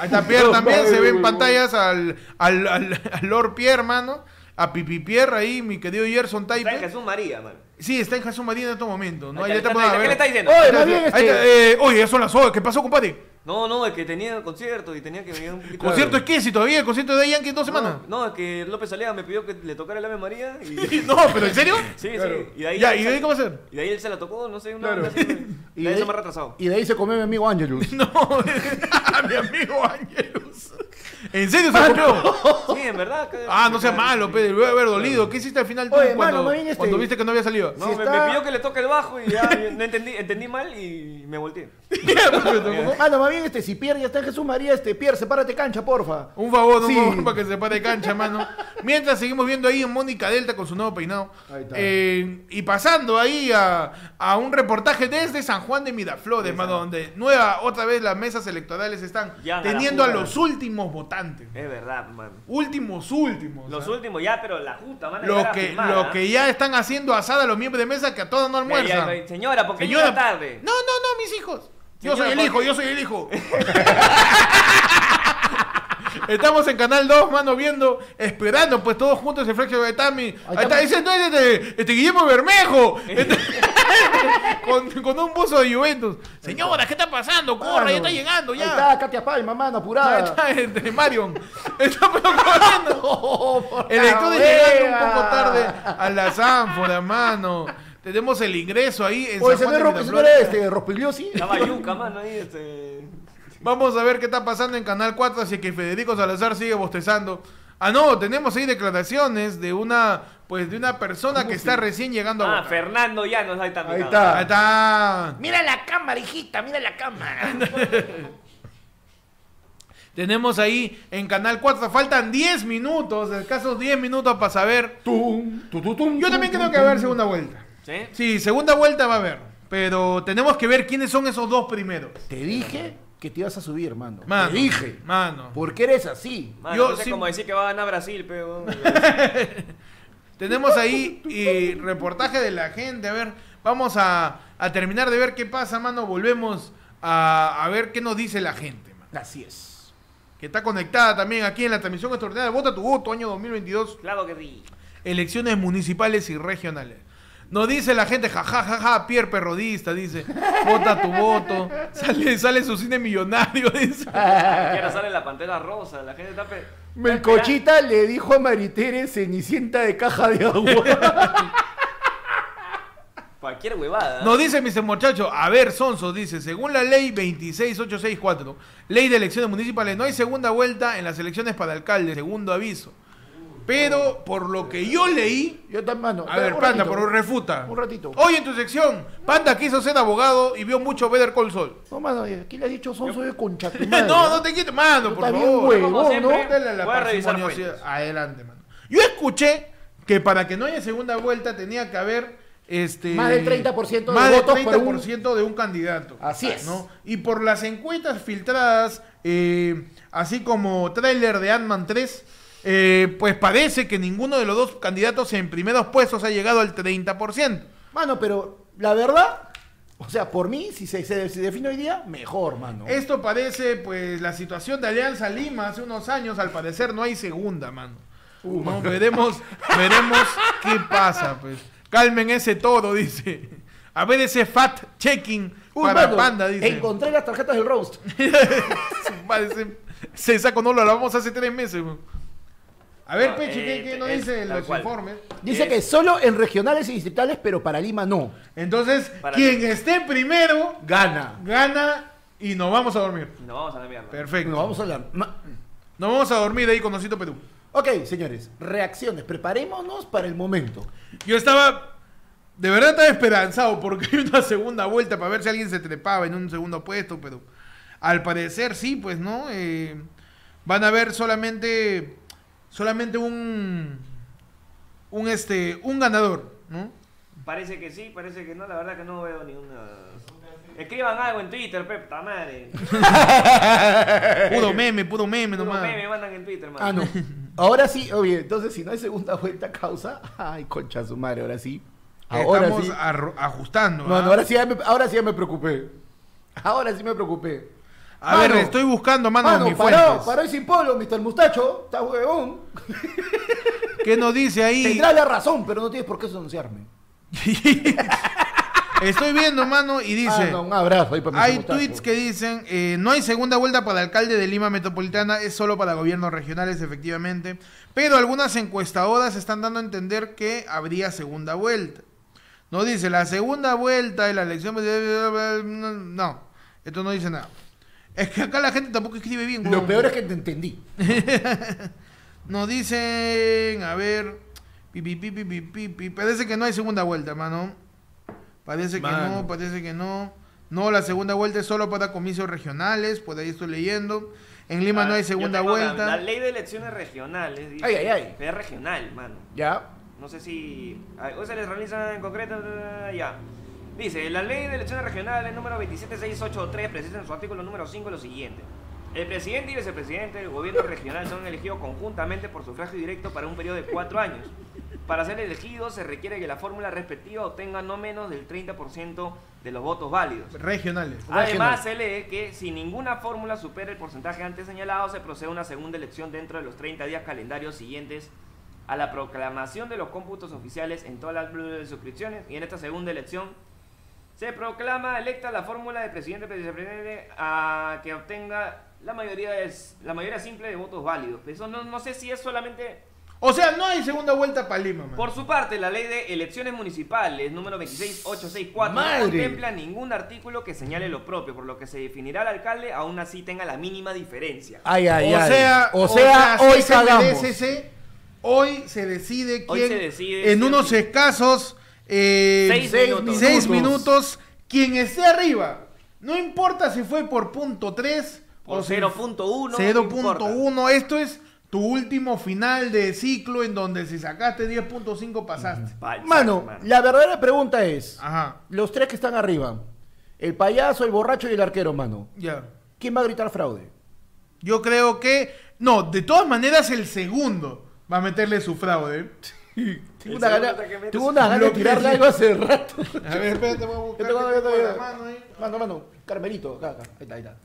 Speaker 1: Ahí está Pierre también, se ve en pantallas al, al, al, al Lord Pierre, hermano. a Pipipierre ahí, mi querido Gerson
Speaker 3: Está en
Speaker 1: Taipe.
Speaker 3: Jesús María, man.
Speaker 1: Sí, está en Jesús María en estos momentos. ¿no?
Speaker 3: Ahí
Speaker 1: Ahí
Speaker 3: está,
Speaker 1: está,
Speaker 3: ahí está,
Speaker 1: a
Speaker 3: ¿Qué le
Speaker 1: ver.
Speaker 3: está diciendo?
Speaker 2: Oye, más bien,
Speaker 1: Ahí está,
Speaker 2: este,
Speaker 1: eh, oye, ya son las 8. ¿Qué pasó, compadre?
Speaker 3: No, no, es que tenía concierto y tenía que venir un poquito.
Speaker 1: ¿Concierto es qué? Si todavía el concierto de Yankee en dos semanas.
Speaker 3: No, no, es que López Alea me pidió que le tocara el Ave María y. sí,
Speaker 1: No, pero ¿en serio?
Speaker 3: sí.
Speaker 4: Claro.
Speaker 3: Y de ahí.
Speaker 1: Ya,
Speaker 3: él
Speaker 1: ¿y
Speaker 3: se-
Speaker 1: de ahí qué va a hacer?
Speaker 3: Y de ahí él se la tocó, no sé, una
Speaker 4: Claro.
Speaker 3: vez Y de ahí se me ha retrasado.
Speaker 2: Y de ahí se comió mi amigo Angelus.
Speaker 1: No, mi amigo Ángelus. ¿En serio se copió?
Speaker 3: Sí, en verdad. que-
Speaker 1: Ah, no sea malo, Pedro. Voy a haber dolido. ¿Qué hiciste al final tú
Speaker 2: Oye, mano,
Speaker 1: cuando,
Speaker 2: más bien este-
Speaker 1: cuando viste que no había salido?
Speaker 3: No,
Speaker 2: Si
Speaker 3: me,
Speaker 2: está-
Speaker 3: me pidió que le toque el bajo y ya no entendí, entendí mal y me volteé.
Speaker 2: Mano, más bien, este, si Pierre ya está en Jesús María, este, Pierre, sepárate cancha, porfa.
Speaker 1: Un favor, un
Speaker 2: Sí.
Speaker 1: favor para que se pare de cancha, mano. Mientras seguimos viendo ahí a Mónica Delta con su nuevo peinado.
Speaker 4: Ahí está.
Speaker 1: Eh, y pasando ahí a, a un reportaje desde San Juan de Miraflores, mano, donde nueva, otra vez las mesas electorales están
Speaker 3: Ya,
Speaker 1: teniendo a
Speaker 3: Garajuda.
Speaker 1: los últimos votantes.
Speaker 3: Es verdad, man.
Speaker 1: Últimos, últimos.
Speaker 3: Los
Speaker 1: ¿ah?
Speaker 3: últimos ya, pero la junta, man.
Speaker 1: Lo que,
Speaker 3: ¿ah?
Speaker 1: lo que ya están haciendo asada los miembros de mesa que a todas no almuerzan.
Speaker 3: Señora, porque
Speaker 1: Señora-
Speaker 3: llega tarde.
Speaker 1: No, no, no, mis hijos. Yo soy
Speaker 3: Señora,
Speaker 1: el
Speaker 3: ¿por
Speaker 1: hijo,
Speaker 3: qué?
Speaker 1: yo soy el hijo. Estamos en Canal 2, mano, viendo, esperando, pues todos juntos el flexo de Tami. Ahí está
Speaker 2: estamos.
Speaker 1: diciendo este, este Guillermo Bermejo. Este- con, con un buzo de Juventus. Señora, ¿qué está pasando? Corra, ya está llegando,
Speaker 2: Ahí
Speaker 1: ya.
Speaker 2: está, Katia Palma, mano,
Speaker 1: Ahí
Speaker 2: apurada.
Speaker 1: está este, Marion. Está pero corriendo.
Speaker 2: Oh, por
Speaker 1: El
Speaker 2: la
Speaker 1: lector es llegando un
Speaker 2: wea.
Speaker 1: poco tarde a la zánfora, mano. Tenemos el ingreso ahí en
Speaker 2: Oye,
Speaker 1: San
Speaker 2: se
Speaker 1: Juan
Speaker 2: no
Speaker 1: de
Speaker 2: es Ro- ese no
Speaker 1: Miraflores.
Speaker 2: era este, Rospigliosi.
Speaker 3: Estaba yuca, mano, ahí, este.
Speaker 1: Vamos a ver qué está pasando en Canal 4, así que Federico Salazar sigue bostezando. Ah, no, tenemos ahí declaraciones de una, pues, de una persona que está recién llegando a
Speaker 3: Ah,
Speaker 1: votar.
Speaker 3: Fernando Llanos, ahí está.
Speaker 2: Ahí
Speaker 3: mira.
Speaker 2: está.
Speaker 1: Ahí está.
Speaker 2: Mira la cámara, hijita, mira la cámara.
Speaker 1: Tenemos ahí en Canal 4, faltan 10 minutos, escasos 10 minutos para saber.
Speaker 4: Tum, tu, tu, tum,
Speaker 1: Yo
Speaker 4: tum,
Speaker 1: también
Speaker 4: tum,
Speaker 1: creo que va a haber segunda vuelta.
Speaker 3: ¿Sí?
Speaker 1: Sí, segunda vuelta va a haber, pero tenemos que ver quiénes son esos dos primeros.
Speaker 2: Te dije que te ibas a subir, mano.
Speaker 1: Mano,
Speaker 2: Te dije.
Speaker 1: Mano.
Speaker 2: Porque eres así.
Speaker 3: Mano,
Speaker 1: Yo
Speaker 3: no sé
Speaker 1: sí-
Speaker 3: cómo decir que va a ganar Brasil, pero.
Speaker 1: Tenemos ahí eh, reportaje de la gente. A ver, vamos a, a terminar de ver qué pasa, mano. Volvemos a, a ver qué nos dice la gente, mano.
Speaker 2: Así es.
Speaker 1: Que está conectada también aquí en la transmisión extraordinaria. Vota tu voto, año 2022.
Speaker 3: Claro que sí.
Speaker 1: Elecciones municipales y regionales. Nos dice la gente, jajajaja, ja, ja, ja, Pierre Perrodista, dice. Vota tu voto. Sale, sale su cine millonario, dice.
Speaker 3: Aquí ahora sale la pantera rosa, la gente está. pe- está esperando.
Speaker 2: Melcochita le dijo a Maritere cenicienta de caja de agua.
Speaker 3: Cualquier huevada.
Speaker 1: Nos dice, mis muchachos, a ver, Sonso, dice, según la ley 26864, ley de elecciones municipales, no hay segunda vuelta en las elecciones para alcalde, segundo aviso. Pero, por lo que yo leí,
Speaker 2: Yo también, mano.
Speaker 1: a ver,
Speaker 2: un
Speaker 1: Panda,
Speaker 2: ratito.
Speaker 1: por un refuta.
Speaker 2: Un ratito.
Speaker 1: Hoy en tu sección, Panda quiso ser abogado y vio mucho Better Call Saul.
Speaker 2: No, mano, aquí le has dicho son soy de concha tu madre.
Speaker 1: No, no te quites, mano,
Speaker 2: Tú
Speaker 1: por
Speaker 2: estás bien
Speaker 1: favor.
Speaker 2: huevón,
Speaker 3: Como siempre.
Speaker 2: ¿no?
Speaker 1: Dale a la
Speaker 3: Voy a revisar
Speaker 1: parsimoniosidad.
Speaker 3: fuentes.
Speaker 1: Adelante, mano. Yo escuché que para que no haya segunda vuelta tenía que haber este
Speaker 2: Más del 30% de
Speaker 1: más del
Speaker 2: votos por un-
Speaker 1: 30% de un candidato. Ah,
Speaker 2: Así es.
Speaker 1: ¿no? Y por las encuestas filtradas, eh, así como tráiler de Ant-Man 3, eh, pues parece que ninguno de los dos candidatos en primeros puestos ha llegado al 30%.
Speaker 2: Mano, pero la verdad, o sea, por mí, si se, se- se define hoy día, mejor, mano.
Speaker 1: Esto parece, pues, la situación de Alianza Lima hace unos años, al parecer no hay segunda, mano. No, veremos, veremos qué pasa, pues. Calmen ese todo, dice. A ver ese fat checking
Speaker 2: Uy,
Speaker 1: para
Speaker 2: mano,
Speaker 1: panda, dice.
Speaker 2: Encontré las tarjetas del roast.
Speaker 1: Parece- se sacó, no lo lavamos hace tres meses. weón. A ver,
Speaker 3: No,
Speaker 1: Peche, ¿qué,
Speaker 3: eh,
Speaker 1: qué nos
Speaker 3: eh,
Speaker 1: dicen
Speaker 3: tal
Speaker 1: los
Speaker 3: cual.
Speaker 1: informes?
Speaker 2: Dice que solo en regionales y distritales, pero para Lima no.
Speaker 1: Entonces,
Speaker 3: Para
Speaker 1: quien
Speaker 3: mí.
Speaker 1: esté primero
Speaker 2: Gana.
Speaker 1: gana y nos vamos a dormir.
Speaker 3: No, vamos a la mierda.
Speaker 1: Perfecto.
Speaker 2: No, vamos a hablar. ma-
Speaker 1: Nos vamos a dormir ahí con Osito Perú.
Speaker 2: Ok, señores, reacciones. Preparémonos para el momento.
Speaker 1: Yo estaba. De verdad estaba esperanzado porque hay una segunda vuelta para ver si alguien se trepaba en un segundo puesto, pero al parecer sí, pues, ¿no? Eh, van a haber solamente. Solamente un. Un este. Un ganador, ¿no?
Speaker 3: Parece que sí, parece que no, la verdad que no veo ninguna. Escriban algo en Twitter, pep, ta madre.
Speaker 1: Puro meme, puro meme
Speaker 3: Puro
Speaker 1: nomás.
Speaker 3: meme mandan en Twitter, man.
Speaker 2: Ah, no. Ahora sí, oye, entonces si no hay segunda vuelta causa. Ay, concha su madre, ahora sí. Ahora
Speaker 1: Estamos
Speaker 2: sí.
Speaker 1: arro- ajustando.
Speaker 2: No,
Speaker 1: ¿ah?
Speaker 2: no, ahora sí, ya me, ahora sí ya me preocupé. Ahora sí me preocupé.
Speaker 1: A ver,
Speaker 2: Mano,
Speaker 1: estoy buscando, mano,
Speaker 2: Mano,
Speaker 1: mis
Speaker 2: paró,
Speaker 1: fuentes.
Speaker 2: paró y sin polo, Mr. Mustacho. Está huevón.
Speaker 1: ¿Qué nos dice ahí?
Speaker 2: Tendrás la razón, pero no tienes por qué denunciarme.
Speaker 1: Estoy viendo, mano, y dice...
Speaker 2: Ah, no, un abrazo ahí para mis
Speaker 1: Hay
Speaker 2: amotazos.
Speaker 1: tweets que dicen, eh, no hay segunda vuelta para alcalde de Lima Metropolitana, es solo para gobiernos regionales, efectivamente. Pero algunas encuestadoras están dando a entender que habría segunda vuelta. No dice, la segunda vuelta de la elección... No, esto no dice nada. Es que acá la gente tampoco escribe bien.
Speaker 2: Lo
Speaker 1: huevón.
Speaker 2: peor es que te entendí.
Speaker 1: Nos dicen, a ver... pi, pi, pi, pi, pi, pi, pi. Parece que no hay segunda vuelta, mano. Parece que no,
Speaker 2: Mano.
Speaker 1: parece que no. No, la segunda vuelta es solo para comicios regionales, por ahí estoy leyendo. En Lima no hay
Speaker 3: Ah, Yo
Speaker 1: segunda
Speaker 3: tengo la- La,
Speaker 1: vuelta.
Speaker 3: ley de elecciones regionales. dice.
Speaker 2: Ay, ay, ay.
Speaker 3: Es regional, mano.
Speaker 2: Ya.
Speaker 3: No sé si. a- O se les realiza en concreto. eh, Ya. Dice, la ley de elecciones regionales número 27683 precisa en su artículo número 5 lo siguiente. El presidente y vicepresidente del gobierno regional son elegidos conjuntamente por sufragio directo para un periodo de cuatro años. Para ser elegidos se requiere que la fórmula respectiva obtenga no menos del 30% de los votos válidos.
Speaker 1: Regionales.
Speaker 3: Además, se lee que si ninguna fórmula supera el porcentaje antes señalado, se procede a una segunda elección dentro de los 30 días calendarios siguientes a la proclamación de los cómputos oficiales en todas las blu- suscripciones. Y en esta segunda elección se proclama electa la fórmula de presidente vicepresidente a que obtenga la mayoría es la mayoría simple de votos válidos. Eso no, no sé si es solamente
Speaker 1: O sea, no hay segunda vuelta para Lima, man.
Speaker 3: por su parte, la ley de elecciones municipales número 26864
Speaker 2: Madre.
Speaker 3: no contempla ningún artículo que señale lo propio, por lo que se definirá al alcalde aún así tenga la mínima diferencia.
Speaker 2: Ay, ay,
Speaker 1: o,
Speaker 2: ay.
Speaker 1: sea,
Speaker 2: o sea, hoy
Speaker 1: sí se
Speaker 2: cagamos.
Speaker 1: merece ese- hoy se decide
Speaker 3: Hoy
Speaker 1: quién
Speaker 3: se decide,
Speaker 1: en
Speaker 3: sí o
Speaker 1: unos
Speaker 3: sí.
Speaker 1: escasos eh,
Speaker 3: Seis minutos.
Speaker 1: seis minutos, quien esté arriba, no importa si fue por punto 3
Speaker 3: Por
Speaker 1: o si
Speaker 3: 0.1. no importa.
Speaker 1: 0.1, esto es tu último final de ciclo en donde si sacaste 10.5 pasaste.
Speaker 3: Falsa,
Speaker 2: Mano,
Speaker 3: hermano.
Speaker 2: la verdadera pregunta es,
Speaker 1: Ajá,
Speaker 2: los tres que están arriba, el payaso, el borracho y el arquero, mano,
Speaker 1: ya.
Speaker 2: ¿quién va a gritar fraude?
Speaker 1: Yo creo que no, de todas maneras el segundo va a meterle su fraude.
Speaker 2: Tuve
Speaker 3: El
Speaker 2: una
Speaker 3: segundo
Speaker 2: gana,
Speaker 3: que mete
Speaker 2: tuve
Speaker 3: su-
Speaker 2: una gana de
Speaker 1: Lo que-
Speaker 2: tirarle algo hace rato.
Speaker 1: A ver, espérate, voy a
Speaker 2: Yo
Speaker 1: buscar
Speaker 2: tengo-
Speaker 1: que
Speaker 2: yo
Speaker 1: tengo la
Speaker 2: tengo-
Speaker 1: mano ahí.
Speaker 2: Mano, mano, Carmelito, acá, acá, ahí está, ahí está.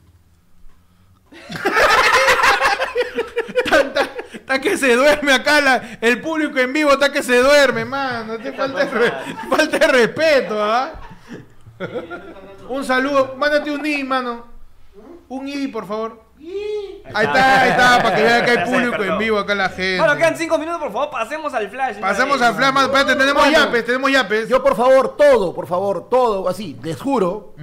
Speaker 1: Está que se duerme acá la- el público en vivo, está que se duerme, mano. Te falta, de re- falta de respeto, ¿ah? Un saludo, mándate un i, mano. Un i, por favor. Ahí está, ahí está, para que vean que
Speaker 3: Ya
Speaker 1: hay
Speaker 3: se
Speaker 1: público
Speaker 3: despertó.
Speaker 1: en vivo acá la gente.
Speaker 3: Bueno, quedan 5 minutos, por favor, pasemos al flash.
Speaker 1: Pasamos a Flama, espérate, tenemos
Speaker 2: Mano.
Speaker 1: yapes, tenemos yapes.
Speaker 2: Yo, por favor, todo, por favor, todo, así, les juro.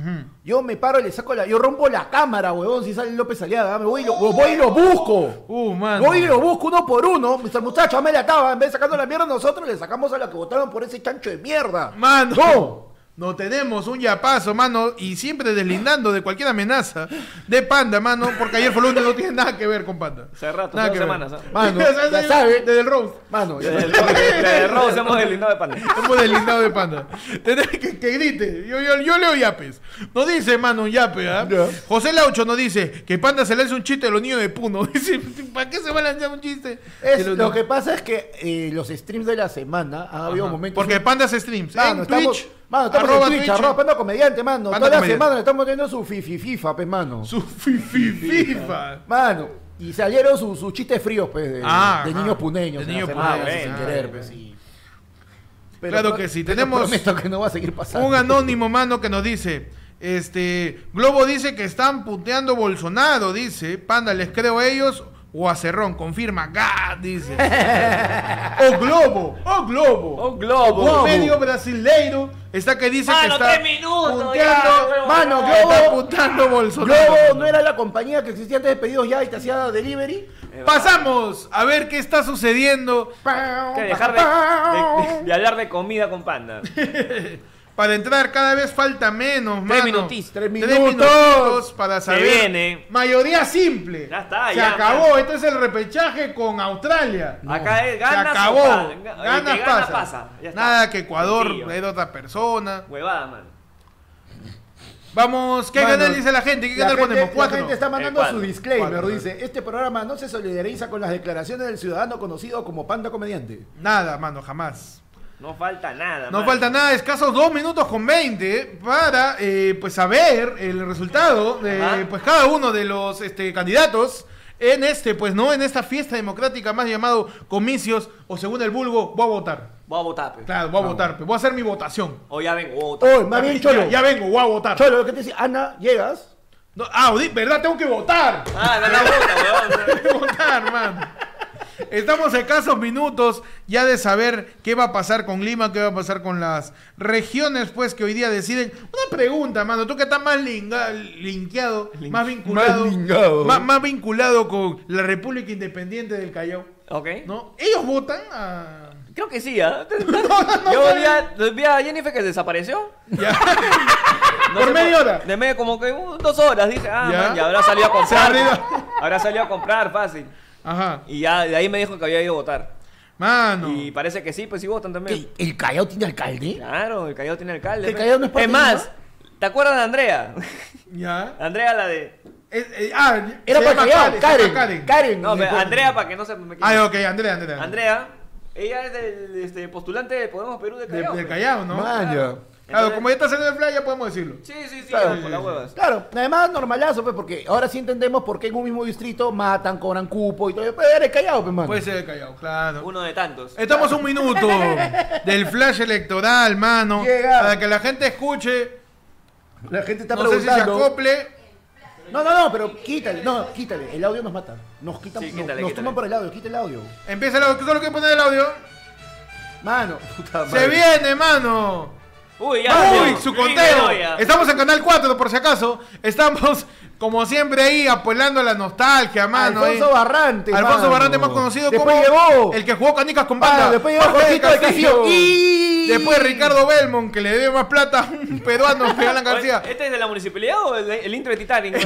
Speaker 2: Yo me paro y le saco la. Yo rompo la cámara, huevón, si sale López Aliaga. Me voy y lo, voy y lo busco.
Speaker 1: Uh, mano.
Speaker 2: Voy y lo busco uno por uno. Mister muchacho, dame la taba. En vez de sacando la mierda, nosotros le sacamos a la que votaron por ese chancho de mierda.
Speaker 1: Mano.
Speaker 2: No.
Speaker 1: No tenemos un yapazo, mano, y siempre deslindando de cualquier amenaza de panda, mano, porque ayer fue lunes, no tiene nada que ver con panda.
Speaker 3: Hace rato,
Speaker 1: Nada
Speaker 3: hace
Speaker 1: que
Speaker 3: dos
Speaker 1: ver.
Speaker 3: semanas, ¿ah?
Speaker 2: Mano,
Speaker 1: O sea,
Speaker 2: ya
Speaker 1: sí,
Speaker 2: sabe.
Speaker 1: Desde el roast.
Speaker 2: Mano,
Speaker 3: La de Rose hemos deslindado
Speaker 2: Ah,
Speaker 3: de panel.
Speaker 1: Hemos deslindado de panda. Tenés que, que grite. Yo, yo, yo leo yapes. No dice, mano, un yape, ¿ah?
Speaker 2: Ya.
Speaker 1: José Laucho nos dice que panda se le hace un chiste a los niños de Puno. Dice, ¿para qué se va a lanzar un chiste?
Speaker 2: es,
Speaker 1: De los-
Speaker 2: lo que pasa es que eh, los streams de la semana han habido
Speaker 1: Ajá.
Speaker 2: momentos.
Speaker 1: Porque pandas streams.
Speaker 2: Mano,
Speaker 1: en
Speaker 2: estamos,
Speaker 1: Twitch. ¿eh?
Speaker 2: mano, estamos
Speaker 1: arroba
Speaker 2: en Twitch, arroba Panda Comediante, mano.
Speaker 1: Panda
Speaker 2: Toda la
Speaker 1: Comediante.
Speaker 2: semana le estamos teniendo su fifi fifa, pe, mano.
Speaker 1: Su fi- fi- FIFA.
Speaker 2: Mano, y salieron sus sus chistes fríos, pues, de,
Speaker 1: Ah,
Speaker 2: de
Speaker 1: ajá.
Speaker 2: niños puneños.
Speaker 1: De
Speaker 2: en la
Speaker 1: niños
Speaker 2: semana,
Speaker 3: puneños,
Speaker 2: sin
Speaker 3: ah,
Speaker 2: querer,
Speaker 3: bueno.
Speaker 2: pues, y-
Speaker 1: Claro que sí,
Speaker 2: pero
Speaker 1: tenemos
Speaker 2: prometo que no va a seguir pasando.
Speaker 1: Un anónimo, mano, que nos dice. Este, Globo dice que están puteando Bolsonaro, dice. Panda, les creo a ellos. O a Cerrón, confirma, God, dice. o Globo, o Globo.
Speaker 3: O Globo.
Speaker 1: Un medio brasileiro está que dice que
Speaker 3: Mano,
Speaker 1: está
Speaker 3: tres minutos,
Speaker 1: punteando,
Speaker 3: ya, pero-
Speaker 2: Mano,
Speaker 1: que está
Speaker 2: Globo,
Speaker 1: puteando Bolsonaro.
Speaker 2: Globo no era la compañía que existía antes de pedidos ya y te hacía delivery.
Speaker 1: Pasamos a ver qué está sucediendo
Speaker 3: Que dejar de, de- de- de hablar de comida con panda.
Speaker 1: para entrar. Cada vez falta menos, mano.
Speaker 3: minutis,
Speaker 1: Tres
Speaker 2: tres minutos.
Speaker 1: minutitos para saber.
Speaker 3: viene.
Speaker 1: Mayoría simple.
Speaker 3: Ya está,
Speaker 1: Se
Speaker 3: ya,
Speaker 1: acabó. Este es el repechaje con Australia.
Speaker 3: Acá es
Speaker 1: Se
Speaker 3: ganas o
Speaker 1: acabó.
Speaker 3: pa- el que
Speaker 1: Ganas
Speaker 3: gana,
Speaker 1: pasa.
Speaker 3: pasa. Ya está.
Speaker 1: Nada que Ecuador
Speaker 3: Sencillo.
Speaker 1: es de otra persona.
Speaker 3: Huevada, mano.
Speaker 1: Vamos, ¿qué
Speaker 2: Mano,
Speaker 1: canal dice la gente? ¿Qué
Speaker 2: La
Speaker 1: canal
Speaker 2: gente,
Speaker 1: ponemos?
Speaker 2: la
Speaker 1: Cuatro.
Speaker 2: gente está mandando
Speaker 3: cuatro,
Speaker 2: su disclaimer,
Speaker 1: cuatro,
Speaker 2: dice, este programa no se solidariza con las declaraciones del ciudadano conocido como Panda Comediante.
Speaker 1: Nada, mano, jamás.
Speaker 3: No falta nada.
Speaker 1: No
Speaker 3: mano.
Speaker 1: falta nada, escasos dos minutos con 20 para eh, pues saber el resultado de
Speaker 3: Ajá.
Speaker 1: pues cada uno de los este, candidatos en este, pues, ¿no? En esta fiesta democrática más llamado comicios o según el vulgo, voy a votar.
Speaker 3: Voy a votar, pe.
Speaker 1: Claro, voy a votar, pe. voy a hacer mi votación.
Speaker 3: O ya vengo, voy a votar.
Speaker 2: Oye, más bien,
Speaker 1: Ya-
Speaker 2: Cholo.
Speaker 1: Ya, vengo, voy a votar.
Speaker 2: Cholo, ¿qué te dice? Ana, llegas.
Speaker 1: No, ah, di- ¿verdad? Tengo que votar.
Speaker 3: Ah, no la vota, weón.
Speaker 1: Tengo que votar, man. Estamos a escasos minutos ya de saber qué va a pasar con Lima, qué va a pasar con las regiones, pues, que hoy día deciden. Una pregunta, mano, tú que estás más linga- linkeado, más vinculado,
Speaker 4: más lingado.
Speaker 1: más- más vinculado con la República Independiente del Callao,
Speaker 3: Ok.
Speaker 1: ¿no? Ellos votan a...
Speaker 3: Creo que sí, ¿ah?
Speaker 1: no,
Speaker 3: Yo
Speaker 1: no.
Speaker 3: vi a, vi a Jennifer que desapareció.
Speaker 1: Ya.
Speaker 3: No
Speaker 1: Por
Speaker 3: sé,
Speaker 1: media hora.
Speaker 3: De medio, como que un- dos horas. Dije, ah,
Speaker 1: Ya.
Speaker 3: man, ya habrá salido a
Speaker 1: Se
Speaker 3: comprar.
Speaker 1: arriba.
Speaker 3: Habrá salido a comprar, fácil.
Speaker 1: Ajá.
Speaker 3: Y ya de ahí me dijo que había ido a votar.
Speaker 1: Mano.
Speaker 3: Y parece que sí, pues sí votan también.
Speaker 2: ¿Qué? ¿El Callao tiene alcalde?
Speaker 3: Claro, el Callao tiene alcalde.
Speaker 2: El
Speaker 3: pe.
Speaker 2: Callao no es parte de
Speaker 3: más, ¿te acuerdas de Andrea?
Speaker 1: Ya.
Speaker 3: Andrea la de...
Speaker 1: Es- eh, ah,
Speaker 2: Era
Speaker 1: se
Speaker 2: para
Speaker 1: llama
Speaker 2: Callao.
Speaker 1: se
Speaker 2: Karen.
Speaker 1: llama
Speaker 2: Karen.
Speaker 3: No,
Speaker 2: me
Speaker 3: pe,
Speaker 2: acuerdo.
Speaker 3: Andrea para que no se me quede.
Speaker 1: Ah, ok, Andrea, Andrea.
Speaker 3: Andrea, ella es del este, postulante de Podemos Perú
Speaker 1: De-
Speaker 3: de Callao. pues.
Speaker 1: del
Speaker 3: pe.
Speaker 1: Callao, ¿no?
Speaker 2: Man, ya.
Speaker 1: Claro,
Speaker 3: Entonces-
Speaker 1: como ya está saliendo el fly, ya podemos decirlo.
Speaker 3: Sí, sí, sí,
Speaker 2: Claro.
Speaker 3: no, por las huevas.
Speaker 2: Claro, además normalazo, pues, porque ahora sí entendemos por qué en un mismo distrito matan, cobran cupo y todo. Pues eres callado, pues, mano.
Speaker 1: Puede ser el Callao, claro.
Speaker 3: Uno de tantos.
Speaker 1: Estamos a un minuto del flash electoral, mano.
Speaker 2: Llega.
Speaker 1: Para que la gente escuche,
Speaker 2: La gente está
Speaker 1: no sé si se
Speaker 2: preguntando.
Speaker 1: acople.
Speaker 2: no, no, no, pero quítale, no, quítale. El audio nos mata. Nos quitan,
Speaker 3: Sí,
Speaker 2: nos-
Speaker 3: quítale,
Speaker 2: nos
Speaker 3: quítale.
Speaker 2: toman por el audio, quita el audio.
Speaker 1: Empieza el audio, solo que poner el audio.
Speaker 2: Mano, puta
Speaker 1: Se
Speaker 2: madre.
Speaker 1: viene, mano.
Speaker 3: Uy, ya.
Speaker 1: Uy,
Speaker 3: ya.
Speaker 1: su
Speaker 3: Primero
Speaker 1: conteo.
Speaker 3: ya.
Speaker 1: Estamos en Canal 4, por si acaso. Estamos, como siempre, ahí apoyando la nostalgia, mano.
Speaker 2: Alfonso
Speaker 1: ahí.
Speaker 2: Barrante.
Speaker 1: Alfonso
Speaker 2: mano.
Speaker 1: Barrante, más conocido
Speaker 2: Después
Speaker 1: como
Speaker 2: llegó.
Speaker 1: el que jugó canicas con
Speaker 2: Mano,
Speaker 1: banda.
Speaker 2: Ah, después llegó
Speaker 1: Jorge
Speaker 2: Jorgito de Castillo. Y-
Speaker 1: Después Ricardo Belmont, que le debe más plata a un peruano que Alan
Speaker 2: eh,
Speaker 1: García.
Speaker 3: Oye, ¿Este es de la municipalidad o el, el intro de Titanic?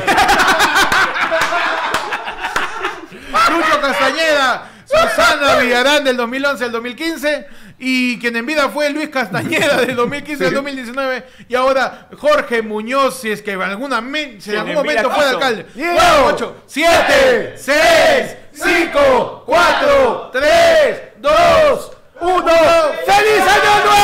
Speaker 1: Lucho Castañeda, Susana Villarán del 2011 al 2015 y quien en vida fue Luis Castañeda del 2015 al 2019 y ahora Jorge Muñoz, si es que en, alguna men- si en
Speaker 3: Quien
Speaker 1: algún
Speaker 3: en vida
Speaker 1: momento fue
Speaker 3: quiso.
Speaker 1: alcalde.
Speaker 2: Diego.
Speaker 1: 8, 7, 6, 5, 4, 3, 2, 1.
Speaker 2: ¡Feliz año nuevo!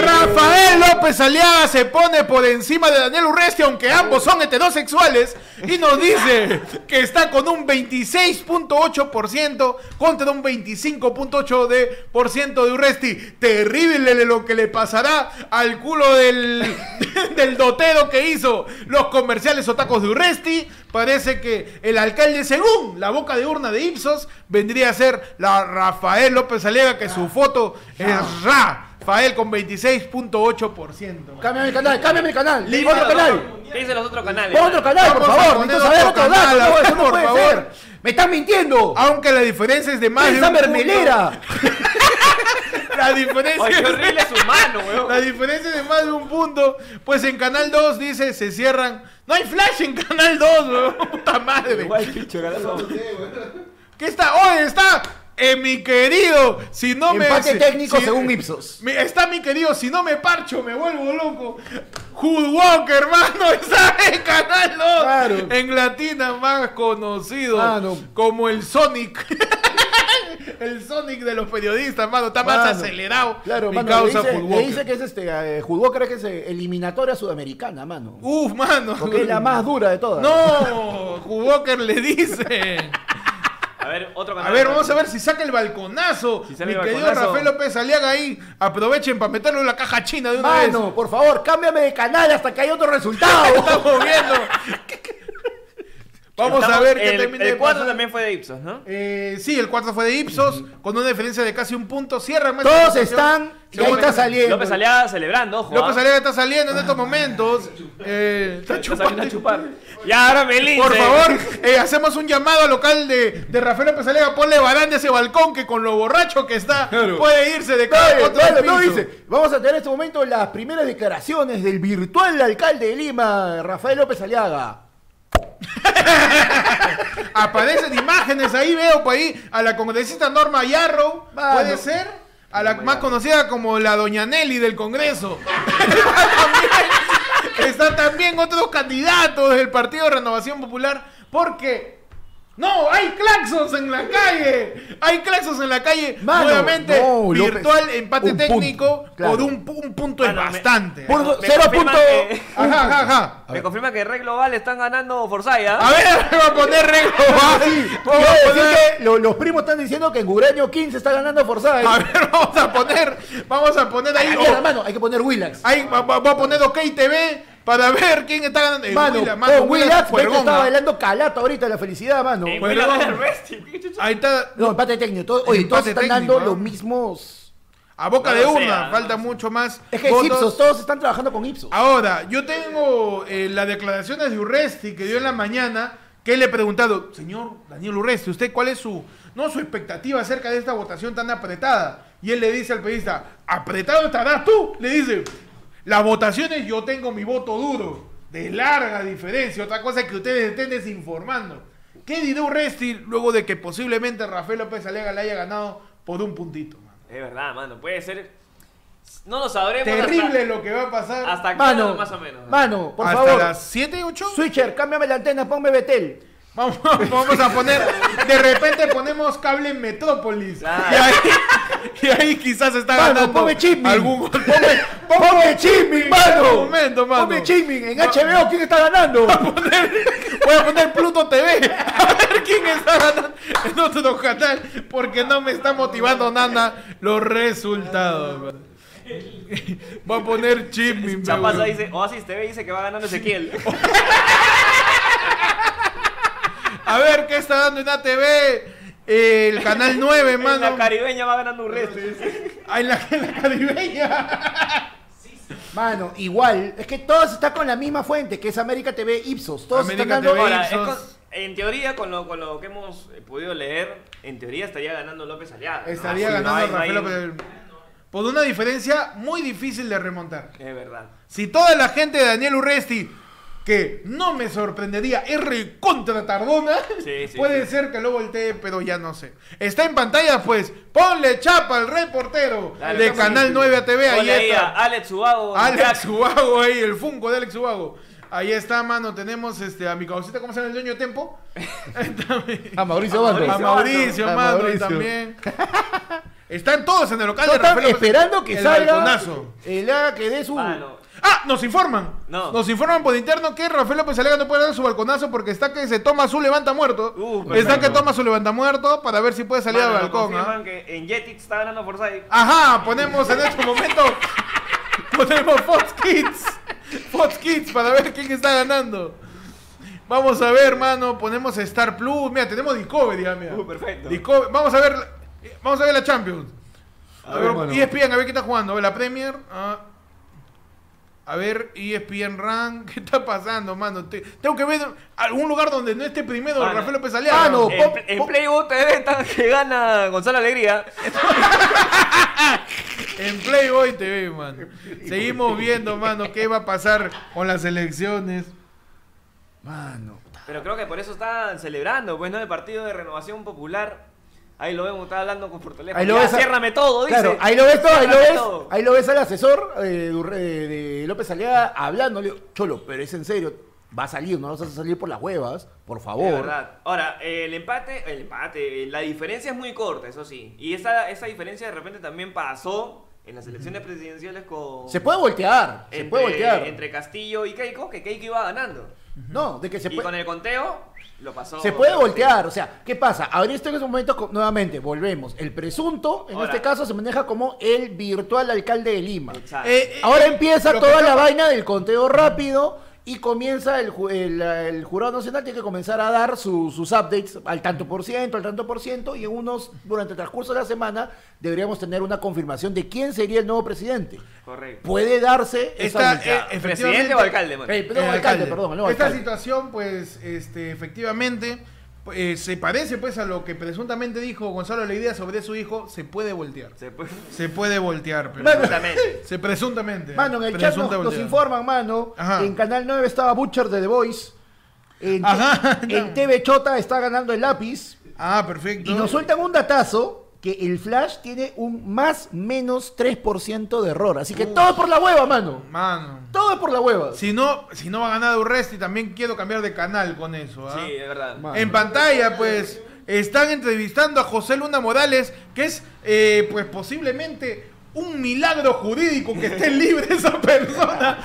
Speaker 1: Rafael López Aliaga se pone por encima de Daniel Urresti, aunque ambos son heterosexuales, y nos dice que está con un 26.8% contra un 25.8% de, por ciento de Urresti. Terrible lo que le pasará al culo del, del dotero que hizo los comerciales o tacos de Urresti. Parece que el alcalde, según la boca de urna de Ipsos, vendría a ser la Rafael López Aliaga, que su foto es Ra. Fael con 26.8%. man.
Speaker 2: Cámbiame el canal, cámbiame el canal.
Speaker 1: Limpia
Speaker 2: otro canal.
Speaker 3: ¿Qué dicen los otros canales?
Speaker 2: Pon otro canal, por
Speaker 1: Vamos a
Speaker 2: favor.
Speaker 1: poner
Speaker 2: Necesito saber
Speaker 1: otro
Speaker 2: otro dato.
Speaker 1: canal,
Speaker 2: no, eso no
Speaker 1: por
Speaker 2: puede
Speaker 1: favor.
Speaker 2: ser. Me están mintiendo.
Speaker 1: Aunque la diferencia es de más de
Speaker 2: ¡Esa
Speaker 1: un punto.
Speaker 2: mermelera!
Speaker 1: La diferencia
Speaker 3: Ay, qué
Speaker 1: es-
Speaker 3: horrible su mano, weón.
Speaker 1: La diferencia es de más de un punto. Pues en Canal 2 dice, se cierran. No hay flash en Canal 2, weón. Puta madre.
Speaker 3: Igual, picho, carajo.
Speaker 1: ¿Qué está? ¡Oye, está! eh, mi querido, si no me.
Speaker 2: Empate
Speaker 1: si-
Speaker 2: técnico
Speaker 1: si-
Speaker 2: según Ipsos.
Speaker 1: Mi- está mi querido, si no me parcho, me vuelvo loco. Hood Walker, hermano, está en Canal 2.
Speaker 2: Claro. Ah,
Speaker 1: En latina más conocido
Speaker 2: Mano.
Speaker 1: como el Sonic. el Sonic de los periodistas, mano. Está más
Speaker 2: Mano.
Speaker 1: acelerado.
Speaker 2: Claro,
Speaker 1: mi
Speaker 2: mano,
Speaker 1: causa
Speaker 2: le, dice,
Speaker 1: Hood
Speaker 2: le
Speaker 1: Walker.
Speaker 2: dice que es este, eh, Hood Walker es que es eh, eliminatoria sudamericana, mano.
Speaker 1: Uf, mano.
Speaker 2: Porque es la más dura de todas.
Speaker 1: No, Hood Walker le dice.
Speaker 3: A ver, otro canal.
Speaker 1: A ver, vamos a ver si saca el balconazo.
Speaker 3: Si sale
Speaker 1: Mi
Speaker 3: el
Speaker 1: querido
Speaker 3: balconazo.
Speaker 1: Rafael López Aliaga ahí. Aprovechen para meterlo en la caja china de una
Speaker 2: Mano, por favor, cámbiame de canal hasta que haya otro
Speaker 1: vez.
Speaker 2: resultado.
Speaker 1: Estamos viendo. Vamos a
Speaker 3: Estamos-
Speaker 1: ver qué
Speaker 3: el,
Speaker 1: termina de
Speaker 3: El 4
Speaker 1: pasar.
Speaker 3: también fue de Ipsos, ¿no?
Speaker 1: Eh, sí, el cuarto fue de Ipsos, con una diferencia de casi un punto. Cierra, hermano.
Speaker 2: Todos están y ahí
Speaker 1: Según-
Speaker 2: está saliendo.
Speaker 3: López Aliaga celebrando, ojo.
Speaker 1: Eh, López
Speaker 3: ¿ah?
Speaker 1: Aliaga está saliendo en estos momentos. Eh, está
Speaker 3: Está saliendo a
Speaker 1: chupando.
Speaker 3: chupar. Ya, ahora me lince.
Speaker 1: Por favor, eh, hacemos un llamado al local de, de Rafael López Aliaga. Ponle baranda a ese balcón que con lo borracho que está puede irse de cada
Speaker 2: Oye,
Speaker 1: cuatro
Speaker 2: claro,
Speaker 1: al
Speaker 2: no
Speaker 1: piso.
Speaker 2: dice. Vamos a tener en este momento las primeras declaraciones del virtual alcalde de Lima, Rafael López Aliaga.
Speaker 1: Aparecen imágenes ahí, veo por ahí a la congresista Norma Yarrow,
Speaker 2: Mano.
Speaker 1: puede ser, a la más conocida como la doña Nelly del Congreso. Están también otros candidatos del Partido Renovación Popular, porque No, hay claxons en la calle. Hay claxons en la calle.
Speaker 2: Mano,
Speaker 1: Nuevamente,
Speaker 2: no, López.
Speaker 1: virtual empate
Speaker 2: Un punto,
Speaker 1: técnico.
Speaker 2: claro.
Speaker 1: Por un, pu- un punto es
Speaker 3: Mano, me-
Speaker 1: bastante.
Speaker 2: Por
Speaker 3: Me
Speaker 2: cero
Speaker 3: confirman
Speaker 2: punto.
Speaker 3: que-
Speaker 1: Ajá, ajá, ajá.
Speaker 3: Me confirma que Red Global están ganando Forsyth, ¿ah?
Speaker 1: A ver, voy a poner reglo. va.
Speaker 2: Quiero
Speaker 1: Vamos a
Speaker 2: Ah, decir
Speaker 1: poner-
Speaker 2: que lo- los primos están diciendo que en Gureño 15 está ganando Forsyth.
Speaker 1: A ver, vamos a poner. Vamos a poner ahí.
Speaker 2: Mierda,
Speaker 1: oh,
Speaker 2: mano, hay que poner Willax.
Speaker 1: ahí va- va- voy a poner OK TV para ver quién está ganando. Eh,
Speaker 2: Mano, oh,
Speaker 1: Willa,
Speaker 2: mano,
Speaker 1: Willa
Speaker 2: Willax, ve que
Speaker 1: Cuergón,
Speaker 2: está
Speaker 1: ¿ah?
Speaker 2: bailando calato ahorita de la felicidad, mano.
Speaker 3: En
Speaker 1: Bueno.
Speaker 3: Willa del Wrestling, ¿qué chucha?
Speaker 1: Ahí está.
Speaker 2: No, empate técnico. Todo- oye,
Speaker 1: Empate
Speaker 2: todos están
Speaker 1: técnico,
Speaker 2: dando
Speaker 1: ¿ah?
Speaker 2: los mismos.
Speaker 1: A boca
Speaker 3: No
Speaker 1: de
Speaker 3: lo
Speaker 1: urna.
Speaker 3: sea, no
Speaker 1: Falta
Speaker 3: lo sea.
Speaker 1: mucho más.
Speaker 2: Es que es
Speaker 1: votos.
Speaker 2: Ipsos, todos están trabajando con Ipsos.
Speaker 3: Ah,
Speaker 1: Ahora, yo tengo eh, las declaraciones de Urresti que dio en la mañana, que le he preguntado, señor Daniel Urresti, ¿usted cuál es su, no, su expectativa acerca de esta votación tan apretada? Y él le dice al periodista, apretado estarás tú. Le dice, las votaciones yo tengo mi voto duro, de larga diferencia. Otra cosa es que ustedes estén desinformando. ¿Qué dirá Urresti luego de que posiblemente Rafael López Alega le haya ganado por un puntito? mano?
Speaker 3: Es verdad, mano, puede ser. No lo sabremos.
Speaker 1: Terrible lo que va a pasar.
Speaker 3: Hasta, hasta acá,
Speaker 2: Mano,
Speaker 3: más o menos.
Speaker 2: mano, por
Speaker 1: ¿Hasta
Speaker 2: favor.
Speaker 1: las 7, 8?
Speaker 2: Switcher, cámbiame la antena, ponme Betel.
Speaker 1: Vamos, vamos a poner, de repente ponemos cable en Metrópolis.
Speaker 3: Claro.
Speaker 1: Y, ahí, y ahí quizás está
Speaker 2: Mano,
Speaker 1: ganando
Speaker 2: ponme Chipmin.
Speaker 1: algún gol.
Speaker 2: ¡Ponme Chimin,
Speaker 1: en
Speaker 2: mano!
Speaker 1: un momento, mano.
Speaker 2: ¡Ponme Chimin! En HBO, ¿quién está ganando?
Speaker 1: Voy a poner Pluto TV. A ver quién está ganando en otro canal. Porque no me está motivando nada los resultados. man. Voy a poner Chipmin.
Speaker 3: Chapaza dice, Oasis TV dice que va ganando Ezequiel.
Speaker 1: A ver qué está dando en ATV. Eh, el canal 9, mano.
Speaker 3: La caribeña va ganando un resto. dice.
Speaker 1: Ah, en la, en la caribeña.
Speaker 2: Mano, igual. Es que todos están con la misma fuente, que es América TV Ipsos. Todos
Speaker 1: América
Speaker 2: están dando.
Speaker 1: TV.
Speaker 3: Ahora, es
Speaker 1: Sos-
Speaker 3: con- en teoría, con lo, con lo que hemos eh, podido leer, en teoría estaría ganando López Aliaga. ¿no?
Speaker 1: Estaría
Speaker 3: Así no
Speaker 1: ganando
Speaker 3: hay- no hay
Speaker 1: Rafael
Speaker 3: un-
Speaker 1: López. Por una diferencia muy difícil de remontar.
Speaker 3: Es verdad.
Speaker 1: Si toda la gente de Daniel Urresti, que no me sorprendería, R contra Tardona,
Speaker 3: Sí, sí,
Speaker 1: puede
Speaker 3: sí.
Speaker 1: ser que lo voltee, pero ya no sé. Está en pantalla, pues. Ponle chapa al reportero
Speaker 3: Dale,
Speaker 1: de
Speaker 3: estamos
Speaker 1: Canal
Speaker 3: ahí.
Speaker 1: 9 ATV. Ahí
Speaker 3: Ponle ahí
Speaker 1: está.
Speaker 3: a Alex Subago.
Speaker 1: Alex Ubago ahí, el Funko de Alex Ubago. Ahí está, mano. Tenemos este, a mi causita, ¿cómo se llama el dueño de Tempo?
Speaker 2: A Mauricio
Speaker 3: Bando.
Speaker 1: A Mauricio,
Speaker 2: A
Speaker 1: mano,
Speaker 2: Mauricio.
Speaker 1: también. Están todos en el local
Speaker 2: Todos
Speaker 1: de
Speaker 2: están
Speaker 1: Rafael López.
Speaker 2: esperando que
Speaker 1: El
Speaker 2: salga.
Speaker 1: balconazo.
Speaker 2: El haga que dé su.
Speaker 3: Mano,
Speaker 1: ¡Ah! Nos informan.
Speaker 3: No.
Speaker 1: Nos informan por interno que Rafael López Alega no puede dar su balconazo porque está que se toma su levanta muerto.
Speaker 3: Uh,
Speaker 1: está
Speaker 3: perfecto.
Speaker 1: que toma su levanta muerto para ver si puede salir
Speaker 3: mano,
Speaker 1: al
Speaker 3: nos
Speaker 1: balcón.
Speaker 3: confirman
Speaker 1: ¿ah?
Speaker 3: que en Jetix está ganando Forsyth.
Speaker 1: Ajá, ponemos en este momento. ponemos Fox Kids. Fox Kids para ver quién está ganando. Vamos a ver, mano. Ponemos Star Plus. Mira, tenemos Discovery, ah, mira.
Speaker 3: Uh, perfecto.
Speaker 1: Discovery- Vamos a ver. Vamos a ver la Champions. A,
Speaker 4: ver,
Speaker 1: ver, E
Speaker 4: mano.
Speaker 1: ESPN, a ver qué está jugando. A ver, la Premier. ah. A ver, E ESPN Run. ¿Qué está pasando, mano? Te- tengo que ver algún lugar donde no esté primero
Speaker 3: Mano.
Speaker 1: Rafael López Aliaga.
Speaker 2: Mano,
Speaker 3: En,
Speaker 2: pop,
Speaker 3: en
Speaker 1: oh,
Speaker 2: pop.
Speaker 3: Playboy TV está que gana Gonzalo Alegría.
Speaker 1: En Playboy TV, mano. Seguimos viendo, mano, qué va a pasar con las elecciones.
Speaker 2: Mano.
Speaker 3: Pero creo que por eso están celebrando, pues, ¿no? El partido de renovación popular. Ahí lo vemos, está hablando con por teléfono.
Speaker 2: Ahí lo
Speaker 3: Ya,
Speaker 2: ves a-
Speaker 3: ciérrame todo, dice.
Speaker 2: Claro, ahí lo ves todo, ahí lo
Speaker 3: Ciérrame
Speaker 2: ves.
Speaker 3: todo.
Speaker 2: Ahí lo ves al asesor eh, Durre- de López Aliaga hablando. Le digo, Cholo, pero es en serio. Va a salir, no vas a salir por las huevas, por
Speaker 3: Es
Speaker 2: favor.
Speaker 3: verdad. Ahora, eh, el empate, el empate, eh, la diferencia es muy corta, eso sí. Y esa, esa diferencia de repente también pasó en las elecciones presidenciales con...
Speaker 2: Se puede voltear, se
Speaker 3: entre,
Speaker 2: puede voltear.
Speaker 3: Entre Castillo y Keiko, que Keiko iba ganando.
Speaker 2: No, de que se
Speaker 3: y con
Speaker 2: puede.
Speaker 3: el conteo, lo pasó.
Speaker 2: Se puede voltear, o sea, ¿qué pasa? Ahora esto en estos momentos, co- nuevamente, volvemos. El presunto, en
Speaker 3: Ahora.
Speaker 2: este caso, se maneja como el virtual alcalde de Lima.
Speaker 3: Exacto.
Speaker 1: Eh, eh,
Speaker 2: Ahora
Speaker 1: eh,
Speaker 2: empieza
Speaker 1: lo que
Speaker 2: toda
Speaker 1: está-
Speaker 2: la vaina del conteo rápido y comienza el, ju- el, eh, el jurado nacional, tiene que comenzar a dar su- sus updates al tanto por ciento, al tanto por ciento, y en unos, durante el transcurso de la semana, deberíamos tener una confirmación de quién sería el nuevo presidente.
Speaker 3: Correcto.
Speaker 2: Puede darse
Speaker 1: Esta,
Speaker 2: esa volteada.
Speaker 1: eh,
Speaker 3: ¿Presidente o alcalde, mano?
Speaker 2: Eh, perdón,
Speaker 1: El
Speaker 2: alcalde, perdón, el nuevo
Speaker 1: Esta
Speaker 2: alcalde.
Speaker 1: situación, pues, este, efectivamente, eh, se parece, pues, a lo que presuntamente dijo Gonzalo Leidea sobre su hijo. Se puede voltear.
Speaker 3: Se puede...
Speaker 1: Se puede voltear, pero...
Speaker 3: Exactamente.
Speaker 1: Se presuntamente.
Speaker 2: Mano, en el chat nos,
Speaker 1: Presunta
Speaker 2: nos
Speaker 1: volteada.
Speaker 2: informan, mano.
Speaker 1: Ajá.
Speaker 2: En Canal 9 estaba Butcher de The Voice. En,
Speaker 1: Ajá.
Speaker 2: en TV Chota está ganando el lápiz.
Speaker 1: Ah, perfecto.
Speaker 2: Y nos sueltan un datazo que el flash tiene un más menos 3% de error. Así que todo es por la hueva, mano.
Speaker 1: Mano.
Speaker 2: Todo es por la hueva.
Speaker 1: Si no, si no va a ganar Urresti, también quiero cambiar de canal con eso. ¿ah?
Speaker 3: Sí, es verdad.
Speaker 4: Ma-
Speaker 1: En pantalla, pues, están entrevistando a José Luna Morales, que es, eh, pues, posiblemente un milagro jurídico que esté libre esa persona.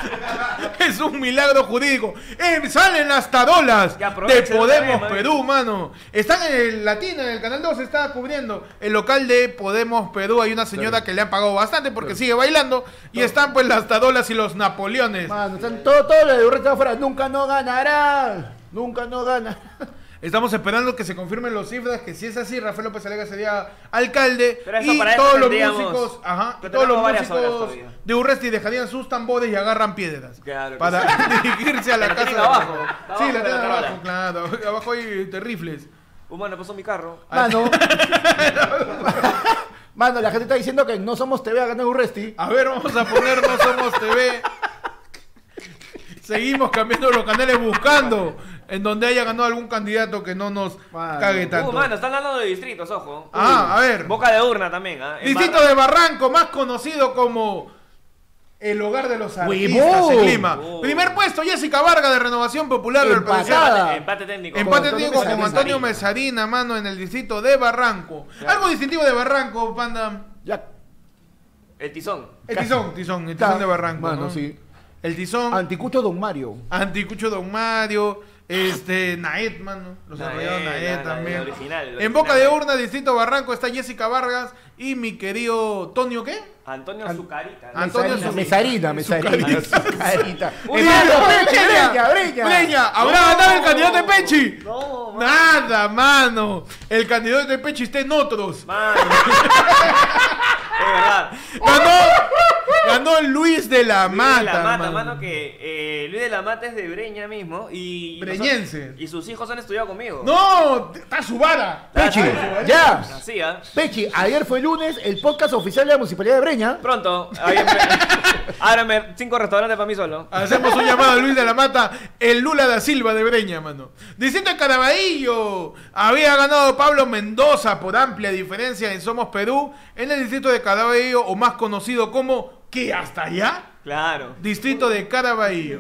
Speaker 1: es un milagro jurídico. Eh, salen las tarolas
Speaker 3: Que
Speaker 1: de
Speaker 3: aprovechen
Speaker 1: Podemos
Speaker 3: también,
Speaker 1: Perú, mano. Están en el Latino, en el Canal 2, está cubriendo el local de Podemos Perú. Hay una señora que le han pagado bastante porque sigue bailando. Y están, pues, las tarolas y los napoleones.
Speaker 2: Mano, están todo, todo lo de Urresti está afuera. Nunca no ganará. Nunca no gana.
Speaker 1: Estamos esperando que se confirmen los cifras, que si es así, Rafael López Alega sería alcalde
Speaker 3: Pero eso
Speaker 1: y
Speaker 3: para eso
Speaker 1: todos los
Speaker 3: tendríamos-
Speaker 1: músicos, ajá,
Speaker 3: que
Speaker 1: y todos los
Speaker 3: tenemos varias horas
Speaker 1: músicos
Speaker 3: todavía.
Speaker 1: de Urresti dejarían sus tambores y agarran piedras
Speaker 3: Claro que
Speaker 1: para dirigirse a la
Speaker 3: La
Speaker 1: casa.
Speaker 3: tienen
Speaker 1: de-
Speaker 3: abajo,
Speaker 1: sí,
Speaker 3: abajo de
Speaker 1: la
Speaker 3: la
Speaker 1: tienen
Speaker 3: tarola.
Speaker 1: abajo, claro. Abajo hay de rifles.
Speaker 3: Humano, pasó mi carro.
Speaker 2: Mano. Mano, la gente está diciendo que no somos TV a ganar Urresti.
Speaker 1: A ver, vamos a poner No Somos TV. Seguimos cambiando los canales buscando en donde haya ganado algún candidato que no nos
Speaker 2: Mano.
Speaker 1: cague
Speaker 3: Uh,
Speaker 1: tanto.
Speaker 3: mano, están hablando de distritos, ojo.
Speaker 1: Ah,
Speaker 3: Uy.
Speaker 1: a ver.
Speaker 3: Boca de urna también, ¿ah? En
Speaker 1: Distrito
Speaker 3: Barra-
Speaker 1: de Barranco, más conocido como el hogar de los artistas
Speaker 2: ¡Huevón!
Speaker 1: en Lima.
Speaker 3: ¡Oh!
Speaker 1: Primer puesto, Jessica Varga de Renovación Popular del
Speaker 2: Empatada.
Speaker 1: Partido.
Speaker 2: de-
Speaker 3: Empate técnico.
Speaker 1: Empate
Speaker 2: Con Antonio
Speaker 1: técnico con
Speaker 2: Mesarina.
Speaker 1: Antonio Mesarina, mano, en el distrito de Barranco.
Speaker 3: Claro.
Speaker 1: Algo distintivo de Barranco, panda.
Speaker 2: Ya.
Speaker 3: El tizón.
Speaker 1: El
Speaker 2: Casi.
Speaker 1: tizón, tizón, el
Speaker 2: Está.
Speaker 1: tizón de Barranco.
Speaker 2: Mano,
Speaker 1: ¿no?
Speaker 2: sí.
Speaker 1: El tizón,
Speaker 2: Anticucho Don Mario.
Speaker 1: Anticucho Don Mario, este, Naet, mano. Los
Speaker 3: Naet,
Speaker 1: desarrollaron Naet,
Speaker 3: Naet,
Speaker 1: también.
Speaker 3: el original, el
Speaker 1: en Boca de
Speaker 3: original.
Speaker 1: Urna, distrito Barranco, está Jessica Vargas y mi querido Tonio, ¿qué?
Speaker 3: Antonio
Speaker 2: An-
Speaker 3: Zucarita.
Speaker 1: An- Antonio Zúñiga.
Speaker 2: Mesarina, Mesarina.
Speaker 1: Zucarita.
Speaker 2: Mesarina.
Speaker 1: Uy,
Speaker 2: Es más,
Speaker 1: no,
Speaker 2: Breña,
Speaker 1: Breña,
Speaker 2: Breña, Breña.
Speaker 1: Breña, ¿habrá
Speaker 3: No,
Speaker 1: ganado el candidato de Pechi?
Speaker 3: no, mano.
Speaker 1: Nada, mano. El candidato de Pechi está en otros.
Speaker 3: Mano. es verdad.
Speaker 1: Ganó, ganó Luis de la Mata.
Speaker 3: Luis de la Mata, mano,
Speaker 1: mano.
Speaker 3: que eh, Luis de la Mata es de Breña mismo y...
Speaker 1: Breñense.
Speaker 3: Y sus hijos han estudiado conmigo.
Speaker 1: No, está su vara.
Speaker 2: Pechi,
Speaker 3: Ah,
Speaker 2: ya.
Speaker 3: Así, ¿ah?
Speaker 2: Pechi, ayer fue lunes el podcast oficial de la Municipalidad de Breña.
Speaker 3: Pronto. ahí en Bre- Ábrame cinco restaurantes para mí solo.
Speaker 1: Hacemos un llamado a Luis de la Mata, el Lula da Silva de Breña, mano. Distrito de Caraballo, había ganado Pablo Mendoza por amplia diferencia en Somos Perú, en el distrito de Caraballo, o más conocido como que hasta allá,
Speaker 3: Claro.
Speaker 1: distrito de Caraballo.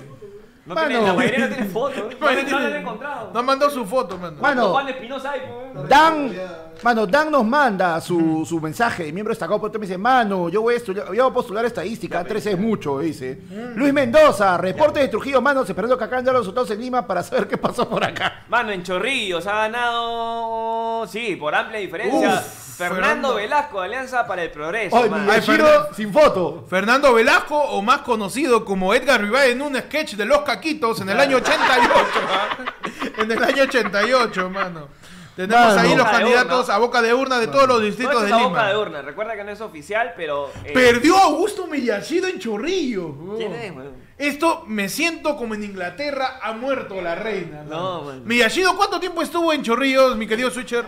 Speaker 3: No
Speaker 2: Mano.
Speaker 3: tiene, la mayoría no tiene foto. No,
Speaker 1: Mano,
Speaker 3: no la han encontrado.
Speaker 1: No mandó su foto, mano.
Speaker 2: Mano.
Speaker 3: Don Juan Espinosa ahí, pues, po.
Speaker 2: Dan, mano, Dan nos manda su, su mensaje de miembro destacado por me dice, mano, yo voy a, estudiar- yo voy a postular estadística, 13 es mucho, dice.
Speaker 1: Mm.
Speaker 2: Luis Mendoza, reporte de Trujillo, manos, esperando que acaben de dar los resultados en Lima para saber qué pasó por acá.
Speaker 3: Mano, en Chorrillos ha ganado. Sí, por amplia diferencia.
Speaker 1: Uf,
Speaker 3: Fernando,
Speaker 1: Fernando.
Speaker 3: Velasco, Alianza para el Progreso.
Speaker 2: Hoy
Speaker 3: mano.
Speaker 1: Ay, Fernan-
Speaker 2: sin foto.
Speaker 1: Fernando Velasco, o más conocido como Edgar Rivera en un sketch de Los Caquitos en el año 88. ¿ah? en el año 88, mano. Tenemos
Speaker 2: Mano.
Speaker 1: ahí los
Speaker 3: Boca de
Speaker 1: candidatos
Speaker 3: urna.
Speaker 1: a boca de urna de todos los distritos
Speaker 3: No
Speaker 1: de
Speaker 3: es una boca de
Speaker 1: Lima.
Speaker 3: urna. Recuerda que no es oficial, pero. eh,
Speaker 1: Perdió Augusto Millacido en Chorrillo. Oh. bro.
Speaker 3: ¿Quién es, weón?
Speaker 1: Esto me siento como en Inglaterra ha muerto la reina.
Speaker 3: No,
Speaker 1: mano.
Speaker 3: mano.
Speaker 1: Millacido, ¿cuánto tiempo estuvo en Chorrillos, mi querido Switcher?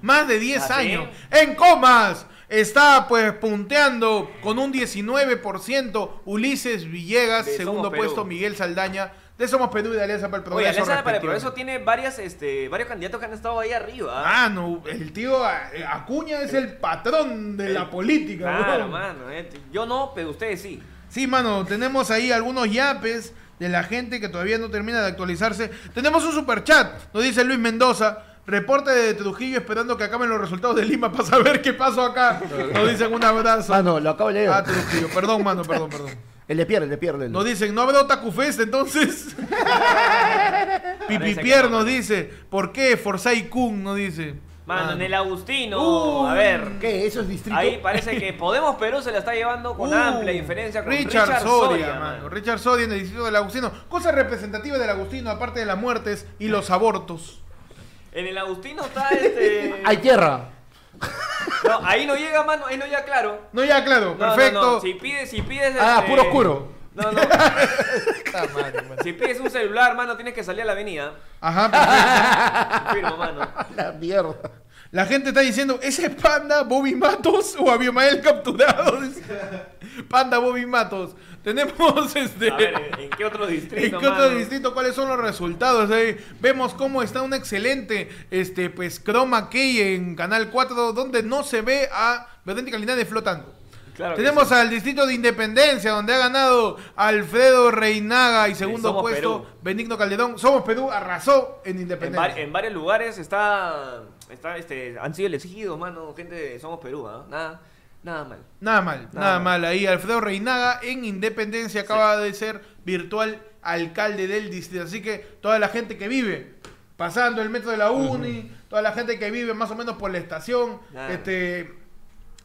Speaker 1: Más de 10
Speaker 3: ¿Ah, sí?
Speaker 1: años. En comas. Está pues punteando con un 19% Ulises Villegas,
Speaker 3: De
Speaker 1: segundo
Speaker 3: Somos Perú.
Speaker 1: puesto Miguel Saldaña. De Somos Perú y de Alianza para el
Speaker 3: Oye,
Speaker 1: Progreso.
Speaker 3: Alianza para
Speaker 1: respectivamente.
Speaker 3: el Progreso tiene varias, este, varios candidatos que han estado ahí arriba. ¿ah?
Speaker 1: Ah, no, el tío A- Acuña es el patrón de la política.
Speaker 3: Claro,
Speaker 1: weón.
Speaker 3: mano. eh. Yo no, pero ustedes sí.
Speaker 1: Sí, mano, tenemos ahí algunos yapes de la gente que todavía no termina de actualizarse. Tenemos un super chat, nos dice Luis Mendoza. Reporte de Trujillo esperando que acaben los resultados de Lima para saber qué pasó acá. Nos dicen un abrazo.
Speaker 2: Mano, lo acabo de leer.
Speaker 1: Ah, Trujillo, perdón, mano, perdón, perdón.
Speaker 2: El de pierde, el de pierde.
Speaker 1: Nos dicen, ¿no habrá Otaku Fest entonces? Pipipier nos dice, ¿por qué Forsai Kun no dice?
Speaker 3: Mano, en el Agustino.
Speaker 1: Uh,
Speaker 3: a ver.
Speaker 2: ¿Qué? ¿Eso es distrito?
Speaker 3: Ahí parece que Podemos Perú se la está llevando con
Speaker 1: Uh,
Speaker 3: amplia diferencia con
Speaker 1: Richard, Soria, mano.
Speaker 3: mano.
Speaker 1: Richard Soria en el distrito del Agustino. Cosa representativa del Agustino, aparte de las muertes y los abortos.
Speaker 3: En el Agustino está este.
Speaker 2: Hay tierra.
Speaker 3: No, ahí no llega, mano, ahí no llega claro.
Speaker 1: No, ya, claro,
Speaker 3: No,
Speaker 1: perfecto.
Speaker 3: No, no, Si pides, si pides.
Speaker 2: Ah,
Speaker 3: este,
Speaker 2: puro oscuro.
Speaker 3: No, no. si pides un celular, mano, tienes que salir a la avenida.
Speaker 1: Ajá, perfecto.
Speaker 3: Firmo, mano.
Speaker 2: La mierda.
Speaker 1: La gente está diciendo, ¿ese es Panda, Bobby Matos o Abimael capturado? Dice, Panda, Bobby Matos. Tenemos este...
Speaker 3: A ver, ¿en- ¿en qué otro distrito?
Speaker 1: ¿En qué otro
Speaker 3: mano?
Speaker 1: distrito? ¿Cuáles son los resultados? Ahí vemos cómo está un excelente este, pues, chroma key en Canal 4, donde no se ve a Verónica Linares flotando.
Speaker 3: Claro que
Speaker 1: Tenemos
Speaker 3: sí.
Speaker 1: al distrito de Independencia, donde ha ganado Alfredo Reinaga y segundo
Speaker 3: Somos
Speaker 1: puesto
Speaker 3: Perú.
Speaker 1: Benigno Calderón. Somos Perú, arrasó en
Speaker 3: En, var-
Speaker 1: Independencia.
Speaker 3: en varios lugares está, está este, han sido elegidos, mano, gente de Somos Perú, ¿ah? Nada, nada mal.
Speaker 1: Nada mal, nada,
Speaker 3: Nada
Speaker 1: mal. Ahí Alfredo Reinaga en Independencia acaba de ser virtual alcalde del distrito. Así que toda la gente que vive pasando el metro de la Uni, toda la gente que vive más o menos por la estación,
Speaker 3: Claro.
Speaker 1: este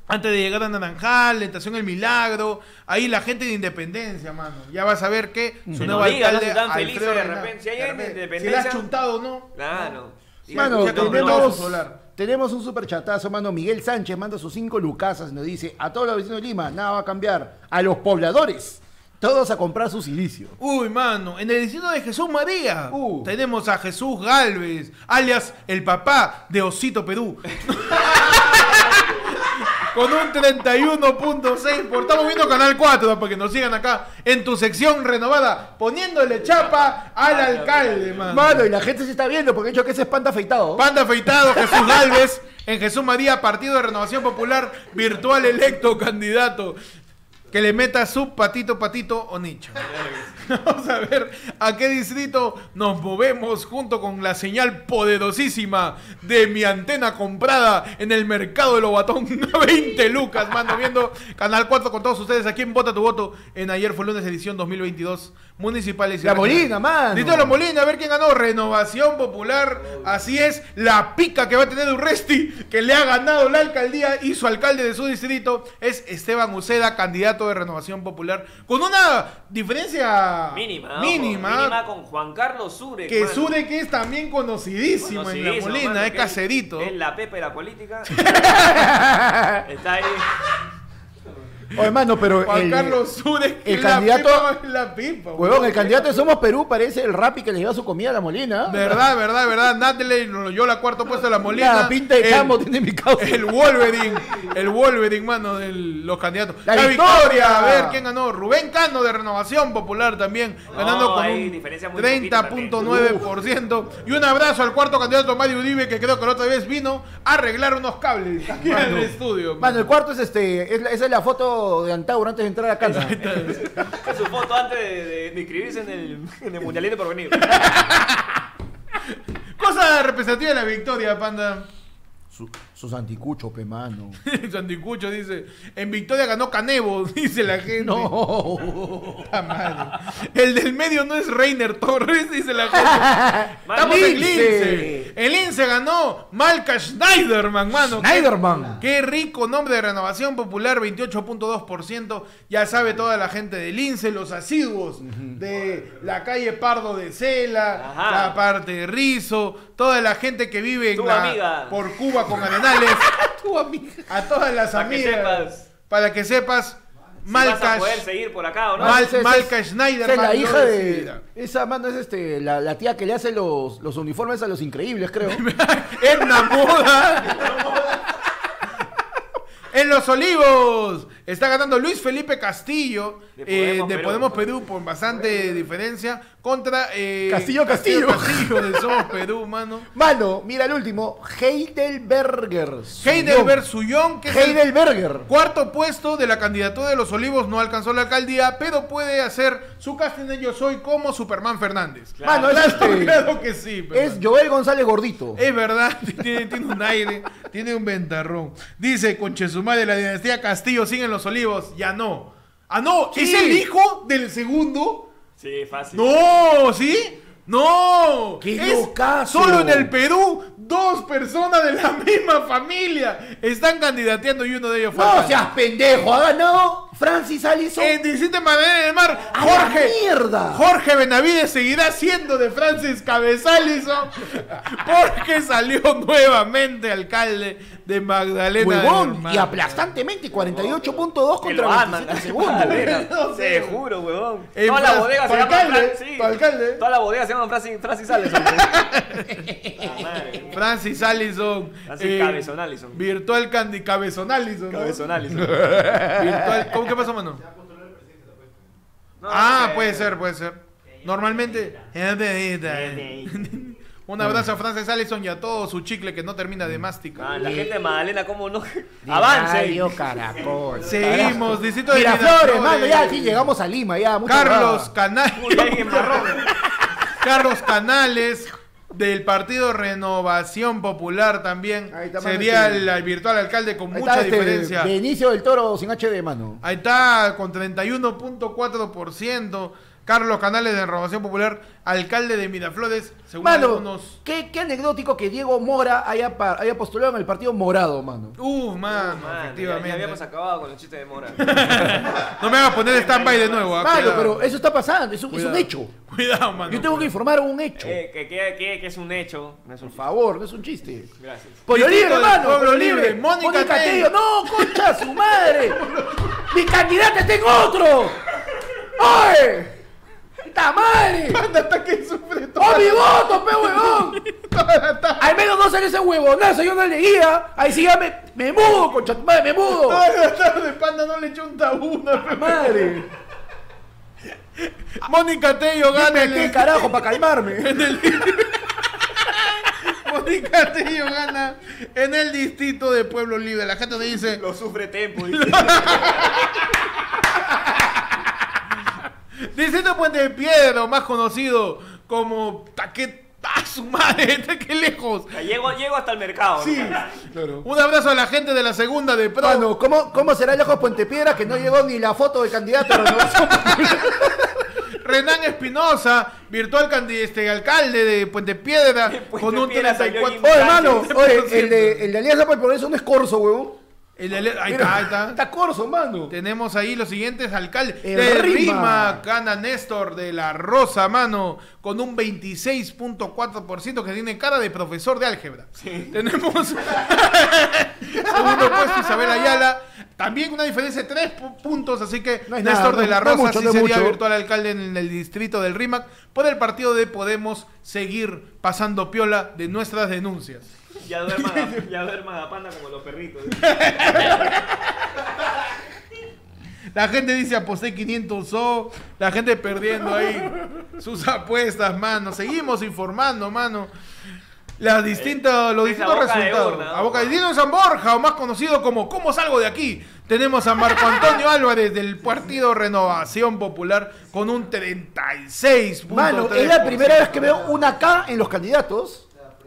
Speaker 1: antes de llegar a Naranjal, la estación El Milagro, ahí la gente de Independencia, mano. Ya vas a ver que su
Speaker 3: Que
Speaker 1: nuevo
Speaker 3: nos digan, no
Speaker 1: alcalde
Speaker 3: se están
Speaker 1: Alfredo
Speaker 3: felices de
Speaker 1: Reinaga.
Speaker 3: repente. Si hay
Speaker 1: De
Speaker 3: en
Speaker 1: repente,
Speaker 3: Independencia-
Speaker 1: si la has chuntado o no.
Speaker 3: Claro. Sí,
Speaker 2: Mano,
Speaker 1: Ya compré todo
Speaker 2: tenemos,
Speaker 1: su solar.
Speaker 2: tenemos un superchatazo, mano. Miguel Sánchez manda sus cinco lucasas y nos dice, a todos los vecinos de Lima, nada va a cambiar. A los pobladores, todos a comprar su silicio.
Speaker 1: Uy, mano, en el distrito de Jesús María
Speaker 2: Uh.
Speaker 1: tenemos a Jesús Galvez, alias el papá de Osito Perú. Con un 31.6, por estamos viendo Canal 4 ¿no? para que nos sigan acá en tu sección renovada, poniéndole chapa al alcalde, mano.
Speaker 2: Mano, y la gente se está viendo porque he hecho que se espanta afeitado.
Speaker 1: Panda afeitado, Jesús Galvez, en Jesús María, Partido de Renovación Popular, virtual electo candidato. Que le meta su patito, patito o nicho. Vamos a ver a qué distrito nos movemos junto con la señal poderosísima de mi antena comprada en el mercado de Lobatón. 20 lucas, mando viendo Canal 4 con todos ustedes aquí en Vota tu Voto en Ayer fue lunes edición 2022. Municipales. y
Speaker 2: La
Speaker 1: regionales.
Speaker 2: Molina, mano.
Speaker 1: Distrito La Molina, a ver quién ganó. Renovación Popular. Así es, la pica que va a tener Urresti, que le ha ganado la alcaldía y su alcalde de su distrito es Esteban Uceda, candidato de Renovación Popular, con una diferencia
Speaker 3: Mínima. ojo,
Speaker 1: mínima,
Speaker 3: Mínima con Juan Carlos Sure.
Speaker 1: que
Speaker 3: mano.
Speaker 1: Sure que es también conocidísimo, en La
Speaker 3: Conocidísimo,
Speaker 1: Molina,
Speaker 3: mano,
Speaker 1: es
Speaker 3: que
Speaker 1: caserito.
Speaker 3: Es la pepe de la política. Está ahí.
Speaker 2: Oye, mano, pero
Speaker 1: Juan
Speaker 2: el,
Speaker 1: Carlos Sure que
Speaker 2: el
Speaker 1: es
Speaker 2: candidato-
Speaker 1: la pipa, es la pipa.
Speaker 2: huevón, el
Speaker 1: huevón.
Speaker 2: candidato de Somos Perú parece el rapi que le lleva su comida a la Molina.
Speaker 1: Verdad, verdad, verdad. Natalie, yo la cuarto puesto de la Molina.
Speaker 2: La pinta de
Speaker 1: El-
Speaker 2: chamo tiene mi causa.
Speaker 1: El Wolverine, el Wolverine, mano, de los candidatos.
Speaker 2: ¡La
Speaker 1: La, victoria!
Speaker 2: victoria!
Speaker 1: a ver quién ganó. Rubén Cano de Renovación Popular también, ganando
Speaker 3: No,
Speaker 1: con
Speaker 3: hay
Speaker 1: un
Speaker 3: diferencia muy
Speaker 1: 30.9%. Y un abrazo al cuarto candidato, Mario Uribe, que creo que la otra vez vino a arreglar unos cables aquí en el estudio.
Speaker 2: Mano, el cuarto es este, es la- esa es la foto de Antauro antes de entrar a casa.
Speaker 3: Esa Es su foto antes de, de- de inscribirse en el, en el mundialito por venir.
Speaker 1: Cosa representativa de la victoria, panda.
Speaker 2: Su- sus anticuchos, pe, mano.
Speaker 1: Santicucho dice, en Victoria ganó Canevo, dice la gente.
Speaker 2: No.
Speaker 1: Puta madre. El del medio no es Reiner Torres, dice la gente. Estamos en
Speaker 2: Lince.
Speaker 1: Lince. El Lince ganó Malca Schneiderman, mano.
Speaker 2: Schneiderman.
Speaker 1: Qué rico nombre de Renovación Popular, 28.2%. Ya sabe toda la gente del Lince, los asiduos de la calle Pardo de Cela,
Speaker 3: Ajá.
Speaker 1: la parte de Rizo, toda la gente que vive en
Speaker 3: Tu
Speaker 1: la-
Speaker 3: amiga.
Speaker 1: por Cuba con Arenales. A todas las
Speaker 3: Para que
Speaker 1: amigas.
Speaker 3: sepas.
Speaker 1: Para que sepas,
Speaker 3: Si Vas a
Speaker 1: Malca
Speaker 3: poder seguir por acá, ¿o no?
Speaker 1: Mal-
Speaker 2: Esa es-
Speaker 1: Malca Schneider,
Speaker 2: esa es la
Speaker 1: mano,
Speaker 2: hija de.
Speaker 1: decidida.
Speaker 2: Esa mano es este, la, la tía que le hace los, los uniformes a los increíbles, creo.
Speaker 1: en la moda. En Los Olivos está ganando Luis Felipe Castillo eh,
Speaker 3: De
Speaker 1: de Podemos,
Speaker 3: Podemos Perú.
Speaker 1: Perú por bastante diferencia contra eh,
Speaker 2: Castillo, Castillo.
Speaker 1: Castillo de Somos Perú, mano.
Speaker 2: Mano, mira el último. Heidelberger.
Speaker 1: Heidelberg Sullón, que es el
Speaker 2: Heidelberger.
Speaker 1: Cuarto puesto de la candidatura de los Olivos no alcanzó la alcaldía, pero puede hacer su casting de Yo Soy como Superman Fernández.
Speaker 2: Mano, es
Speaker 1: Claro,
Speaker 2: este-
Speaker 1: claro que sí. pero-
Speaker 2: Es Joel González Gordito.
Speaker 1: Es verdad, tiene, tiene un aire, tiene un ventarrón. Dice, conche su madre, la dinastía Castillo sigue en los olivos. Ya no. Ah, no, ¿es
Speaker 2: Sí.
Speaker 1: el hijo del segundo?
Speaker 3: Sí, fácil.
Speaker 1: No, ¿sí? No.
Speaker 2: ¡Qué
Speaker 1: Es
Speaker 2: locazo!
Speaker 1: Solo en el Perú, dos personas de la misma familia están candidateando y uno de ellos fue
Speaker 2: No
Speaker 1: alcalde.
Speaker 2: seas pendejo, ha ganado Francis Allison.
Speaker 1: En 17 maneras del mar,
Speaker 2: ¡A la
Speaker 1: Jorge.
Speaker 2: mierda!
Speaker 1: Jorge Benavides seguirá siendo de Francis Cabezalizo porque salió nuevamente alcalde de Magdalena.
Speaker 2: Huevón,
Speaker 1: hermano.
Speaker 2: y aplastantemente, 48.2
Speaker 3: Que lo
Speaker 2: contra
Speaker 3: aman,
Speaker 2: 27
Speaker 3: la
Speaker 2: segundos.
Speaker 3: bodega.
Speaker 1: No sé.
Speaker 3: Te juro, huevón.
Speaker 1: En
Speaker 3: Toda la
Speaker 1: Fran-
Speaker 3: bodega
Speaker 1: tu
Speaker 3: se llama
Speaker 1: alcalde,
Speaker 3: Fran- sí.
Speaker 1: tu alcalde.
Speaker 3: Toda la bodega se llama Francis, Francis Allison. huevón. La madre.
Speaker 1: Francis Allison. eh,
Speaker 3: Francis Cabezón Allison.
Speaker 1: Virtual Candy Cabezón Allison. ¿no?
Speaker 3: Cabezón Allison.
Speaker 1: Virtual- ¿Cómo qué pasó, mano?
Speaker 3: No,
Speaker 1: ah,
Speaker 3: no sé.
Speaker 1: puede ser, puede ser. Normalmente. eh, Un abrazo a Francis Allison y a todo su chicle que no termina de
Speaker 3: Ah,
Speaker 1: masticar.
Speaker 3: la gente de Magdalena, ¿cómo no? Avance.
Speaker 2: Diario Caracol.
Speaker 1: Seguimos, distrito de
Speaker 2: Miraflores,
Speaker 1: Miraflores.
Speaker 2: mano, ya sí llegamos a Lima, ya. mucha
Speaker 1: Carlos
Speaker 2: huevada.
Speaker 3: Puta,
Speaker 1: Canales.
Speaker 3: alguien marrón.
Speaker 1: Carlos Canales del Partido Renovación Popular también
Speaker 2: Ahí está, mano,
Speaker 1: sería
Speaker 2: este-
Speaker 1: el, el virtual alcalde con
Speaker 2: Ahí
Speaker 1: mucha
Speaker 2: está este,
Speaker 1: diferencia.
Speaker 2: Benicio del Toro sin HD, mano.
Speaker 1: Ahí está con 31.4%. Carlos Canales de Renovación Popular, alcalde de Miraflores, según
Speaker 2: Mano,
Speaker 1: algunos.
Speaker 2: qué, qué anecdótico que Diego Mora haya, pa- haya postulado en el partido morado, mano.
Speaker 1: Uh, mano,
Speaker 3: Mano, ya- Ya,
Speaker 1: efectivamente.
Speaker 3: habíamos acabado con los chistes de Mora.
Speaker 1: no me hagas poner stand-by de nuevo. ah,
Speaker 2: Mano,
Speaker 1: cuidado.
Speaker 2: pero eso está pasando, es un, es un
Speaker 1: Cuidado.
Speaker 2: hecho.
Speaker 1: Cuidado, mano.
Speaker 2: Yo tengo que informar un hecho.
Speaker 3: Eh, que, que, que, que es un hecho. No es un
Speaker 2: Por
Speaker 3: favor.
Speaker 2: favor, no es un chiste.
Speaker 3: Gracias.
Speaker 2: Pollo
Speaker 1: Distrito
Speaker 2: libre,
Speaker 1: del
Speaker 2: hermano.
Speaker 1: Pueblo Libre, Mónica Tello.
Speaker 2: No, concha su madre. Mi candidata está en otro. ¡Oye! ¡Ta madre!
Speaker 1: Panda está que sufre todo.
Speaker 2: ¡Oh, mi voto, pe huevón! Al menos no sale ese huevonazo, yo no leía. Ahí sí ya me, me mudo, concha tu madre, me mudo.
Speaker 1: Toda la tarde, Panda no le chunta una. pe-
Speaker 2: Madre.
Speaker 1: Mónica Tello gana el-
Speaker 2: ¿Qué carajo para calmarme?
Speaker 1: en el. Mónica Tello gana en el distrito de Pueblo Libre. La gente te dice.
Speaker 3: Lo sufre Tempo.
Speaker 1: Distrito Puente de Piedra, o más conocido como Taqueta, su madre, de qué lejos.
Speaker 3: llego, llego hasta el mercado.
Speaker 1: Sí.
Speaker 4: Claro.
Speaker 1: Un abrazo a la gente de la segunda de Pro.
Speaker 2: Mano, ¿cómo, ¿cómo será el ojo Puente Piedra que no llegó ni la foto del candidato a la renovación?
Speaker 1: Renan Espinosa, virtual candi- este, alcalde de Puente Piedra,
Speaker 3: Puente
Speaker 1: con un
Speaker 3: Piedra salió
Speaker 1: 34.
Speaker 2: Oye, Oh, hermano, oye, el
Speaker 1: 37%.
Speaker 2: de, el de Alianza por el Progreso no es Corso, huevón.
Speaker 1: El de- ahí
Speaker 2: Mira,
Speaker 1: está, ahí está.
Speaker 2: Está Corso, mano.
Speaker 1: Tenemos ahí los siguientes alcaldes.
Speaker 2: El
Speaker 1: de
Speaker 2: Rima.
Speaker 1: Rima, gana Néstor de la Rosa, mano, con un 26.4% que tiene cara de profesor de álgebra. Tenemos segundo puesto Isabel Ayala. También una diferencia de tres pu- puntos, así que
Speaker 2: No es
Speaker 1: Néstor
Speaker 2: nada,
Speaker 1: de la
Speaker 2: no- no
Speaker 1: Rosa
Speaker 2: es mucho,
Speaker 1: sí
Speaker 2: no es
Speaker 1: sería
Speaker 2: mucho.
Speaker 1: virtual alcalde en el distrito del RIMAC. Por el partido de Podemos seguir pasando piola de nuestras denuncias.
Speaker 3: Ya duerman, a, ya duerman a panda como los perritos.
Speaker 1: La gente dice aposté 500 so, la gente perdiendo ahí sus apuestas, mano. Seguimos informando, mano. Las distintas, los
Speaker 3: Eh, es
Speaker 1: distintos
Speaker 3: a boca de
Speaker 1: resultados.
Speaker 3: urna, ¿no?
Speaker 1: a boca de Dino San Borja, o más conocido como ¿Cómo salgo de aquí? Tenemos a Marco Antonio Álvarez del Partido Renovación Popular con un 36.
Speaker 2: Mano, es la primera vez que veo una K en los candidatos.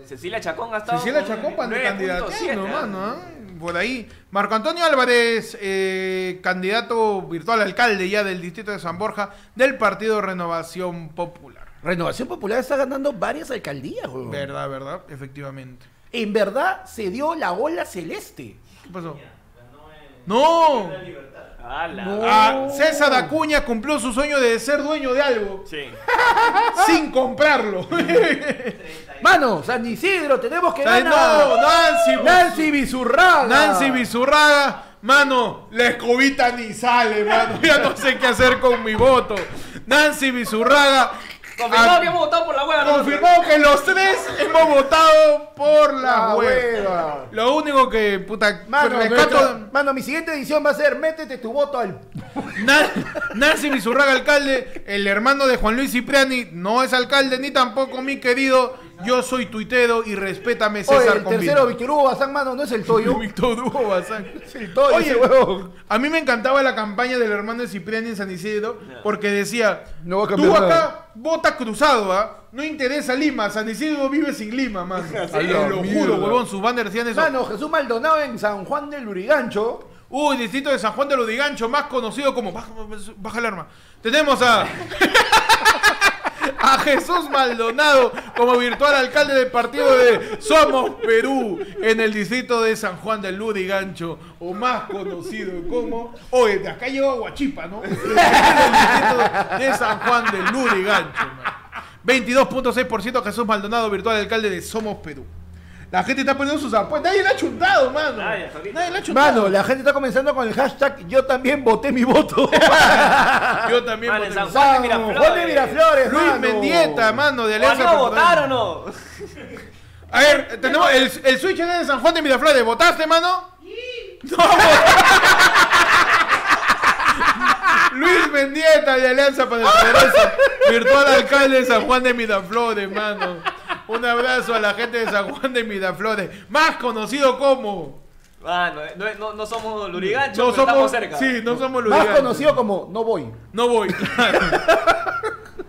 Speaker 3: Cecilia Chacón ha estado.
Speaker 1: Cecilia
Speaker 3: con
Speaker 1: Chacón para
Speaker 3: 9.7,
Speaker 1: candidateando,
Speaker 3: ¿eh?
Speaker 1: mano. ¿ah? Por ahí. Marco Antonio Álvarez, eh, candidato virtual alcalde ya del distrito de San Borja, del partido Renovación Popular.
Speaker 2: Renovación Popular está ganando varias alcaldías, huevón.
Speaker 1: Verdad, verdad, efectivamente.
Speaker 2: En verdad se dio la ola celeste.
Speaker 1: ¿Qué pasó? ¡No!
Speaker 3: ¡Hala!
Speaker 2: No.
Speaker 1: Ah, César Acuña cumplió su sueño de ser dueño de algo
Speaker 3: Sí.
Speaker 1: sin comprarlo.
Speaker 2: Mano, San Isidro, tenemos que
Speaker 1: O sea,
Speaker 2: ganar.
Speaker 1: no, Nancy, Bus-
Speaker 2: Nancy Bizurraga.
Speaker 1: Nancy Bizurraga, mano, la escobita ni sale, mano. Ya no sé qué hacer con mi voto. Nancy Bizurraga
Speaker 3: Confirmado
Speaker 1: ah,
Speaker 3: que hemos votado por la hueá. ¿no?
Speaker 1: confirmó que los tres hemos votado por la
Speaker 2: La
Speaker 1: web.
Speaker 2: hueva.
Speaker 1: Lo único que, puta,
Speaker 2: Ah, Mano,
Speaker 1: rescato-
Speaker 2: nuestra- mano, mi siguiente edición va a ser métete tu voto al
Speaker 1: Na- Nancy Bizurraga, alcalde, el hermano de Juan Luis Cipriani, no es alcalde ni tampoco mi querido. Yo soy tuitero y respétame
Speaker 2: Oye,
Speaker 1: César
Speaker 2: el
Speaker 1: Convino.
Speaker 2: tercero Víctor Hugo Bazán, mano, no es el Toyo.
Speaker 1: Víctor Hugo Bazán.
Speaker 2: es el Toyo,
Speaker 1: Oye,
Speaker 2: ese huevón.
Speaker 1: a mí me encantaba la campaña del hermano de Cipriani en San Isidro porque decía,
Speaker 2: No va a cambiar
Speaker 1: tú acá
Speaker 2: nada".
Speaker 1: vota cruzado, ¿ah? No interesa Lima, San Isidro vive sin Lima, mano. Te
Speaker 4: la
Speaker 1: lo juro,
Speaker 4: mierda.
Speaker 1: huevón, sus banners decían eso.
Speaker 2: Mano, Jesús Maldonado en San Juan del Lurigancho.
Speaker 1: Uy, distrito de San Juan de Lodigancho, más conocido como. Baja, baja el arma. Tenemos a. A Jesús Maldonado como virtual alcalde del partido de Somos Perú en el distrito de San Juan de Lurigancho, o más conocido como. Oye, de acá llegó a Huachipa, ¿no? En el distrito de San Juan de Lurigancho. man. 22.6% Jesús Maldonado, virtual alcalde de Somos Perú. La gente está poniendo sus apuestas. Nadie la ha chuntado, mano.
Speaker 3: Nadie, hasta ahorita.
Speaker 1: Nadie la ha chuntado.
Speaker 2: Mano, la gente está comenzando con el hashtag yo también voté mi voto.
Speaker 1: Yo también.
Speaker 3: Mano,
Speaker 1: voté.
Speaker 3: en San Juan de
Speaker 2: Vamos,
Speaker 3: Miraflores.
Speaker 2: Juan de Miraflores,
Speaker 1: Luis
Speaker 2: mano.
Speaker 1: Mendieta, mano, de
Speaker 3: ¿O
Speaker 1: Alianza.
Speaker 3: no
Speaker 1: Popular.
Speaker 3: votaron o no?
Speaker 1: A ver, tenemos el, el switch es de San Juan de Miraflores. ¿Votaste, mano? No, vot- Luis Mendieta de Alianza para la Esperanza, virtual alcalde de San Juan de Miraflores, mano. Un abrazo a la gente de San Juan de Miraflores, más conocido como.
Speaker 3: Mano, Ah, no, no, no somos Lurigancho,
Speaker 1: No
Speaker 3: pero
Speaker 1: somos.
Speaker 3: estamos cerca.
Speaker 1: Sí, no somos
Speaker 2: Más
Speaker 1: Lurigancho.
Speaker 2: conocido como No Voy.
Speaker 1: No voy.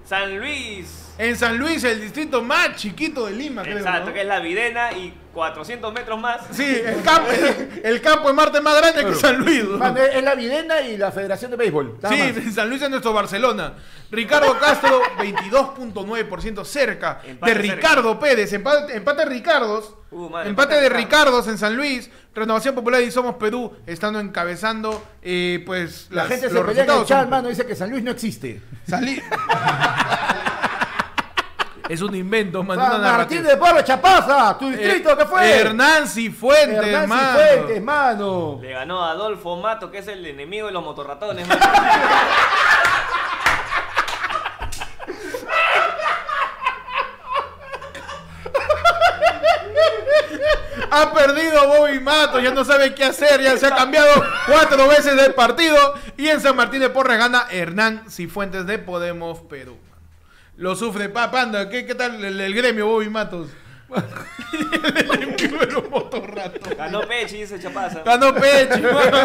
Speaker 3: San Luis.
Speaker 1: en San Luis, el distrito más chiquito de Lima, creo.
Speaker 3: Exacto,
Speaker 1: ¿no?
Speaker 3: que es la Videna y 400 metros más.
Speaker 1: Sí, el campo, el campo de Marte es más grande que San Luis. ¿no?
Speaker 2: Mano, es es la Videna y la Federación de Béisbol. nada
Speaker 1: Sí,
Speaker 2: más.
Speaker 1: San Luis es nuestro Barcelona. Ricardo Castro, 22.9% cerca
Speaker 3: Empate
Speaker 1: de
Speaker 3: cerca.
Speaker 1: Ricardo Pérez. Empate, empate Ricardos.
Speaker 3: Uh, madre,
Speaker 1: empate
Speaker 3: empate
Speaker 1: de
Speaker 3: Ricardo.
Speaker 1: Ricardos en San Luis. Renovación Popular y Somos Perú estando encabezando, eh, pues,
Speaker 2: La
Speaker 1: las-
Speaker 2: gente se
Speaker 1: los
Speaker 2: pelea en el
Speaker 1: resultados.
Speaker 2: chat, mano, dice que San Luis no existe.
Speaker 1: San Luis- es un invento, man, una
Speaker 2: San Ah, Martín
Speaker 1: narrativa.
Speaker 2: de Porro, Chapaza, tu
Speaker 1: Eh,
Speaker 2: distrito, ¿qué fue?
Speaker 1: Hernán Cifuentes,
Speaker 2: Hernán
Speaker 1: mano.
Speaker 2: Cifuentes, mano.
Speaker 3: Le ganó a Adolfo Mato, que es el enemigo de los motorratones. mano.
Speaker 1: Ha perdido Bobby Mato, ya no sabe qué hacer, ya se ha cambiado cuatro veces del partido. Y en San Martín de Porres gana Hernán Cifuentes de Podemos Perú. Lo sufre, pa, panda, ¿qué, qué tal el, el gremio Bobby Matos? el enemigo de los motorratos.
Speaker 3: Ganó Pechi, dice Chapaza.
Speaker 1: Ganó Pechi, mano.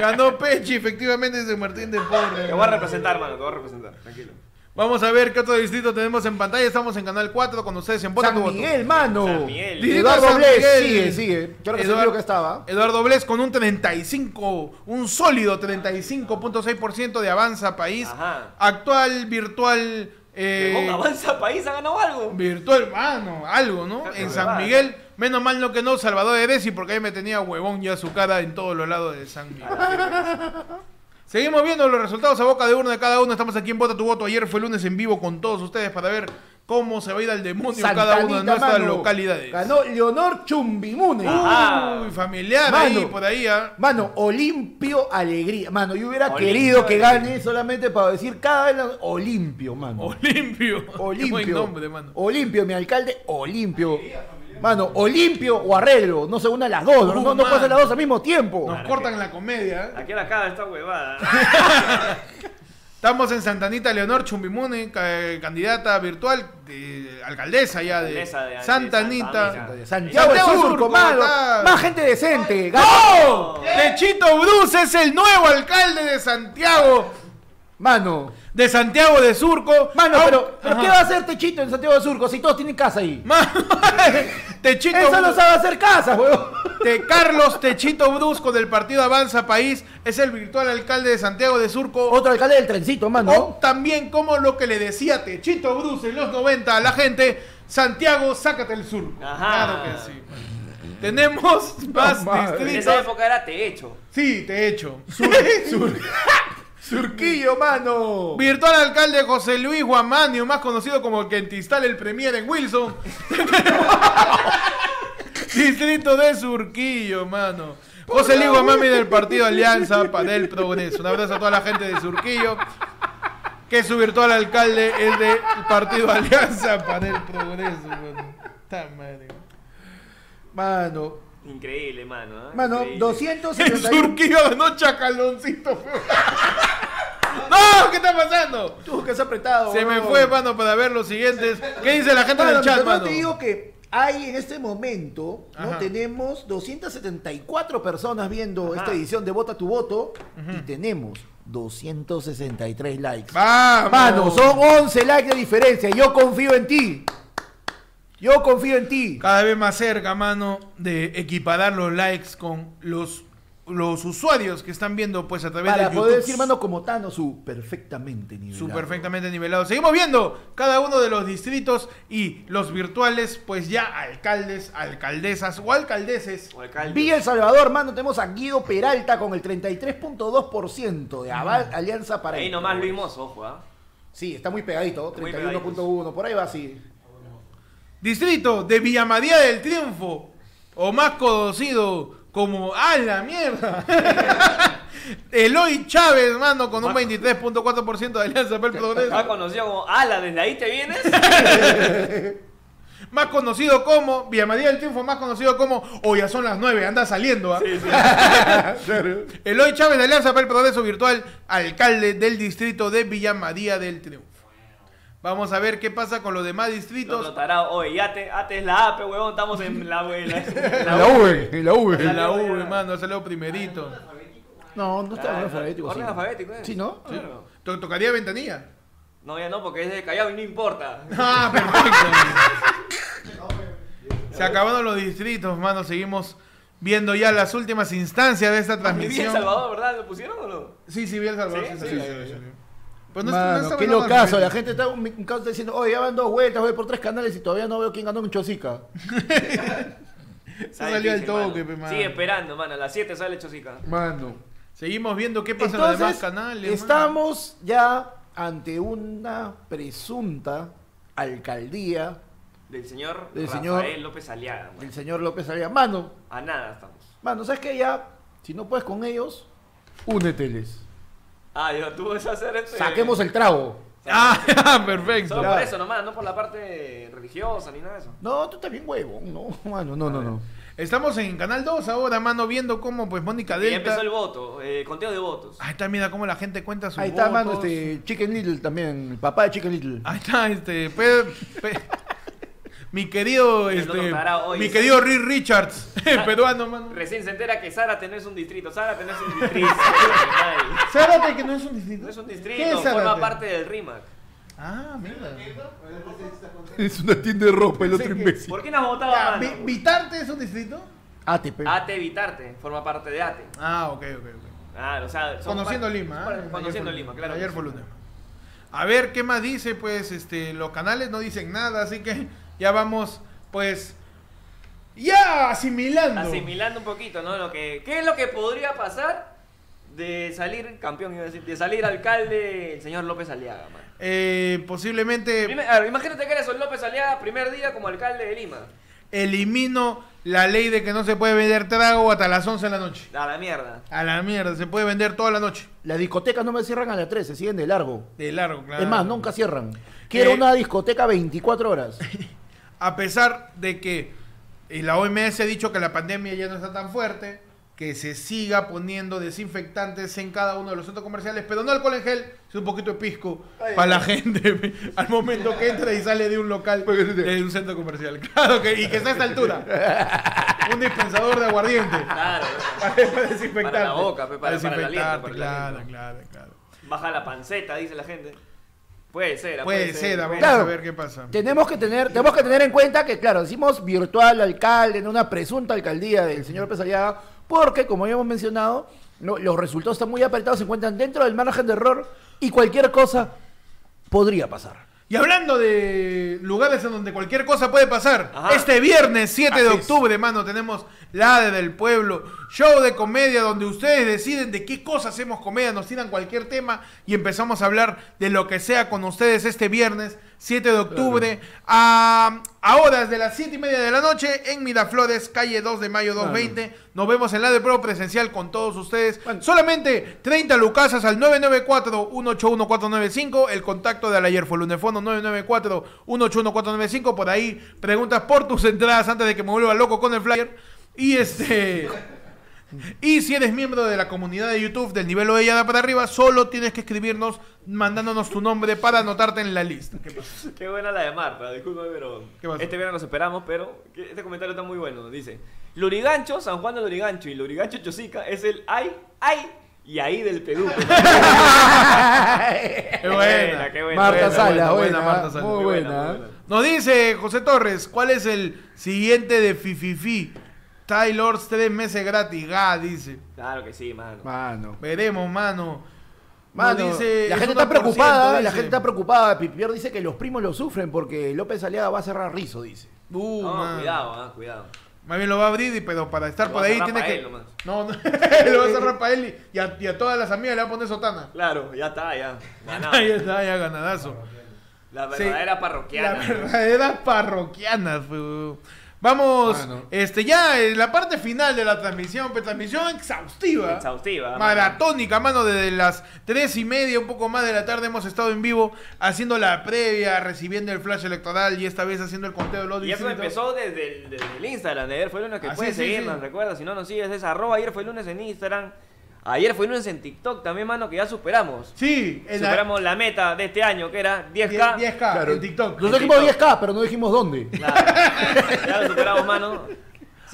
Speaker 1: ganó Pechi, efectivamente, en San Martín de Porres.
Speaker 3: Te voy a representar, mano, te voy a representar, tranquilo.
Speaker 1: Vamos a ver qué otro distrito tenemos en pantalla. Estamos en Canal 4 con ustedes en Vota tu
Speaker 2: San
Speaker 1: Voto.
Speaker 2: Miguel, mano.
Speaker 3: San Miguel.
Speaker 1: Distrito
Speaker 2: Eduardo
Speaker 1: San
Speaker 2: Blés,
Speaker 1: Miguel.
Speaker 2: sigue, sigue. Yo creo que se
Speaker 1: Eduard-
Speaker 2: vio que estaba.
Speaker 1: Eduardo Blés con un 35, un sólido 35.6% de Avanza País.
Speaker 3: Ajá.
Speaker 1: Actual virtual. eh,
Speaker 3: Huevón, avanza país, ha ganado algo.
Speaker 1: virtual, mano, algo, ¿no? En San
Speaker 3: Claro.
Speaker 1: Miguel. Menos mal no que no, Salvador Edesi, porque ahí me tenía huevón ya su cara en todos los lados de San Miguel. Seguimos viendo los resultados a boca de uno de cada uno. Estamos aquí en Vota tu Voto. Ayer fue lunes en vivo con todos ustedes para ver cómo se va a ir al demonio cada una de
Speaker 2: Santanita,
Speaker 1: nuestras
Speaker 2: mano.
Speaker 1: localidades.
Speaker 2: Ganó Leonor Chumbimune.
Speaker 3: Ajá.
Speaker 1: Uy, familiar
Speaker 2: Mano.
Speaker 1: ahí, por ahí, ¿ah?
Speaker 2: Mano, Olimpio Alegría. Mano, yo hubiera
Speaker 3: Olimpio
Speaker 2: querido que
Speaker 3: Alegría.
Speaker 2: gane solamente para decir cada vez la- Olimpio, mano.
Speaker 1: Olimpio. Qué
Speaker 2: Olimpio. Oh.
Speaker 1: buen nombre, mano.
Speaker 2: Olimpio, mi alcalde, Olimpio. Mano, Olimpio o arreglo, no se una las dos, no,
Speaker 1: Uh,
Speaker 2: no, no puede
Speaker 1: mano.
Speaker 2: ser las dos al mismo tiempo.
Speaker 1: Nos cortan la comedia. ¿eh?
Speaker 3: Aquí la acaba esta huevada.
Speaker 1: Estamos en Santanita Leonor Chumbimune, ca- eh, candidata virtual, de- alcaldesa ya de,
Speaker 3: Alcaldesa de- de
Speaker 1: Santanita.
Speaker 3: Santanita.
Speaker 2: Santiago del
Speaker 1: Santiago del
Speaker 2: Surco,
Speaker 1: Surco,
Speaker 2: mano.
Speaker 1: está.
Speaker 2: Más gente decente. Ganó.
Speaker 1: ¡Oh! Techito Bruce es el nuevo alcalde de Santiago,
Speaker 2: Mano.
Speaker 1: de Santiago de Surco.
Speaker 2: Mano,
Speaker 1: Au-
Speaker 2: pero, pero
Speaker 1: Ajá.
Speaker 2: ¿qué va a hacer Techito en Santiago del Surco si todos tienen casa ahí?
Speaker 1: Mano, Techito
Speaker 2: Él solo
Speaker 1: Bruce-
Speaker 2: sabe hacer casas, huevón.
Speaker 1: de Carlos Techito Brusco del partido Avanza País es el virtual alcalde de Santiago de Surco.
Speaker 2: Otro alcalde del trencito, mano.
Speaker 1: O también como lo que le decía Techito Bruce en los 90 a la gente, Santiago, sácate el sur.
Speaker 3: Ajá.
Speaker 1: Claro que sí. Tenemos más
Speaker 2: madre.
Speaker 3: En esa
Speaker 1: distritos.
Speaker 3: época era te hecho.
Speaker 1: Sí, te echo.
Speaker 2: Surquillo, mano.
Speaker 1: Virtual alcalde José Luis Guamanio, más conocido como el que instala el Premier en Wilson. Distrito de Surquillo, mano. José Luis Guamami del partido Alianza para el Progreso. Un abrazo a toda la gente de Surquillo. Que su virtual alcalde es del partido Alianza para el Progreso, mano. Está madre.
Speaker 2: Mano.
Speaker 3: Increíble, mano. ¿eh?
Speaker 2: Mano,
Speaker 3: Increíble.
Speaker 2: 271.
Speaker 1: En Surquillo ganó Chacaloncito. feo. ¡No! ¿Qué está pasando?
Speaker 2: Tú que has apretado.
Speaker 1: Se me
Speaker 2: huevón.
Speaker 1: fue, mano, para ver los siguientes. ¿Qué dice la gente en
Speaker 2: Mano,
Speaker 1: el chat,
Speaker 2: pero
Speaker 1: mano?
Speaker 2: te digo que hay en este momento, ¿no?
Speaker 1: Ajá.
Speaker 2: Tenemos 274 personas viendo
Speaker 3: Ajá.
Speaker 2: esta edición de Vota tu Voto y tenemos 263 likes.
Speaker 1: ¡Vamos!
Speaker 2: Mano, son 11 likes de diferencia. Yo confío en ti. Yo confío en ti.
Speaker 1: Cada vez más cerca, mano, de equiparar los likes con los, los usuarios que están viendo, pues, a través
Speaker 2: Para
Speaker 1: de
Speaker 2: poder
Speaker 1: YouTube.
Speaker 2: decir, mano, como Tano, su perfectamente nivelado.
Speaker 1: Su perfectamente nivelado. Seguimos viendo cada uno de los distritos y los virtuales, pues ya alcaldes, alcaldesas o alcaldeses.
Speaker 3: O alcalde.
Speaker 2: Villa El Salvador, mano, tenemos a Guido Peralta con el 33.2% de aval-
Speaker 1: Mm.
Speaker 2: Alianza para pues.
Speaker 3: Ahí
Speaker 2: el
Speaker 3: nomás Luis
Speaker 2: Progreso.
Speaker 3: Mozo, ojo, ¿ah?
Speaker 2: Sí, está muy pegadito,
Speaker 3: Muy
Speaker 2: 31.1, por ahí va así.
Speaker 1: Distrito de Villamadía del Triunfo, o más conocido como ¡A la mierda! Eloy Chávez, mano, con un 23.4% de Alianza para el
Speaker 2: Pues,
Speaker 3: Acá
Speaker 1: Progreso.
Speaker 3: conocido como Ala, ¿desde ahí te vienes?
Speaker 1: Más conocido como Villamadía del Triunfo, más conocido como O ya son las 9, anda saliendo. ¿ah? Eloy Chávez de Alianza para el Progreso Virtual, alcalde del distrito de Villamadía del Triunfo. Vamos a ver qué pasa con los demás
Speaker 3: Los
Speaker 1: distritos.
Speaker 3: tarado, oye, ya te, ate es la AP, huevón, estamos en la en la- en
Speaker 4: La V,
Speaker 2: eh,
Speaker 4: y la
Speaker 1: En
Speaker 4: V.
Speaker 1: la U, hermano, salió primerito.
Speaker 2: No, no está
Speaker 3: Claro,
Speaker 2: orden alfabético.
Speaker 3: Orden
Speaker 2: sí.
Speaker 3: alfabético, ¿eh?
Speaker 2: Sí, ¿no?
Speaker 3: Claro.
Speaker 1: To- ¿Tocaría ventanilla?
Speaker 3: No, ya no, porque es de Callao y no importa.
Speaker 1: Ah, perfecto. Se acabaron los distritos, mano. Seguimos viendo ya las últimas instancias de esta
Speaker 3: Mi vida en
Speaker 1: transmisión.
Speaker 3: Ah, Salvador, ¿verdad? ¿Lo pusieron o no?
Speaker 1: Sí, sí, vi El Salvador.
Speaker 3: Sí,
Speaker 1: sí,
Speaker 3: sí,
Speaker 1: sí,
Speaker 3: sí,
Speaker 1: sí,
Speaker 3: sí.
Speaker 1: sí. Pero no- no
Speaker 2: Mano,
Speaker 1: estaba hablando
Speaker 2: qué
Speaker 1: de
Speaker 2: locazo. La
Speaker 1: repente.
Speaker 2: gente está, un, un caso está diciendo, oye, ya van dos vueltas, voy por tres canales y todavía no veo quién ganó en Chosica.
Speaker 1: Se
Speaker 3: Está
Speaker 1: salió el
Speaker 3: difícil, mano.
Speaker 1: toque, pe, mano.
Speaker 3: Sigue esperando, mano. A las 7 sale Chosica.
Speaker 4: Mano.
Speaker 1: Seguimos viendo qué pasa en los demás
Speaker 2: Entonces,
Speaker 1: canales. mano.
Speaker 2: estamos ya ante una presunta alcaldía
Speaker 3: Del señor
Speaker 2: Del señor-
Speaker 3: Rafael López Aliaga, mano.
Speaker 2: del señor López Aliaga. Mano,
Speaker 3: A nada estamos.
Speaker 2: mano, ¿sabes qué? Ya, si no puedes con ellos, úneteles.
Speaker 3: Ah, yo tú vas a hacer este...
Speaker 2: Saquemos el trago.
Speaker 1: Ah, perfecto.
Speaker 3: Solo por
Speaker 2: Claro.
Speaker 3: eso nomás, no por la parte religiosa ni nada de eso.
Speaker 2: No, tú también huevo. No, mano, no, no, no.
Speaker 1: Estamos en Canal 2 ahora, mano, viendo cómo pues Mónica
Speaker 3: Y ya empezó
Speaker 1: Delta. Ah.
Speaker 3: el voto, eh, conteo de votos.
Speaker 1: Ahí está, mira cómo la gente cuenta sus
Speaker 2: Ahí está, mano,
Speaker 1: votos.
Speaker 2: este Chicken Little también, el papá de Chicken Little.
Speaker 4: Ah,
Speaker 1: Ahí está, este. Pe- pe- mi querido,
Speaker 3: El
Speaker 1: este.
Speaker 3: otro tarao, oye,
Speaker 1: Mi
Speaker 3: sí. Ah,
Speaker 1: querido Rick Richards, peruano, mano.
Speaker 3: Recién se entera que Sara tenés un distrito. Sara tenés un distrito.
Speaker 1: Zárate, que no es un distrito.
Speaker 3: no es un
Speaker 1: ¿Qué es
Speaker 3: distrito, forma
Speaker 1: Zárate?
Speaker 3: parte del RIMAC.
Speaker 1: Ah, mira.
Speaker 4: Es una tienda de ropa, el otro imbécil.
Speaker 3: ¿Por qué Ah, no has votado,
Speaker 1: Ya,
Speaker 3: mano?
Speaker 1: Vi- ¿Vitarte es un distrito?
Speaker 2: ATP.
Speaker 3: Ate Evitarte, forma parte de Ate.
Speaker 1: Ah, ok, ok, ok.
Speaker 3: Claro, o sea, son
Speaker 1: Conociendo
Speaker 3: par-
Speaker 1: Lima,
Speaker 3: par-
Speaker 1: ¿ah?
Speaker 3: Conociendo
Speaker 1: Ayer
Speaker 3: Lima,
Speaker 1: fue-
Speaker 3: claro.
Speaker 1: Ayer
Speaker 3: que
Speaker 1: fue
Speaker 3: sí.
Speaker 1: lunes. A ver, ¿qué más dice? Pues este, los canales no dicen nada, así que ya vamos, pues. Ya asimilando.
Speaker 3: Asimilando un poquito, ¿no? Lo que, ¿Qué es lo que podría pasar de salir campeón, iba a decir, de salir alcalde el señor López Aliaga, mano?
Speaker 1: Eh, posiblemente
Speaker 3: Primer- a ver, imagínate que eres el López Aliaga, primer día como alcalde de Lima.
Speaker 1: elimino la ley de que no se puede vender trago hasta las 11 de la noche.
Speaker 3: A la mierda.
Speaker 1: A la mierda, se puede vender toda la noche.
Speaker 2: Las discotecas no me cierran a las 13, siguen de largo.
Speaker 1: De largo, claro.
Speaker 2: Es más, nunca cierran. Quiero
Speaker 1: Eh,
Speaker 2: una discoteca 24 horas.
Speaker 1: A pesar de que eh, la OMS ha dicho que la pandemia ya no está tan fuerte, que se siga poniendo desinfectantes en cada uno de los centros comerciales, pero no alcohol en gel, es un poquito de pisco para la gente pe, al momento que entra y sale de un local, de un centro comercial. Claro, que, y que está a esta altura. Un dispensador de aguardiente.
Speaker 3: Claro.
Speaker 1: Para, para desinfectarte.
Speaker 3: Para la boca, pe, para- para el aliento,
Speaker 1: desinfectarte,
Speaker 3: para el
Speaker 1: claro,
Speaker 3: aliento.
Speaker 1: claro, claro.
Speaker 3: Baja la panceta, dice la gente. Puede ser, ah,
Speaker 1: Puede ser, vamos
Speaker 2: Claro.
Speaker 1: a ver qué pasa.
Speaker 2: Tenemos que tener, tenemos que tener en cuenta que, claro, decimos virtual alcalde, en una presunta alcaldía del señor Pesariaga, porque, como ya hemos mencionado, no, los resultados están muy apretados, se encuentran dentro del margen de error y cualquier cosa podría pasar.
Speaker 1: Y hablando de lugares en donde cualquier cosa puede pasar,
Speaker 3: Ajá.
Speaker 1: este viernes 7 de
Speaker 4: Así es.
Speaker 1: octubre, mano, tenemos la de del pueblo, show de comedia donde ustedes deciden de qué cosa hacemos comedia, nos tiran cualquier tema y empezamos a hablar de lo que sea con ustedes este viernes 7 de octubre a, a horas de las 7 y media de la noche en Miraflores, calle 2 de mayo 220. Nos vemos en la de pro presencial con todos ustedes. Solamente 30 lucasas al 994-181-495. El contacto de Alayer Folunefono 994-181-495. Por ahí preguntas por tus entradas antes de que me vuelva loco con el flyer. Y este. Y si eres miembro de la comunidad de YouTube del nivel Oellada para arriba, solo tienes que escribirnos mandándonos tu nombre para anotarte en la lista. ¿Qué pasa?
Speaker 3: Qué buena la de Marta, discúlpame, pero.
Speaker 1: ¿Qué pasó?
Speaker 3: Este verano nos esperamos, pero que- este comentario está muy bueno. Dice: Lurigancho, San Juan de Lurigancho y Lurigancho Chosica es el ay, ay y ahí del Perú.
Speaker 1: Qué buena.
Speaker 3: qué buena.
Speaker 2: Marta
Speaker 3: buena,
Speaker 2: Sala,
Speaker 1: buena, buena,
Speaker 2: buena,
Speaker 1: ¿eh? Marta Sala.
Speaker 2: muy
Speaker 3: Muy buena,
Speaker 2: buena.
Speaker 3: muy buena.
Speaker 1: Nos dice José Torres, ¿cuál es el siguiente de Fififi? Tylors, tres meses gratis, ga, dice.
Speaker 3: Claro que sí, mano.
Speaker 2: Mano.
Speaker 1: Veremos, mano. Nos
Speaker 2: Mano,
Speaker 1: dice,
Speaker 2: la
Speaker 1: es
Speaker 2: gente está
Speaker 1: 1%,
Speaker 2: preocupada, la
Speaker 1: dice.
Speaker 2: gente está preocupada. Pipier dice que los primos lo sufren porque López Aliaga va a cerrar rizo, dice.
Speaker 1: Uh,
Speaker 3: No,
Speaker 1: mano.
Speaker 3: cuidado, ah, cuidado.
Speaker 1: Más bien lo va a abrir, y- pero para estar
Speaker 3: Lo
Speaker 1: por
Speaker 3: va a
Speaker 1: ahí
Speaker 3: cerrar
Speaker 1: tiene
Speaker 3: pa'
Speaker 1: que.
Speaker 3: él nomás.
Speaker 1: no, no, lo va a cerrar para él y, y a, y a todas las amigas le va a poner sotana.
Speaker 3: Claro, ya está, ya. Ganado.
Speaker 1: Ahí está, ya ganadazo.
Speaker 3: La
Speaker 1: Sí.
Speaker 3: verdadera parroquiana.
Speaker 1: La verdadera parroquiana. fu. Vamos,
Speaker 4: Bueno.
Speaker 1: este ya en la parte final de la transmisión, pues, transmisión exhaustiva.
Speaker 3: Exhaustiva.
Speaker 1: Maratónica, mano, desde las 3 y media, un poco más de la tarde hemos estado en vivo haciendo la previa, recibiendo el flash electoral y esta vez haciendo el conteo de los
Speaker 3: Y eso
Speaker 1: distritos.
Speaker 3: empezó desde el, desde el Instagram de Ayer fue lunes que
Speaker 1: Así
Speaker 3: puedes
Speaker 1: es, Ah, sí,
Speaker 3: seguirnos,
Speaker 1: sí.
Speaker 3: recuerda, si no nos sigues es arroba ayer fue lunes en Instagram. Ayer fue lunes en TikTok también, mano, que ya superamos.
Speaker 1: Sí, en la
Speaker 3: superamos la... meta de este año, que era 10K.
Speaker 1: 10, k
Speaker 4: Claro.
Speaker 1: en TikTok.
Speaker 2: Nos dijimos 10K, pero no dijimos dónde.
Speaker 3: Claro, ya lo superamos, mano.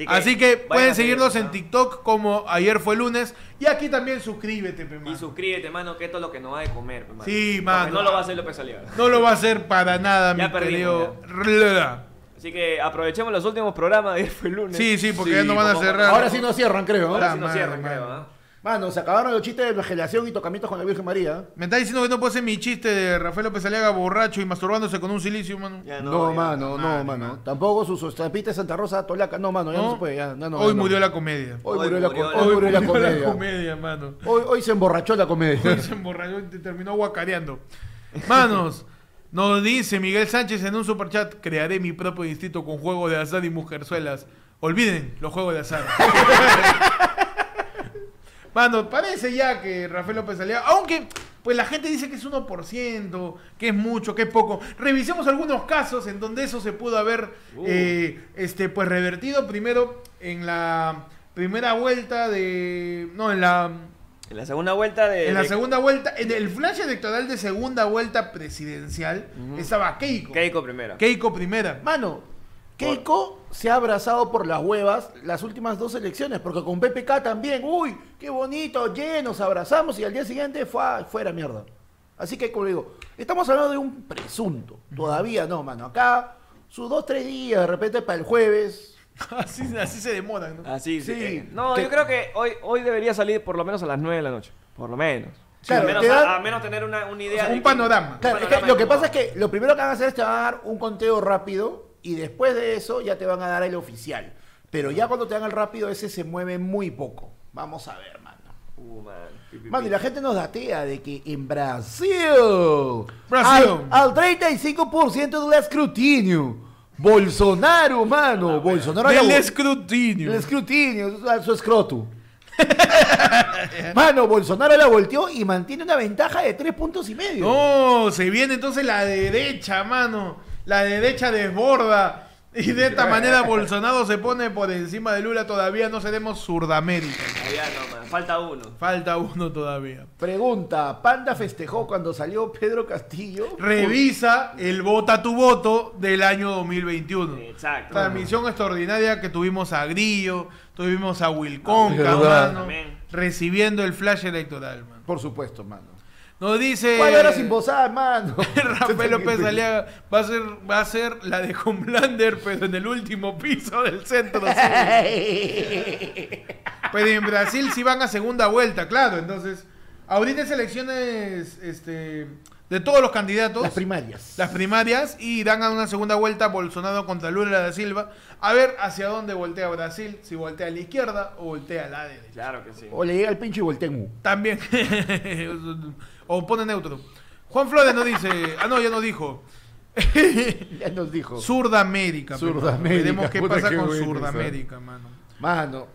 Speaker 1: Así que
Speaker 3: vayan
Speaker 1: pueden
Speaker 3: a seguirnos,
Speaker 1: seguirnos en
Speaker 3: ¿no?
Speaker 1: TikTok como ayer fue lunes. Y aquí también suscríbete, pe,
Speaker 3: Y
Speaker 1: mano.
Speaker 3: suscríbete, mano, que esto es lo que nos va a comer, pues, mano.
Speaker 1: Sí,
Speaker 3: Porque
Speaker 1: mano.
Speaker 3: no lo va a hacer López Aliaga.
Speaker 1: No lo va a hacer para nada,
Speaker 3: Ya
Speaker 1: mi
Speaker 3: perdimos,
Speaker 1: querido. Rlda.
Speaker 3: Así que aprovechemos los últimos programas de ayer fue lunes.
Speaker 1: Sí, sí, porque
Speaker 4: Sí,
Speaker 1: ya no van a
Speaker 3: vamos,
Speaker 1: cerrar.
Speaker 2: Ahora sí nos cierran, creo. ¿no?
Speaker 3: Ahora sí
Speaker 1: Puta
Speaker 3: nos cierran,
Speaker 1: madre,
Speaker 3: creo, ¿ah?
Speaker 1: mano.
Speaker 3: ¿no?
Speaker 2: Mano, se acabaron los chistes de flagelación y tocamientos con la Virgen María.
Speaker 1: Me está diciendo que no puedo hacer mi chiste de Rafael López Aliaga borracho y masturbándose con un silicio, mano.
Speaker 3: Ya
Speaker 2: No,
Speaker 3: ya.
Speaker 2: mano,
Speaker 1: Madre,
Speaker 2: no, mano.
Speaker 1: mano.
Speaker 2: Tampoco su estampita de Santa Rosa Tolaca. No, mano, ya no,
Speaker 1: ¿No?
Speaker 2: se puede. Ya, ya no,
Speaker 1: Hoy
Speaker 2: ya no.
Speaker 1: murió la comedia.
Speaker 2: Hoy
Speaker 3: Hoy
Speaker 2: murió la,
Speaker 3: murió
Speaker 2: co-
Speaker 3: la-
Speaker 2: hoy murió la comedia.
Speaker 1: comedia, mano.
Speaker 2: Hoy, hoy se emborrachó la comedia.
Speaker 1: Hoy se emborrachó y te- terminó guacareando. Manos, nos dice Miguel Sánchez en un superchat, crearé mi propio distrito con juego de azar y mujerzuelas. Olviden los juegos de azar. Mano, parece ya que Rafael López Aliaga, aunque pues la gente dice que es 1%, que es mucho, que es poco. Revisemos algunos casos en donde eso se pudo haber
Speaker 3: Uh.
Speaker 1: eh, este, pues revertido primero en la primera vuelta de... No, en la
Speaker 3: En la segunda vuelta de.
Speaker 1: en la
Speaker 3: de
Speaker 1: segunda vuelta, en el flash electoral de segunda vuelta presidencial, estaba Keiko.
Speaker 3: Keiko primero.
Speaker 1: Keiko primera.
Speaker 2: Mano, Keiko se ha abrazado por las huevas las últimas dos elecciones, porque con PPK también, uy, qué bonito, llenos, nos abrazamos y al día siguiente fue fuera mierda. Así que, como le digo, estamos hablando de un presunto. Todavía no, mano. Acá, sus dos, tres días, de repente para el jueves.
Speaker 1: Así, así se demoran, ¿no?
Speaker 3: Así
Speaker 2: Sí.
Speaker 3: Ah, sí. No,
Speaker 2: Te-
Speaker 3: yo creo que hoy, hoy debería salir por lo menos a las 9 de la noche. Por lo menos.
Speaker 2: Claro,
Speaker 3: al, menos
Speaker 2: te dan-
Speaker 3: al menos tener una, una idea.
Speaker 1: sea,
Speaker 3: de
Speaker 1: un
Speaker 3: que-
Speaker 1: panorama.
Speaker 3: un
Speaker 2: Claro, es que
Speaker 3: panorama
Speaker 2: lo que
Speaker 3: de cómo
Speaker 2: pasa es que lo primero que van a hacer es te van a dar un conteo rápido y después de eso ya te van a dar el oficial. Pero ya cuando te dan el rápido, ese se mueve muy poco. Vamos a ver, mano.
Speaker 3: va. Uh, man. Pi, pi,
Speaker 2: Mano,
Speaker 3: pi.
Speaker 2: y la gente nos datea de que en Brasil,
Speaker 1: Brasil.
Speaker 2: Al, al 35% del escrutinio, Bolsonaro, mano, Bolsonaro
Speaker 1: Ah, Del
Speaker 2: la-
Speaker 1: escrutinio.
Speaker 2: el escrutinio, su- su escroto. mano, Bolsonaro la volteó y mantiene una ventaja de tres puntos y medio.
Speaker 1: No, se viene entonces la derecha, mano. La derecha desborda. Y de esta manera Bolsonaro se pone por encima de Lula. Todavía no seremos Sudamérica.
Speaker 3: Todavía no, man. Falta uno.
Speaker 1: Falta uno todavía.
Speaker 2: Pregunta, ¿Panda festejó cuando salió Pedro Castillo?
Speaker 1: Revisa el vota tu voto del año 2021.
Speaker 3: Exacto.
Speaker 1: Transmisión extraordinaria que tuvimos a Grillo, tuvimos a Wilcón,
Speaker 4: Ah, verdad.
Speaker 1: mano,
Speaker 3: Amén.
Speaker 1: recibiendo el flash electoral, mano.
Speaker 2: Por supuesto, mano.
Speaker 1: Nos dice
Speaker 2: ¿Cuál era sin bozar, mano?
Speaker 1: Eh, Rafael López Aliaga va a ser va a ser la de Homelander, pero en el último piso del centro. sur. pero en Brasil sí van a segunda vuelta, claro, entonces ahorita es elecciones este de todos los candidatos.
Speaker 2: Las primarias.
Speaker 1: las primarias y irán a una segunda vuelta Bolsonaro contra Lula da Silva. A ver hacia dónde voltea Brasil, si voltea a la izquierda o voltea a la derecha.
Speaker 3: Claro que sí.
Speaker 2: O le llega el pinche Voltemu.
Speaker 1: También. o pone neutro. Juan Flores no dice. Ah, no, ya no dijo.
Speaker 2: Ya nos dijo.
Speaker 1: Surdamérica. pe, mano.
Speaker 2: Surdamérica,
Speaker 1: Veremos qué
Speaker 4: puta,
Speaker 1: pasa
Speaker 4: qué
Speaker 1: con
Speaker 4: bueno,
Speaker 1: Surdamérica, mano.
Speaker 2: Mano.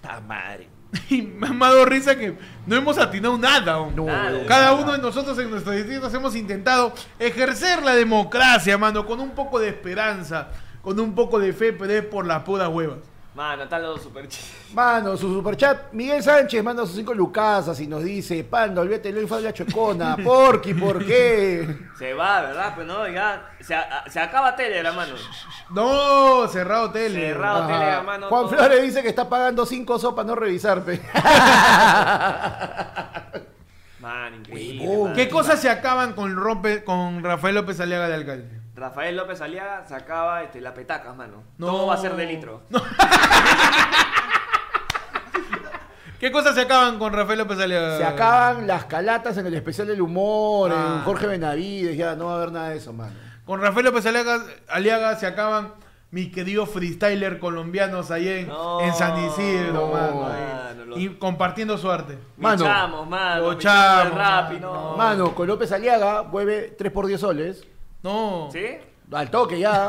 Speaker 2: Ta madre.
Speaker 1: Y me ha dado risa que no hemos atinado nada. hombre.
Speaker 2: No.
Speaker 3: Nada de
Speaker 1: Cada
Speaker 3: nada.
Speaker 1: uno de nosotros en nuestros distritos hemos intentado ejercer la democracia, mano, con un poco de esperanza, con un poco de fe, pero es por las puras huevas.
Speaker 3: Mano, están los super chistes.
Speaker 2: Mano, su superchat. Miguel Sánchez manda sus cinco lucasas y nos dice: Panda, olvídate el info de la chocona. Porky, ¿por qué?
Speaker 3: Se va, ¿verdad? Pues no, ya. Se, a- se acaba Telegram, mano.
Speaker 1: No, cerrado tele.
Speaker 3: Cerrado.
Speaker 2: Ajá.
Speaker 3: Telegram, mano,
Speaker 2: Juan
Speaker 3: todo.
Speaker 2: Flores dice que está pagando cinco sopas no revisarte.
Speaker 3: Man, increíble.
Speaker 2: Huevón.
Speaker 3: man.
Speaker 1: ¿Qué cosas se acaban con, Rope- con Rafael López Aliaga de alcalde?
Speaker 3: Rafael López Aliaga sacaba este, la petaca, mano.
Speaker 1: No.
Speaker 3: Todo va a ser de litro.
Speaker 1: ¿Qué cosas se acaban con Rafael López Aliaga?
Speaker 2: Se acaban las calatas en el especial del humor,
Speaker 1: Ah.
Speaker 2: en Jorge Benavides, ya no va a haber nada de eso, mano.
Speaker 1: Con Rafael López Aliaga, Aliaga se acaban mis queridos freestyler colombianos ahí en,
Speaker 3: No.
Speaker 1: en San Isidro,
Speaker 2: No,
Speaker 1: mano. ahí.
Speaker 3: mano, lo-
Speaker 1: Y compartiendo su arte.
Speaker 2: Mano.
Speaker 3: Michamos, mano.
Speaker 1: Lo
Speaker 3: Michamos
Speaker 1: chamo,
Speaker 3: el rap y
Speaker 1: mano.
Speaker 3: no.
Speaker 2: Mano, con López Aliaga vuelve 3 por 10 soles.
Speaker 1: No.
Speaker 3: ¿Sí?
Speaker 2: Al toque ya.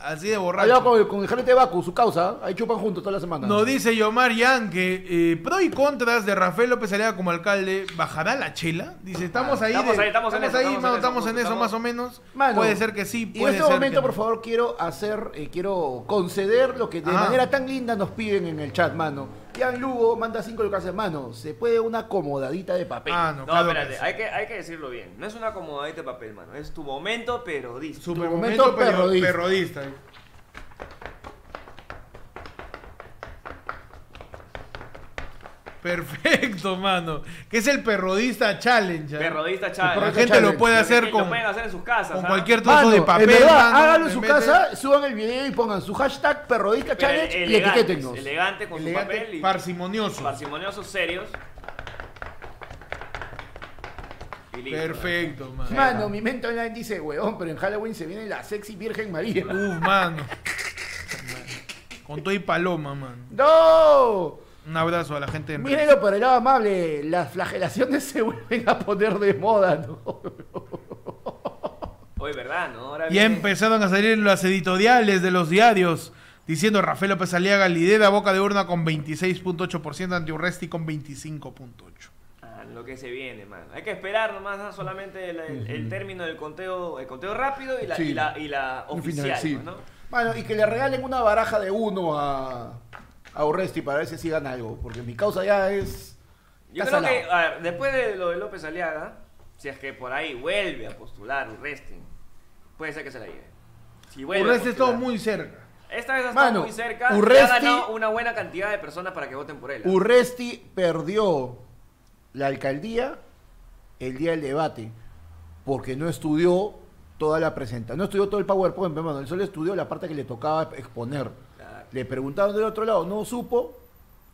Speaker 1: Así de
Speaker 2: Hablaba
Speaker 1: borracho.
Speaker 2: con el, con el gerente de Baku, su causa. Ahí chupan juntos toda la semana.
Speaker 1: Nos dice Yomar Yang que eh, pro y contras de Rafael López Aliaga como alcalde, ¿bajará la chela? Dice, estamos
Speaker 2: Ah,
Speaker 1: ahí.
Speaker 3: Estamos
Speaker 1: de-
Speaker 3: ahí, estamos en eso,
Speaker 1: ahí,
Speaker 3: estamos en
Speaker 1: mano,
Speaker 3: eso,
Speaker 1: estamos en eso
Speaker 3: estamos-
Speaker 1: más o menos.
Speaker 2: Mano,
Speaker 1: puede ser que sí,
Speaker 2: Y en
Speaker 1: puede
Speaker 2: este
Speaker 1: ser que
Speaker 2: momento,
Speaker 1: no.
Speaker 2: por favor, quiero hacer, eh, quiero conceder lo que de
Speaker 1: Ajá.
Speaker 2: manera tan linda nos piden en el chat, mano. Ian Lugo manda cinco lucas, mano. Se puede una acomodadita de papel.
Speaker 1: Ah, no,
Speaker 3: No,
Speaker 1: claro que
Speaker 3: espérate,
Speaker 1: sí.
Speaker 3: hay que, hay que decirlo bien. No es una acomodadita de papel, mano. Es tu momento periodista.
Speaker 1: Super
Speaker 2: Tu
Speaker 1: momento,
Speaker 2: momento
Speaker 1: perro-
Speaker 2: perrodista.
Speaker 1: perrodista. Perfecto, mano. Que es el perrodista challenge. ¿ah?
Speaker 3: Perrodista
Speaker 1: La
Speaker 3: challenge.
Speaker 1: gente
Speaker 2: challenge.
Speaker 1: lo puede
Speaker 3: Lo
Speaker 1: hacer
Speaker 3: que-
Speaker 1: con,
Speaker 3: Lo pueden hacer en sus casas.
Speaker 1: con
Speaker 3: ¿ah?
Speaker 1: cualquier trozo
Speaker 2: Mano,
Speaker 1: de
Speaker 2: en
Speaker 1: papel.
Speaker 2: verdad,
Speaker 1: mano,
Speaker 2: hágalo en su
Speaker 1: vez de-
Speaker 2: casa, suban el video y pongan su hashtag perrodista
Speaker 3: Pero
Speaker 2: challenge y
Speaker 3: elegantes,
Speaker 2: etiquétennos.
Speaker 3: Elegante con
Speaker 1: elegante,
Speaker 3: su papel y
Speaker 1: parsimonioso.
Speaker 3: parsimoniosos serios. Y listo.
Speaker 1: Perfecto, mano.
Speaker 2: Mano, mi mente online dice, weón, pero en Halloween se viene la sexy Virgen María.
Speaker 1: Uf, mano. Con todo y paloma, mano.
Speaker 2: ¡No!
Speaker 1: Un abrazo a la gente de Enrique.
Speaker 2: Mírenlo por el lado amable, las flagelaciones se vuelven a poner de moda, ¿no?
Speaker 3: Hoy, ¿verdad? ¿No? Ahora
Speaker 1: Ya
Speaker 3: viene-
Speaker 1: empezaron a salir las editoriales de los diarios diciendo Rafael López Aliaga lidera Boca de Urna con 26.8%, ante Urresti con 25.8%.
Speaker 3: Ah, lo que se viene, mano. Hay que esperar nomás ¿no? solamente el, el- el término del conteo, el conteo rápido y la,
Speaker 4: Sí.
Speaker 3: y la, y la
Speaker 4: Un
Speaker 3: oficial,
Speaker 4: final, sí.
Speaker 3: pues, ¿no?
Speaker 2: Mano, y que le regalen una baraja de uno a, a Urresti para ver si sí gana algo, porque mi causa ya es...
Speaker 3: Yo
Speaker 2: está
Speaker 3: creo
Speaker 2: salado.
Speaker 3: que, a ver, después de lo de López Aliaga, si es que por ahí vuelve a postular Urresti, puede ser que se la lleve. Si vuelve a
Speaker 1: Urresti estuvo
Speaker 3: postular.
Speaker 1: muy cerca.
Speaker 3: Esta vez ha estado
Speaker 2: Mano,
Speaker 3: muy cerca. y
Speaker 2: Urresti-
Speaker 3: ha ganado una buena cantidad de personas para que voten por él. ¿ah?
Speaker 2: Urresti perdió la alcaldía el día del debate, porque no estudió toda la presentación, no estudió todo el PowerPoint, pero, mano, él solo estudió la parte que le tocaba exponer.
Speaker 3: Claro.
Speaker 2: Le preguntaron del otro lado, no supo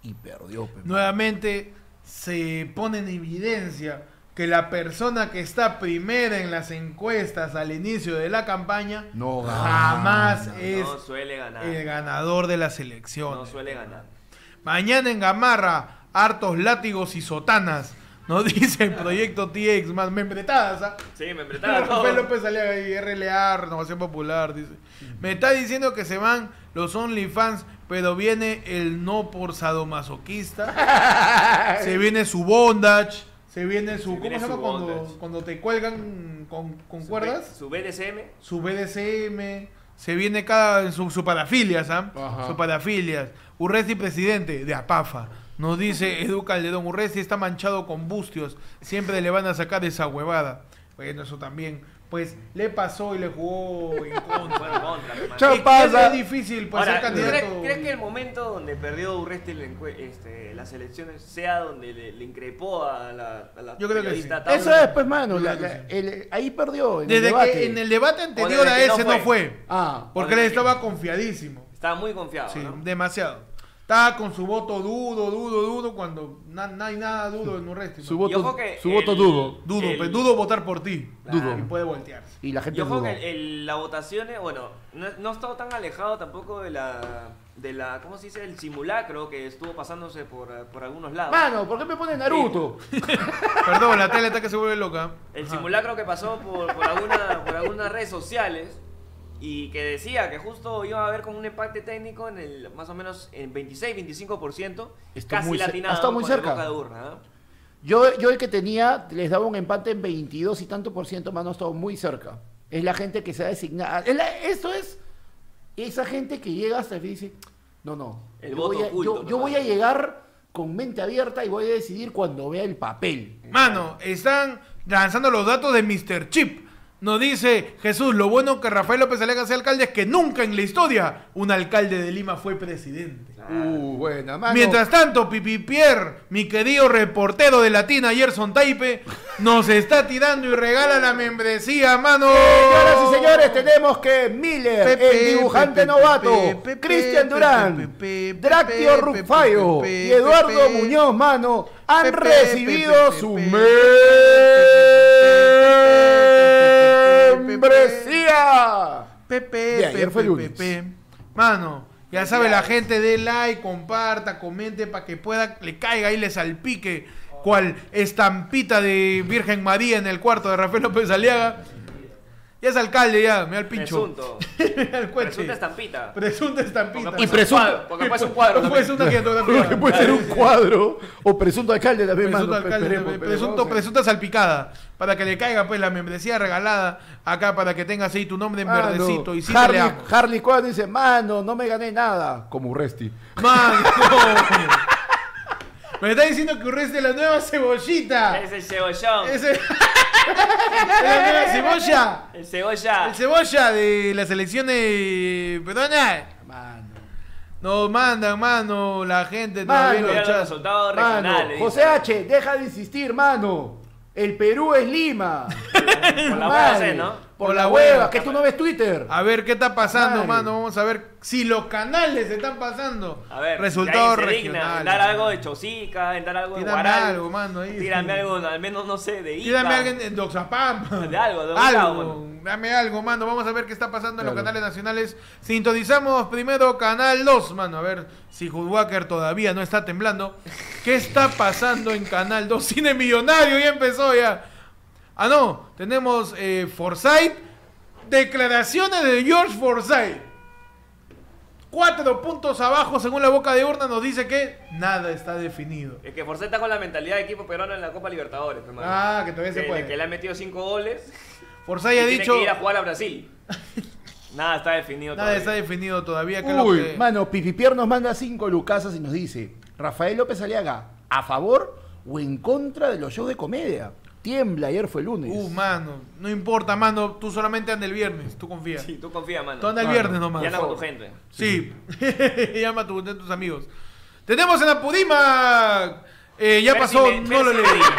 Speaker 2: y perdió. pe, mano.
Speaker 1: Nuevamente se pone en evidencia que la persona que está primera en las encuestas al inicio de la campaña
Speaker 2: No gana.
Speaker 1: jamás es
Speaker 3: No suele ganar.
Speaker 1: el ganador de las elecciones.
Speaker 3: No suele ganar.
Speaker 1: Mañana en Gamarra, hartos látigos y sotanas. Nos dice el proyecto TX, más membretadas. ¿ah?
Speaker 3: Sí, me apretaba todo.
Speaker 1: Rafael López salía ahí, RLA, Renovación Popular, dice. Me está diciendo que se van los OnlyFans, pero viene el no por sadomasoquista. se viene su bondage. Se viene su.
Speaker 3: Se viene
Speaker 1: ¿Cómo se
Speaker 3: su
Speaker 1: llama cuando,
Speaker 3: bondage.
Speaker 1: cuando te cuelgan con, con cuerdas?
Speaker 3: Su BDSM.
Speaker 1: Su BDSM. Se viene cada. Su, su parafilias, ¿ah?
Speaker 4: Ajá.
Speaker 1: Su parafilias. Urresti, presidente de APAFA. Nos dice Edu Calderón, Urresti está manchado con bustios. Siempre le van a sacar esa huevada. Bueno, eso también. Pues le pasó y le jugó en
Speaker 3: Fue en
Speaker 1: contra.
Speaker 3: contra, hermano.
Speaker 2: Chao.
Speaker 1: Y que
Speaker 2: pasa.
Speaker 1: Es difícil pues,
Speaker 3: Ahora,
Speaker 1: ser
Speaker 3: ¿tú ¿crees,
Speaker 1: candidato.
Speaker 3: crees que el momento donde perdió Urresti la encue- este, las elecciones sea donde le, le increpó a la, a la
Speaker 1: Yo creo que
Speaker 3: periodista
Speaker 1: sí.
Speaker 3: Tauro?
Speaker 2: Eso es, pues, mano.
Speaker 1: Yo
Speaker 2: la-
Speaker 1: creo que
Speaker 2: la-
Speaker 1: sí.
Speaker 2: el- ahí perdió. En el
Speaker 1: Desde
Speaker 2: debate.
Speaker 1: que en el debate
Speaker 3: desde
Speaker 1: anterior a
Speaker 3: que no
Speaker 1: ese no
Speaker 3: fue.
Speaker 1: fue.
Speaker 2: Ah,
Speaker 1: porque él estaba confiadísimo.
Speaker 3: Estaba muy confiado,
Speaker 1: Sí,
Speaker 3: ¿no?
Speaker 1: demasiado. Estaba con su voto dudo, dudo, dudo, cuando na- no hay nada dudo en Urresti.
Speaker 4: Su
Speaker 1: man.
Speaker 3: Y ojo
Speaker 4: voto,
Speaker 3: que
Speaker 4: su
Speaker 3: el-
Speaker 4: voto dudo.
Speaker 1: Dudo,
Speaker 3: El-
Speaker 1: pe- dudo votar por ti.
Speaker 3: Claro.
Speaker 1: Y puede voltearse.
Speaker 2: y la gente
Speaker 3: Yo creo
Speaker 2: dudó.
Speaker 3: que el- el- la votación, eh, bueno, no, no ha estado tan alejado tampoco de la, de la, ¿cómo se dice? El simulacro que estuvo pasándose por, eh, por algunos lados.
Speaker 2: Mano, ¿por qué me pone Naruto?
Speaker 1: Perdón, la tele está que se vuelve loca.
Speaker 3: El
Speaker 1: Ajá.
Speaker 3: simulacro que pasó por, por, alguna, por algunas redes sociales y que decía que justo iba a haber como un empate técnico en el más o menos en 26-25%,
Speaker 2: Está
Speaker 3: casi
Speaker 2: muy cer-
Speaker 3: latinado
Speaker 2: ha estado muy
Speaker 3: con el
Speaker 2: cerca.
Speaker 3: boca ¿eh? de urna. ¿no?
Speaker 2: Yo, yo el que tenía, les daba un empate en 22 y tanto por ciento, mano, estaba muy cerca. Es la gente que se ha designado. es la- Eso es esa gente que llega hasta el fin y dice, no, no.
Speaker 3: El
Speaker 2: yo
Speaker 3: voto
Speaker 2: voy a,
Speaker 3: oculto,
Speaker 2: yo-
Speaker 3: ¿no?
Speaker 2: yo voy a llegar con mente abierta y voy a decidir cuando vea el papel.
Speaker 1: Mano, están lanzando los datos de Mr. Chip. Nos dice Jesús, lo bueno que Rafael López Alega sea alcalde es que nunca en la historia un alcalde de Lima fue presidente.
Speaker 2: Uh, buena, mano.
Speaker 1: Mientras tanto, Pipi Pierre, mi querido reportero de Latina, Gerson Taipe, nos está tirando y regala la membresía, mano.
Speaker 2: Señoras y señores, tenemos que Miller,
Speaker 1: Pepe,
Speaker 2: el dibujante
Speaker 1: Pepe,
Speaker 2: novato,
Speaker 1: Pepe,
Speaker 2: Cristian Durán,
Speaker 1: Pepe, Pepe,
Speaker 2: Dractio
Speaker 1: Pepe,
Speaker 2: Rufayo
Speaker 1: Pepe,
Speaker 2: y Eduardo
Speaker 1: Pepe,
Speaker 2: Muñoz Mano han
Speaker 1: Pepe,
Speaker 2: recibido
Speaker 1: Pepe,
Speaker 2: su
Speaker 1: Pepe, Pepe,
Speaker 2: membresía.
Speaker 1: Pepe,
Speaker 2: De ayer
Speaker 1: Pepe,
Speaker 2: fue lunes.
Speaker 1: Pepe. Mano, ya sabe la gente, dé like, comparta, comente para que pueda, le caiga y le salpique cual estampita de Virgen María en el cuarto de Rafael López Aliaga. Ya es alcalde, ya, me da el pincho.
Speaker 3: Presunto.
Speaker 1: Me da el coche.
Speaker 3: Presunta estampita.
Speaker 1: Presunta estampita.
Speaker 3: Porque
Speaker 2: Y presunto.
Speaker 3: puede ser un cuadro, Porque puede ser un
Speaker 1: Puede
Speaker 3: cuadro. también.
Speaker 1: ser una
Speaker 2: Creo que
Speaker 1: gigantografía.
Speaker 2: puede ser un cuadro o presunto alcalde también,
Speaker 1: Presunto
Speaker 2: mano,
Speaker 1: alcalde,
Speaker 2: esperemos, pero
Speaker 1: presunto,
Speaker 2: vamos a ver.
Speaker 1: presunta salpicada. Para que le caiga pues la membresía regalada acá para que tengas ahí tu nombre en
Speaker 2: Mano,
Speaker 1: verdecito. Y sí te
Speaker 2: Ah,
Speaker 1: le
Speaker 2: Harley,
Speaker 1: amo.
Speaker 2: Harley Quinn dice, mano, no me gané nada. Como Urresti.
Speaker 1: Mano. ah, Me está diciendo que Urresti es la nueva cebollita.
Speaker 3: Es el cebollón.
Speaker 1: Ese- es la nueva cebolla.
Speaker 3: El cebolla.
Speaker 1: El cebolla de la selección de peruana.
Speaker 2: Mano,
Speaker 1: Nos mandan, mano, la gente
Speaker 2: Mano,
Speaker 1: todavía
Speaker 3: Mira
Speaker 1: no
Speaker 3: los
Speaker 1: chas-
Speaker 3: resultados
Speaker 2: mano,
Speaker 3: regionales.
Speaker 2: José H, deja de insistir, mano. El Perú es Lima.
Speaker 3: dice. Por la hueá sé, ¿no?
Speaker 2: Por, la hueva, que tú no ves Twitter.
Speaker 1: A ver qué está pasando,
Speaker 2: Madre.
Speaker 1: mano. Vamos a ver si los canales están pasando.
Speaker 3: A ver,
Speaker 1: resultados
Speaker 3: de ahí se dignan,
Speaker 1: regionales.
Speaker 3: en dar algo de Chosica, en dar algo de
Speaker 1: Tírame
Speaker 3: Guaral.
Speaker 1: algo, mano, ahí.
Speaker 3: Tírame algo, al menos, no sé, de Ica.
Speaker 1: Tírame alguien en Doxapam.
Speaker 3: De algo, de un lado,
Speaker 1: algo.
Speaker 3: mano.
Speaker 1: Dame algo, mano. Vamos a ver qué está pasando en los
Speaker 2: Claro.
Speaker 1: canales nacionales. Sintonizamos primero Canal 2, mano. A ver si Hoodwalker todavía no está temblando. ¿Qué está pasando en Canal 2? Cine Millonario ya empezó ya. Ah, no. Tenemos eh, Forsyth. Declaraciones de George Forsyth. Cuatro puntos abajo, según la boca de urna, nos dice que nada está definido.
Speaker 3: Es que Forza está con la mentalidad de equipo peruano en la Copa Libertadores, hermano.
Speaker 1: Ah, que todavía se
Speaker 3: que,
Speaker 1: puede.
Speaker 3: que le ha metido 5 goles.
Speaker 1: Forsyth ha
Speaker 3: y
Speaker 1: dicho.
Speaker 3: Tiene que ir a jugar a Brasil. Nada está definido
Speaker 1: Nada está
Speaker 3: todavía.
Speaker 1: definido todavía. que lo
Speaker 2: Uy,
Speaker 1: que-
Speaker 2: mano, Pipipier nos manda cinco lucasas y nos dice, Rafael López Aliaga, ¿a favor o en contra de los shows de comedia? Tiembla, ayer fue lunes.
Speaker 1: Uh, mano. No importa, mano. Tú solamente anda el viernes. Tú confía.
Speaker 3: Sí, tú confía, mano.
Speaker 1: Tú anda el
Speaker 2: Mano,
Speaker 1: viernes nomás.
Speaker 3: Y anda
Speaker 1: por
Speaker 3: con tu
Speaker 1: favor.
Speaker 3: gente.
Speaker 1: Sí. Llama a, tu- a tus amigos. Tenemos en Apurímac. Eh, ya
Speaker 3: Percy
Speaker 1: pasó.
Speaker 3: Me-
Speaker 1: no lo
Speaker 3: Percy
Speaker 1: leí. Eh.
Speaker 3: Medina.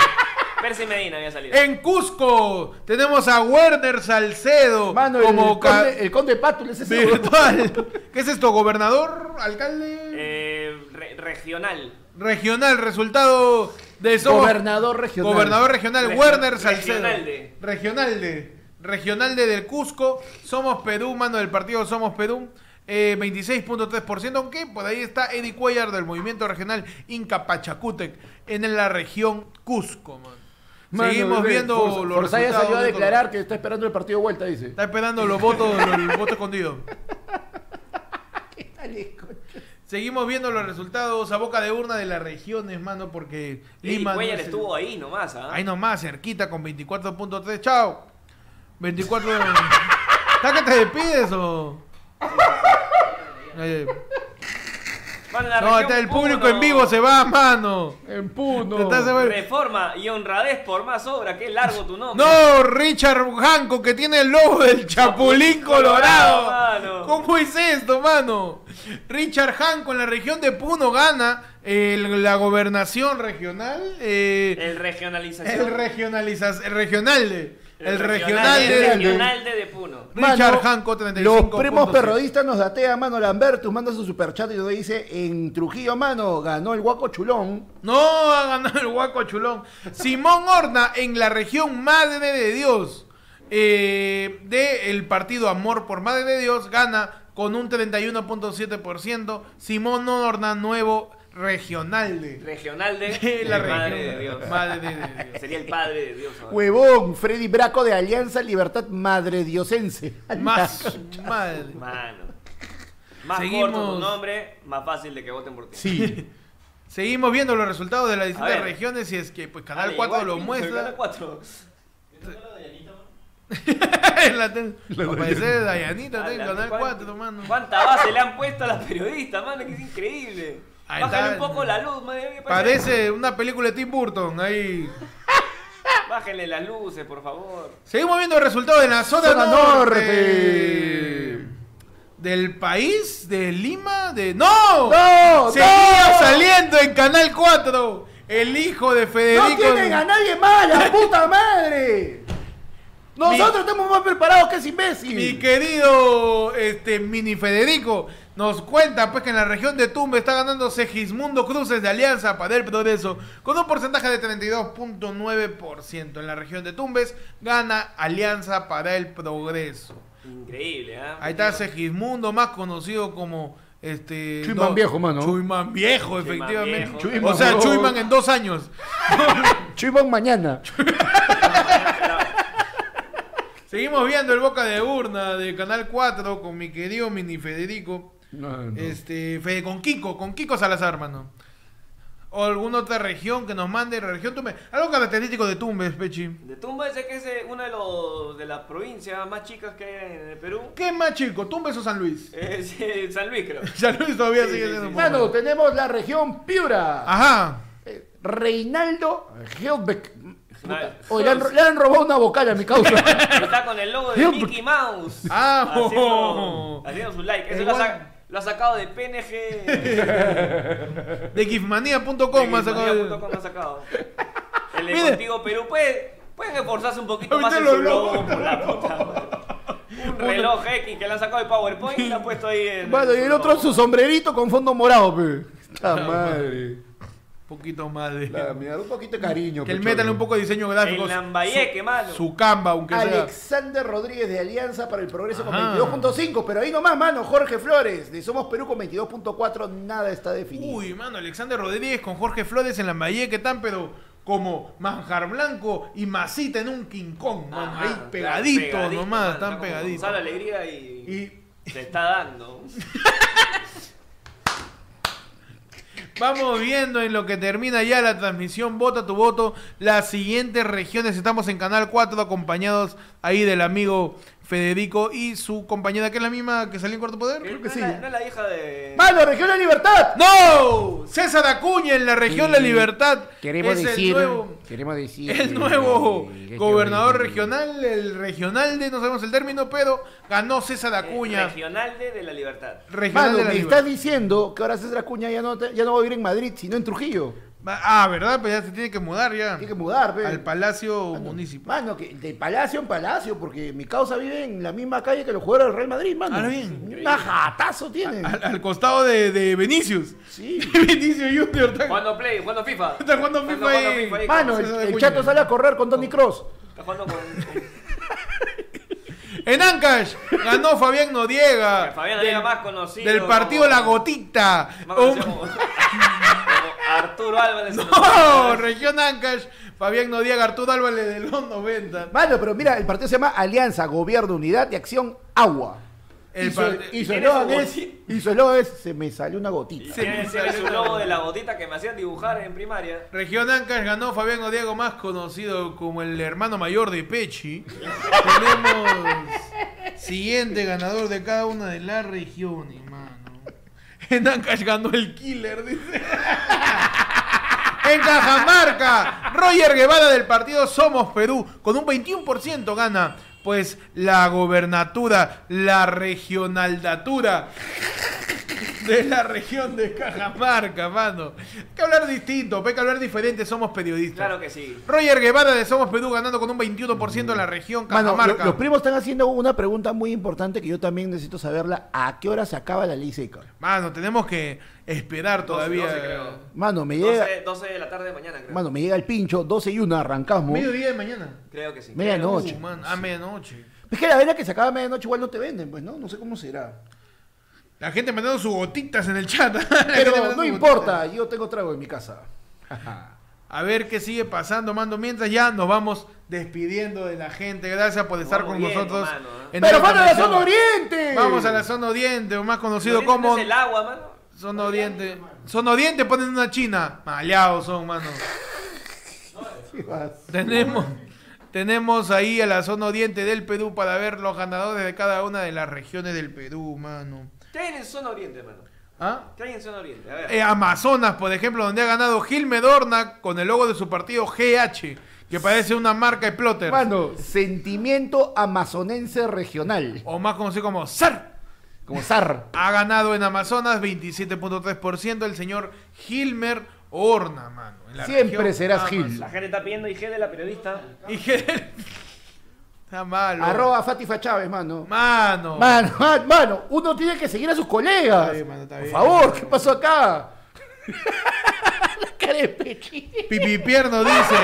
Speaker 3: Percy Medina había salido.
Speaker 1: En Cusco tenemos a Werner Salcedo
Speaker 2: Mano,
Speaker 1: como
Speaker 2: el,
Speaker 1: ca-
Speaker 2: conde, el conde Pátula es ese.
Speaker 1: virtual. ¿Qué es esto? ¿Gobernador? ¿Alcalde?
Speaker 3: Eh, re- regional.
Speaker 1: Regional. Resultado de Somos
Speaker 2: Gobernador regional.
Speaker 1: Gobernador regional,
Speaker 3: Regi-
Speaker 1: Werner Salcedo.
Speaker 3: regionalde.
Speaker 1: Regionalde. Regionalde del Cusco. Somos Perú, mano del partido Somos Perú. eh, 26.3%, aunque por ahí está Eddie Cuellar del movimiento regional Inca Pachacútec en la región Cusco. man.
Speaker 2: Mano,
Speaker 1: Seguimos
Speaker 2: bebé,
Speaker 1: viendo
Speaker 2: Forza-
Speaker 1: los
Speaker 2: Forza ya
Speaker 1: resultados
Speaker 2: salió a
Speaker 1: de otro-
Speaker 2: declarar que está esperando el partido de vuelta, dice.
Speaker 1: Está esperando los votos, los votos escondidos. Seguimos viendo los resultados a boca de urna de las regiones, mano, porque
Speaker 3: Y
Speaker 1: Lima. no
Speaker 3: Cuellar
Speaker 1: es el-
Speaker 3: estuvo ahí nomás, ¿ah?
Speaker 1: Ahí nomás, cerquita con 24.3. Chao. 24. ¿Está que te despides o.? Eh,
Speaker 3: Mano, la
Speaker 1: No,
Speaker 3: región
Speaker 1: está el público
Speaker 3: uno.
Speaker 1: en vivo se va, mano.
Speaker 2: En Puno.
Speaker 1: Está- se va-
Speaker 3: Reforma y honradez por más obra, qué largo tu nombre.
Speaker 1: No, Richard Hanco que tiene el logo del Chapulín Colorado.
Speaker 3: Colorado, mano.
Speaker 1: ¿Cómo es esto, mano? Richard Hanco en la región de Puno gana eh, el- la gobernación regional. eh,
Speaker 3: El
Speaker 1: el
Speaker 3: regionalización.
Speaker 1: regionaliza- el regional de. El
Speaker 3: regional,
Speaker 1: regional
Speaker 3: el
Speaker 1: de.
Speaker 3: regional de, de Puno.
Speaker 2: Mano,
Speaker 1: Richard Hanco, 35.
Speaker 2: Los primos perrodistas nos datea, mano. Lambertus manda su superchat y nos dice: En Trujillo, mano, ganó el guaco chulón.
Speaker 1: No ha ganado el Huaco Chulón. Simón Horna en la región Madre de Dios eh, del partido Amor por Madre de Dios gana con un 31.7%. Simón Horna, nuevo regional de
Speaker 3: Regional de,
Speaker 1: de la
Speaker 3: el Madre
Speaker 1: región.
Speaker 3: de Dios.
Speaker 1: Madre de Dios.
Speaker 3: Sería el padre de
Speaker 1: Ah.
Speaker 3: Dios. ahora.
Speaker 2: Huevón, Freddy Braco de Alianza Libertad Madre Diosense.
Speaker 1: Más madre.
Speaker 3: Mano. Más
Speaker 1: Seguimos.
Speaker 3: corto tu nombre, más fácil de que voten por ti.
Speaker 2: Sí.
Speaker 1: Seguimos viendo los resultados de las distintas
Speaker 3: ver.
Speaker 1: regiones y es que pues Canal
Speaker 3: Dale,
Speaker 1: 4
Speaker 3: igual,
Speaker 1: lo
Speaker 3: pinche,
Speaker 1: muestra.
Speaker 3: Canal 4.
Speaker 1: La ten- Aparece Dayanita
Speaker 3: Dale,
Speaker 1: en Canal
Speaker 3: ¿cuánto-
Speaker 1: 4, mano.
Speaker 3: ¿Cuánta base le han puesto a las periodistas, mano? Que es increíble.
Speaker 1: Ahí
Speaker 3: Bájale un
Speaker 1: está.
Speaker 3: poco la luz, madre.
Speaker 2: Pues
Speaker 1: Parece una película de Tim Burton ahí.
Speaker 3: Bájenle las luces, por favor.
Speaker 1: Seguimos viendo el resultado de la zona,
Speaker 2: Zona
Speaker 1: norte.
Speaker 2: norte.
Speaker 1: Del país, de Lima, de. ¡No!
Speaker 2: ¡No!
Speaker 1: Seguía
Speaker 2: ¡No!
Speaker 1: saliendo en Canal 4. El hijo de Federico.
Speaker 2: ¡No tienen a nadie más, la puta madre! Nosotros
Speaker 1: Mi-
Speaker 2: estamos más preparados que ese imbécil.
Speaker 1: Mi querido este, mini Federico nos cuenta pues que en la región de Tumbe está ganando Segismundo Cruces de Alianza para el Progreso con un porcentaje de 32.9%. En la región de Tumbes gana Alianza para el Progreso.
Speaker 3: Increíble, ¿ah?
Speaker 1: Ahí está Segismundo, más conocido como este.
Speaker 2: Chuimán viejo, mano.
Speaker 1: Chuimán viejo, efectivamente.
Speaker 3: viejo.
Speaker 2: Chuimán,
Speaker 1: o sea,
Speaker 2: bro.
Speaker 1: Chuimán en dos años.
Speaker 2: Chivón mañana.
Speaker 1: Seguimos viendo el Boca de Urna de Canal 4 con mi querido Mini Federico. Este, Fede, con Kiko, con Kiko Salazar, mano. O alguna otra región que nos mande, región Tumbes. Algo característico de Tumbes, Pechi.
Speaker 3: De Tumbes es que es eh, una de, los, de las provincias más chicas que hay en el Perú.
Speaker 1: ¿Qué es más chico, Tumbes o San Luis?
Speaker 3: Es eh, San Luis, creo.
Speaker 1: San Luis todavía
Speaker 3: Sí,
Speaker 1: sigue
Speaker 3: sí,
Speaker 1: siendo
Speaker 3: sí.
Speaker 1: un poco
Speaker 2: Mano,
Speaker 1: más.
Speaker 2: tenemos la región Piura.
Speaker 1: Ajá.
Speaker 2: Eh, Reinaldo Helbeck.
Speaker 3: Vale.
Speaker 2: Oye, le han, le han robado una vocal a mi causa.
Speaker 3: Está con el logo de
Speaker 2: Siempre.
Speaker 3: Mickey Mouse.
Speaker 1: Ah,
Speaker 3: haciendo,
Speaker 1: oh.
Speaker 3: haciendo su like. Eso
Speaker 1: Eh,
Speaker 3: lo ha,
Speaker 1: igual-
Speaker 3: sa- lo ha sacado de PNG.
Speaker 1: De gifmania.com más
Speaker 3: Wikipedia.com lo ha sacado. El de
Speaker 1: Mire.
Speaker 3: Contigo Perú. Puede- pueden esforzarse un poquito
Speaker 1: Ahorita
Speaker 3: más en
Speaker 1: lo
Speaker 3: su logo.
Speaker 1: logro.
Speaker 3: por la puta madre. Un reloj X que le han sacado de PowerPoint y lo han puesto ahí en.
Speaker 2: Bueno, y el otro su sombrerito con fondo morado, pe.
Speaker 4: Esta madre.
Speaker 1: Un poquito más de.
Speaker 4: La mierda, un poquito de cariño.
Speaker 1: que el
Speaker 4: pecholo.
Speaker 1: métale un poco de diseño gráfico.
Speaker 3: En Lambayeque, mano.
Speaker 1: Su camba, aunque sea.
Speaker 2: Alexander Rodríguez de Alianza para el Progreso con
Speaker 1: Ajá.
Speaker 2: 22.5, pero ahí nomás, mano, Jorge Flores de Somos Perú con 22.4, nada está definido.
Speaker 1: Uy, mano, Alexander Rodríguez con Jorge Flores en Lambayeque están, pero como manjar blanco y masita en un King Kong, mano.
Speaker 3: Ajá,
Speaker 1: ahí
Speaker 3: Ah, claro,
Speaker 1: pegaditos
Speaker 3: pegadito,
Speaker 1: nomás,
Speaker 3: mano,
Speaker 1: están
Speaker 3: como
Speaker 1: pegaditos.
Speaker 3: Gonzalo Alegría y,
Speaker 1: Y
Speaker 3: se está dando.
Speaker 1: Vamos viendo en lo que termina ya la transmisión Vota tu voto. Las siguientes regiones estamos en Canal 4 acompañados ahí del amigo Federico y su compañera que es la misma que salió en Cuarto Poder.
Speaker 3: Eh, no es la- no es la hija de.
Speaker 2: ¡Mano, Región de Libertad!
Speaker 1: ¡No! César Acuña en la región La Libertad.
Speaker 5: Queremos
Speaker 1: es
Speaker 5: decir,
Speaker 1: el nuevo,
Speaker 5: queremos decir,
Speaker 1: el nuevo
Speaker 5: eh, que-
Speaker 1: gobernador
Speaker 5: que-
Speaker 1: regional, el regional de, no sabemos el término, pero ganó César
Speaker 3: eh,
Speaker 1: Acuña.
Speaker 3: Regional de, de la Libertad.
Speaker 1: regional
Speaker 2: Mano,
Speaker 1: de la
Speaker 2: me
Speaker 1: Libertad.
Speaker 2: estás diciendo que ahora César Acuña ya no, te- ya no va a vivir en Madrid, sino en Trujillo.
Speaker 1: Ah, ¿verdad? Pues ya se tiene que mudar ya.
Speaker 2: Tiene que mudar, Ah, pe.
Speaker 1: al Palacio Municipal.
Speaker 2: Mano, que de palacio en palacio, porque mi causa vive en la misma calle que los jugadores del Real Madrid, mano.
Speaker 1: Ah, bien.
Speaker 2: Un ajatazo tienen.
Speaker 1: Al, al costado de, de Vinicius.
Speaker 2: Sí.
Speaker 1: Vinicio Junior está,
Speaker 3: Jugando Play, jugando FIFA.
Speaker 1: está jugando FIFA ahí.
Speaker 3: ahí con-
Speaker 2: Mano, el,
Speaker 1: César
Speaker 2: el
Speaker 1: Acuña.
Speaker 2: chato sale a correr con Tony Cross.
Speaker 3: Está jugando con, con-
Speaker 1: En Ancash ganó Fabián Noriega.
Speaker 3: Fabián
Speaker 1: del-
Speaker 3: Noriega, más conocido
Speaker 1: Del partido
Speaker 3: como-
Speaker 1: La Gotita.
Speaker 3: más conocido
Speaker 1: Un-
Speaker 3: como- como Arturo Álvarez.
Speaker 1: No, Oh, región Ancash. Fabián Noriega, Arturo Álvarez de los 90.
Speaker 2: Mano, pero mira, el partido se llama Alianza, Gobierno, Unidad y Acción Agua.
Speaker 1: El
Speaker 2: y, su,
Speaker 1: part-
Speaker 2: y su
Speaker 3: Tiene
Speaker 2: eslogan
Speaker 3: su
Speaker 2: es,
Speaker 3: goti-
Speaker 2: y su eslogan es, se me salió una gotita.
Speaker 1: Sí.
Speaker 3: Tiene tiene su logo de la gotita que me hacían dibujar en primaria.
Speaker 1: Región Ancash ganó Fabián Noriega, más conocido como el hermano mayor de Pechi. Tenemos siguiente ganador de cada una de las regiones, mano. En Ancash ganó el killer, dice. En Cajamarca, Roger Guevara del partido Somos Perú, con un 21% gana, pues, la gobernatura, la regionaldatura de la región de Cajamarca, mano. Hay que hablar distinto, pues, hay que hablar diferente, somos periodistas.
Speaker 3: Claro que sí.
Speaker 1: Roger Guevara de Somos Perú ganando con un 21% en la región
Speaker 2: Mano, lo-
Speaker 1: Cajamarca.
Speaker 2: los primos están haciendo una pregunta muy importante que yo también necesito saberla. ¿A qué hora se acaba la ley seca?
Speaker 1: Mano, tenemos que esperar todavía.
Speaker 3: 12, creo.
Speaker 2: Mano, me llega,
Speaker 3: 12, 12 de la tarde de mañana, creo.
Speaker 2: mano, me llega el pincho, 12 y 1 arrancamos.
Speaker 1: Mediodía de mañana.
Speaker 3: Creo que sí.
Speaker 2: Medianoche.
Speaker 1: Uh, man, a medianoche.
Speaker 2: Es que la vena que se acaba a medianoche igual no te venden, pues, ¿no? No sé cómo será.
Speaker 1: La gente mandando sus gotitas en el chat. La gente
Speaker 2: Pero
Speaker 1: mandando
Speaker 2: no
Speaker 1: sus
Speaker 2: importa, yo tengo trago en mi casa.
Speaker 1: gotitas. A ver qué sigue pasando, mando. Mientras ya nos vamos despidiendo de la gente. Gracias por estar
Speaker 3: Vamos
Speaker 1: con
Speaker 3: bien,
Speaker 1: nosotros.
Speaker 3: mano, ¿eh?
Speaker 1: en
Speaker 2: ¡Pero
Speaker 1: esta
Speaker 2: van a la
Speaker 1: transmisión.
Speaker 2: zona oriente!
Speaker 1: Vamos a la zona oriente, o más
Speaker 3: Lo
Speaker 1: conocido
Speaker 3: lindo
Speaker 1: como
Speaker 3: es el agua, mano.
Speaker 1: zona oriente. Zona oriente ponen una china. Maleados son, mano.
Speaker 2: zona.
Speaker 1: Tenemos, tenemos ahí a la zona oriente del Perú para ver los ganadores de cada una de las regiones del Perú, mano.
Speaker 3: ¿Qué hay en zona oriente, mano?
Speaker 1: ¿Ah?
Speaker 3: ¿Qué hay en zona oriente? A ver.
Speaker 1: Eh, Amazonas, por ejemplo, donde ha ganado Gil Medorna con el logo de su partido GH, que parece una marca de plotter.
Speaker 2: Mano, sentimiento amazonense regional.
Speaker 1: O más conocido como SAR.
Speaker 2: Como zar.
Speaker 1: Ha ganado en Amazonas 27.3% el señor Gilmer Horna, mano. en la
Speaker 2: Siempre
Speaker 1: región
Speaker 2: serás Gil.
Speaker 1: Amazonas.
Speaker 3: La gente está pidiendo IG de la periodista.
Speaker 1: Y Gil- Está malo.
Speaker 2: Arroba Fatifa Chávez, mano.
Speaker 1: Mano.
Speaker 2: Mano, man- mano, uno tiene que seguir a sus colegas.
Speaker 1: Está bien, mano, está
Speaker 2: Por
Speaker 1: bien.
Speaker 2: favor, ¿qué pasó acá? la cara de Pechi.
Speaker 1: Pipipierno dice.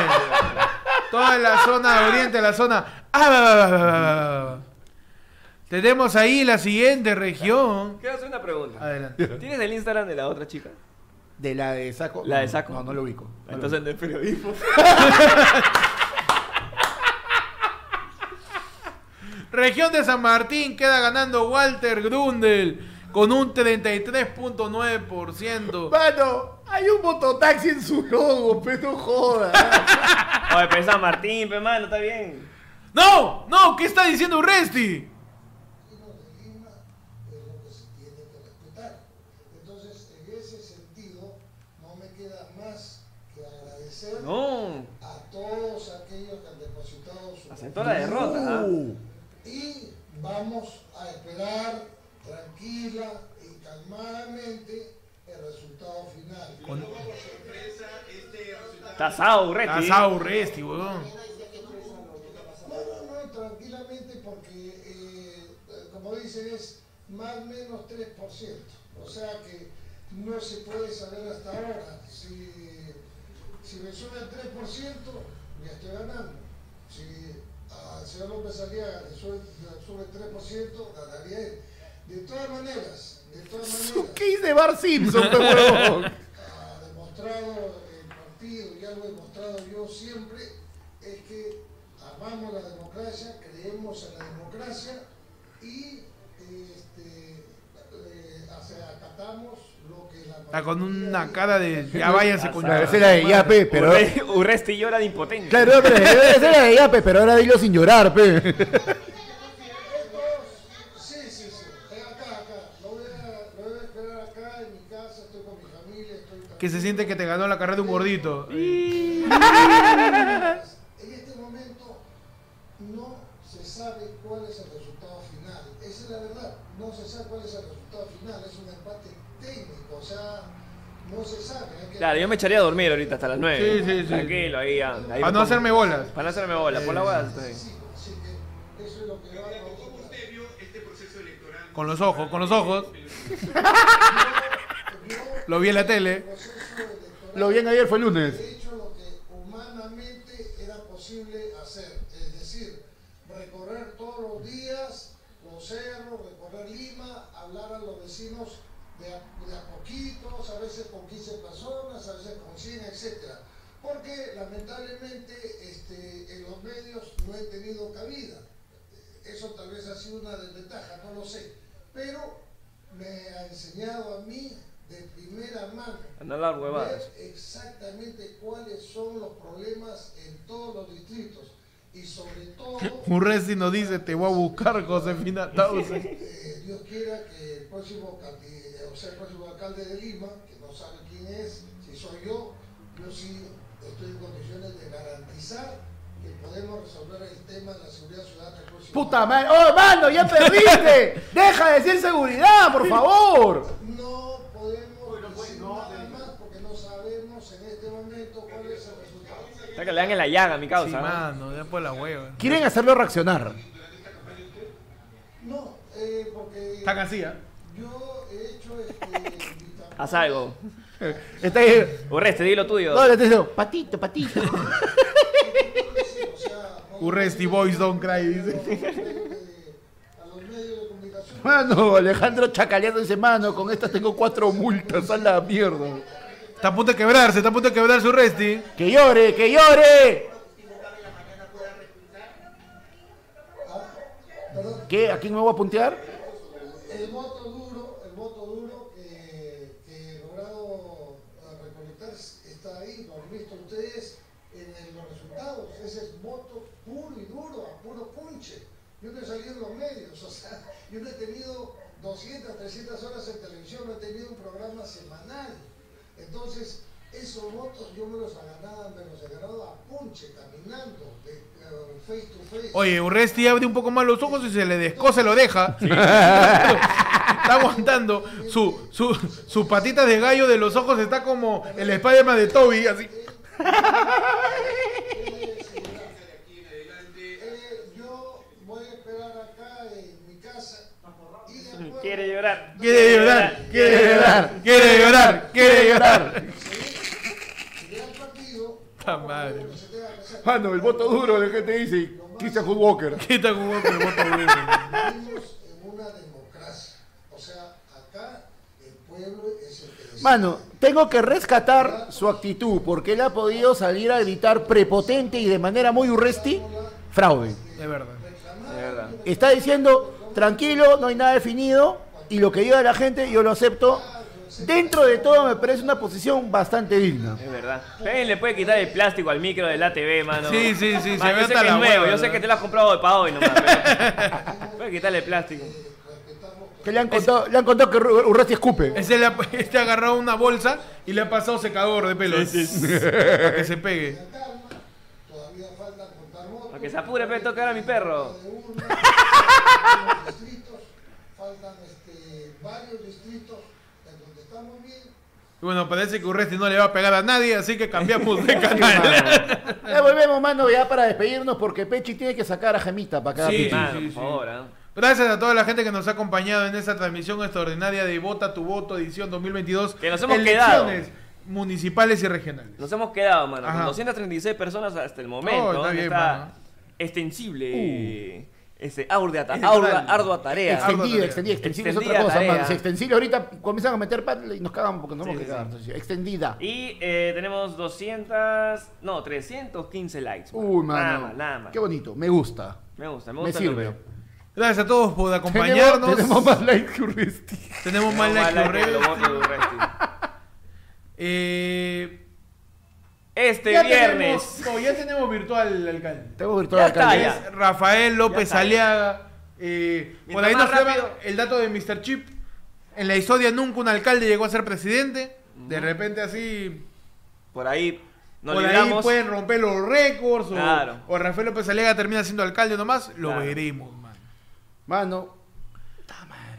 Speaker 1: Toda la zona oriente, la zona. Ah, va, va, va, va, va, va. Tenemos ahí la siguiente región.
Speaker 3: Quiero hacer una pregunta.
Speaker 1: Adelante.
Speaker 3: ¿Tienes el Instagram de la otra chica?
Speaker 2: De la de saco.
Speaker 3: La de saco.
Speaker 2: No, no lo ubico.
Speaker 3: Entonces, del periodismo.
Speaker 1: Región de San Martín queda ganando Walter Grundel con un 33.9%.
Speaker 2: Mano, hay un mototaxi en su logo, pero no joda.
Speaker 3: Oye, pero es San Martín, pe mano, está bien.
Speaker 1: ¡No! ¡No! ¿Qué está diciendo Urresti?
Speaker 5: sino digna es lo que pues se tiene que respetar. Entonces, en ese sentido, no me queda más que agradecer
Speaker 3: No,
Speaker 5: a todos aquellos que han depositado su
Speaker 3: aceptó la derrota. ¿ah?
Speaker 2: Uh,
Speaker 5: y vamos a esperar tranquila y calmadamente el resultado final.
Speaker 3: Tasado, Urresti.
Speaker 1: Casado Urresti, weón.
Speaker 5: No, no, no, tranquilamente porque, eh, eh, como dicen, es más o menos 3%. O sea que no se puede saber hasta ahora. Si, si me sube el 3%, ya estoy ganando. Si al señor López Aliaga le sube, le sube el 3%, ganaría él. De todas maneras, de todas maneras,
Speaker 2: ¿Qué dice Bar Simpson, pe huevón?
Speaker 5: ha demostrado el partido, ya lo he demostrado yo siempre, es que amamos la democracia, creemos en la democracia y este, eh, o sea, acatamos lo que la
Speaker 1: Está con
Speaker 5: mayoría
Speaker 1: una
Speaker 5: diga.
Speaker 1: cara de. Ya váyanse con
Speaker 2: Claro, esa es la de ya, pe, pero...
Speaker 3: Urre- Urresti llora de impotencia.
Speaker 2: Claro, pero esa es la de ya, pe, pero ahora dilo sin llorar, pe.
Speaker 5: Sí, sí, sí. Eh, Acá, acá. Lo voy, a, lo voy a esperar acá en mi casa, estoy con mi familia, estoy tranquilo.
Speaker 1: Que se siente que te ganó la carrera de un gordito.
Speaker 5: En este momento no se sabe cuál es el resultado final. Esa es la verdad. No se sabe cuál es el resultado final. Es un empate técnico. O sea, no se sabe. Hay que-
Speaker 3: Claro, yo me echaría a dormir ahorita hasta las 9.
Speaker 1: Sí, sí, sí.
Speaker 3: Tranquilo, ahí ya. ahí me
Speaker 1: Para no
Speaker 3: pongo.
Speaker 1: hacerme bolas.
Speaker 3: Para no hacerme bola, por la bola estoy.
Speaker 5: Sí, así que eso es lo que va a contar.
Speaker 1: Con los ojos, con los ojos. Lo vi en la tele.
Speaker 2: Lo bien ayer fue el lunes.
Speaker 5: He hecho lo que humanamente era posible hacer. Es decir, recorrer todos los días los cerros, recorrer Lima, hablar a los vecinos de a, de a poquitos, a veces con 15 personas, a veces con 100, etcétera. Porque lamentablemente este, en los medios no he tenido cabida eso tal vez ha sido una desventaja, no lo sé, pero me ha enseñado a mí de primera mano
Speaker 3: A no hablar huevadas.
Speaker 5: ver exactamente cuáles son los problemas en todos los distritos y sobre todo,
Speaker 1: Urresti nos dice: Te voy a buscar, Josefina Tausa.
Speaker 5: eh, Dios quiera que el próximo, candi- eh, o sea, el próximo alcalde de Lima, que no sabe quién es, si soy yo, yo sí estoy en condiciones de garantizar que podemos resolver el tema de la seguridad ciudadana el próximo
Speaker 2: Puta madre. ¡Oh, mano, ya perdiste! ¡Deja de decir seguridad, por favor!
Speaker 5: No podemos decir nada más porque no sabemos en este momento cuál es el resultado.
Speaker 3: Está que le dan en la llaga a mi
Speaker 1: Sí,
Speaker 3: causa. ¿no?
Speaker 1: mano, ya por la hueva.
Speaker 2: Quieren hacerlo reaccionar.
Speaker 5: No, eh, porque
Speaker 1: Está casi, ¿ah?
Speaker 5: yo he hecho este. mi campaña.
Speaker 3: Haz algo.
Speaker 2: Está ahí.
Speaker 3: Urresti, di lo tuyo.
Speaker 2: No, le estoy diciendo, patito, patito.
Speaker 5: O sea, no-
Speaker 1: Urresti Boys Don't Cry, dice.
Speaker 5: eh, a los medios de comunicación.
Speaker 2: Mano, Alejandro Chacaleando dice, mano, con estas tengo cuatro multas, a la mierda.
Speaker 1: Está a punto de quebrarse, está a punto de quebrarse Urresti.
Speaker 2: ¡Que llore, que llore!
Speaker 5: Perdón,
Speaker 2: ¿Qué? ¿A quién me voy a puntear?
Speaker 5: el voto duro, el voto duro que, que he logrado eh, recolectar está ahí, lo han visto ustedes en el- los resultados. Ese es voto puro y duro, a puro punche. Yo no he salido en los medios, o sea, yo no he tenido 200, 300 horas en televisión, no he tenido un programa semanal. Entonces, esos votos yo me los he ganado, me los he ganado a punche, caminando, de, eh, face to face.
Speaker 1: Oye, Urresti abre un poco más los ojos y se le descoce la oreja. está aguantando. Su, su, su patita de gallo de los ojos está como el Spiderman de Toby, así.
Speaker 5: Eh, yo voy a esperar acá en mi casa y después
Speaker 3: Quiere llorar.
Speaker 1: Quiere llorar, quiere llorar, quiere llorar, quiere llorar.
Speaker 5: iré al partido.
Speaker 1: Puta madre.
Speaker 5: que se tenga que hacer.
Speaker 2: Mano, el voto duro de gente dice, Christian Hood Walker.
Speaker 1: Quita con otro voto duro.
Speaker 5: Vivimos en una democracia. O sea, acá el pueblo es el que decide.
Speaker 2: Mano, tengo que rescatar su actitud, porque él ha podido salir a gritar prepotente y de manera muy urresti, fraude.
Speaker 1: De verdad.
Speaker 5: Reclamar
Speaker 3: mierda.
Speaker 2: Está diciendo, tranquilo, no hay nada definido, y lo que diga la gente yo lo acepto. Dentro de todo me parece una posición bastante digna.
Speaker 3: Es verdad. Alguien le puede quitar el plástico al micro del ATV, mano.
Speaker 1: Sí, sí, sí, se ve
Speaker 3: Man, yo sé
Speaker 1: hasta
Speaker 3: que es
Speaker 1: la
Speaker 3: nuevo,
Speaker 1: hueva,
Speaker 3: yo sé
Speaker 1: ¿no?
Speaker 3: que te lo has comprado de pa' hoy nomás. pero- Puede quitarle el plástico.
Speaker 2: Que le han contado, le han contado que Ur- Urresti escupe.
Speaker 1: Ese le ha, este ha agarrado una bolsa y le ha pasado secador de pelos. Para que se pegue.
Speaker 5: Todavía falta contar votos.
Speaker 3: Para que se apure, pues, toca ahora a mi perro.
Speaker 5: De urna, faltan los distritos, faltan este, varios distritos en donde estamos bien.
Speaker 1: Y bueno, parece que Urresti no le va a pegar a nadie, así que cambiamos de canal.
Speaker 2: Ya volvemos, mano, ya para despedirnos, porque Pechi tiene que sacar a Gemita para acá.
Speaker 1: Sí.
Speaker 2: Pechi.
Speaker 3: Mano,
Speaker 1: sí,
Speaker 3: por
Speaker 1: sí.
Speaker 3: favor, ¿ah?
Speaker 1: Gracias a toda la gente que nos ha acompañado en esta transmisión extraordinaria de Vota tu Voto edición 2022.
Speaker 3: Que nos hemos
Speaker 1: Elecciones municipales y regionales.
Speaker 3: Nos hemos quedado, mano,
Speaker 1: Ajá.
Speaker 3: con 236 personas hasta el momento.
Speaker 1: Oh, está bien, mano. Uh.
Speaker 3: extensible. Ese ardua, ta-
Speaker 1: Ese
Speaker 3: ardua-
Speaker 1: tal.
Speaker 3: ardua tarea.
Speaker 1: Extendido.
Speaker 2: Extendida, extendida, extensible es otra
Speaker 3: Extendida
Speaker 2: cosa,
Speaker 3: tarea.
Speaker 2: mano. Si extensible ahorita comienzan a meter patas y nos cagamos porque no vamos
Speaker 3: Sí,
Speaker 2: a
Speaker 3: sí,
Speaker 2: cagar. entonces, Extendida.
Speaker 3: Y eh, tenemos 200. No, 315 likes. mano.
Speaker 2: Uy, mano.
Speaker 3: Nada más, nada más.
Speaker 2: Qué bonito, me gusta.
Speaker 3: Me gusta, me
Speaker 2: Me
Speaker 3: gusta.
Speaker 2: sirve.
Speaker 1: Gracias a todos por acompañarnos.
Speaker 2: Tenemos, tenemos más likes que Urresti.
Speaker 1: Tenemos más
Speaker 3: Más
Speaker 1: likes que
Speaker 3: likes que los
Speaker 1: Urresti.
Speaker 3: votos de Urresti.
Speaker 1: Eh,
Speaker 3: Este
Speaker 1: ya
Speaker 3: viernes.
Speaker 1: tenemos- no, ya tenemos virtual alcalde.
Speaker 2: Tengo virtual
Speaker 3: Ya está,
Speaker 2: alcalde.
Speaker 3: ya.
Speaker 1: Es Rafael López
Speaker 3: Ya está.
Speaker 1: Aliaga. Eh, por
Speaker 3: Mientras
Speaker 1: ahí nos
Speaker 3: más
Speaker 1: llevan
Speaker 3: rápido.
Speaker 1: el dato de Mr. Chip. En la historia nunca un alcalde llegó a ser presidente. De repente así
Speaker 3: Por ahí nos
Speaker 1: por ahí
Speaker 3: libramos.
Speaker 1: pueden romper los récords o,
Speaker 3: Claro.
Speaker 1: o Rafael López Aliaga termina siendo alcalde nomás, lo
Speaker 3: Claro.
Speaker 1: veremos, man.
Speaker 2: Mano,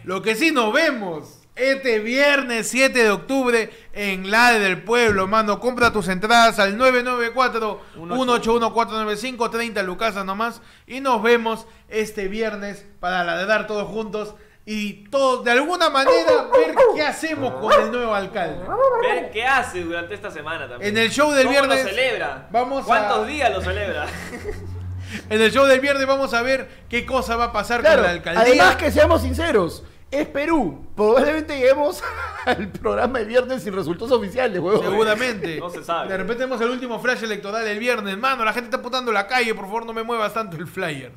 Speaker 1: Lo que sí nos vemos este viernes 7 de octubre en la del pueblo, mano. Compra tus entradas al 994 181 30 lucasas nomás. Y nos vemos este viernes para ladrar todos juntos y todos, de alguna manera, ver qué hacemos con el nuevo alcalde.
Speaker 3: Ver qué hace durante esta semana también.
Speaker 1: En el show del
Speaker 3: ¿Cómo lo
Speaker 1: viernes
Speaker 3: celebra?
Speaker 1: vamos a-
Speaker 3: ¿Cuántos días lo celebra?
Speaker 1: En el show del viernes vamos a ver qué cosa va a pasar
Speaker 2: claro,
Speaker 1: con la alcaldía.
Speaker 2: además que seamos sinceros, es Perú. Probablemente lleguemos al programa el viernes sin resultados oficiales, huevón.
Speaker 1: Seguramente.
Speaker 3: No se sabe.
Speaker 1: De repente tenemos el último flash electoral el viernes. Mano, la gente está apuntando la calle. Por favor, no me muevas tanto el flyer.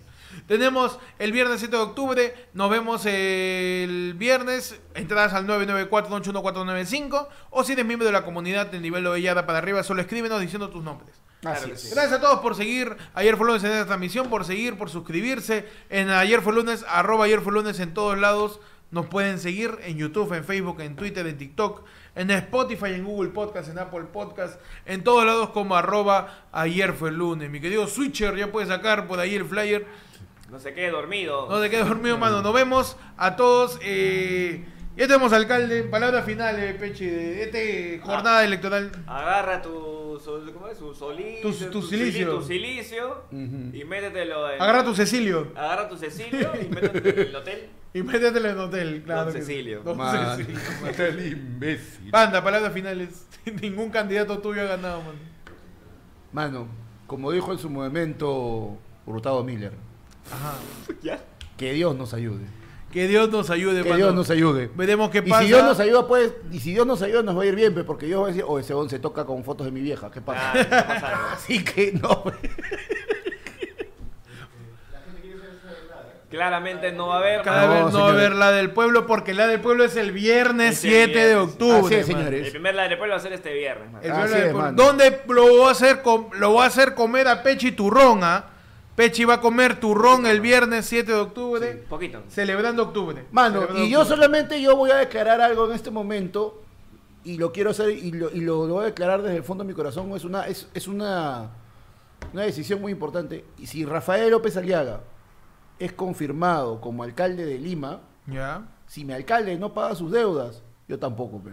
Speaker 1: Tenemos el viernes 7 de octubre. Nos vemos el viernes. Entradas al 994-81495. O si eres miembro de la comunidad del nivel de Bellada para arriba, solo escríbenos diciendo tus nombres.
Speaker 2: Así
Speaker 3: Claro que
Speaker 2: es.
Speaker 3: sí.
Speaker 1: Gracias a todos por seguir. Ayer fue lunes en esta transmisión, por seguir, por suscribirse. En ayer fue lunes, arroba ayer fue lunes en todos lados. Nos pueden seguir en YouTube, en Facebook, en Twitter, en TikTok, en Spotify, en Google Podcast, en Apple Podcast, en todos lados como arroba ayer fue lunes. Mi querido Switcher, ya puede sacar por ahí el flyer.
Speaker 3: No se quede dormido.
Speaker 1: No te quedes dormido, mano. Nos vemos a todos. eh, ya tenemos alcalde. Palabras finales, Peche, de esta jornada electoral.
Speaker 3: Agarra tu, sol- ¿cómo es? Su soli-
Speaker 1: Tu- tu silicio.
Speaker 3: sili- tu silicio y métetelo en...
Speaker 1: Agarra tu Cecilio.
Speaker 3: Agarra tu Cecilio y métetelo en el hotel.
Speaker 1: Y métetelo en hotel, claro.
Speaker 3: Don
Speaker 1: que sí.
Speaker 3: Cecilio.
Speaker 1: Don
Speaker 4: Man,
Speaker 1: Cecilio.
Speaker 4: el imbécil.
Speaker 1: Banda, palabras finales. Ningún candidato tuyo ha ganado, man.
Speaker 2: Mano, como dijo en su momento Hurtado Miller,
Speaker 3: ¿Ya?
Speaker 2: que Dios nos ayude.
Speaker 1: Que Dios nos ayude,
Speaker 2: Que
Speaker 1: mano.
Speaker 2: Dios nos ayude.
Speaker 1: Veremos qué
Speaker 2: y
Speaker 1: pasa.
Speaker 2: Si Dios nos ayuda, pues, y si Dios nos ayuda, nos va a ir bien, pues, porque yo voy a decir, oh, ese once toca con fotos de mi vieja, ¿qué pasa?
Speaker 3: Ah, está pasando.
Speaker 2: Así que no, pues.
Speaker 3: Claramente no va a haber...
Speaker 1: Cada
Speaker 3: mano.
Speaker 2: No,
Speaker 1: vez no va a
Speaker 2: señores.
Speaker 1: haber la del pueblo, porque la del pueblo es el viernes
Speaker 3: Ese
Speaker 1: 7 de
Speaker 3: viernes.
Speaker 1: octubre.
Speaker 2: Así es,
Speaker 1: man.
Speaker 2: señores.
Speaker 3: El primer ladre pueblo va a ser este viernes, mano.
Speaker 1: El
Speaker 2: Así
Speaker 1: viernes del
Speaker 2: es,
Speaker 1: pueblo.
Speaker 2: mano.
Speaker 1: ¿Dónde lo voy a hacer, com- lo voy a hacer comer a Pechi turrón, ah? Pechi va a comer turrón el viernes 7 de octubre,
Speaker 3: Poquito.
Speaker 1: celebrando octubre.
Speaker 2: Mano,
Speaker 1: Celebrando
Speaker 2: y yo
Speaker 1: octubre.
Speaker 2: solamente yo voy a declarar algo en este momento y lo quiero hacer y lo, y lo- lo voy a declarar desde el fondo de mi corazón. Es una, es, es una, una decisión muy importante. Y si Rafael López Aliaga es confirmado como alcalde de Lima,
Speaker 1: Ya.
Speaker 2: si mi alcalde no paga sus deudas, yo tampoco. pe.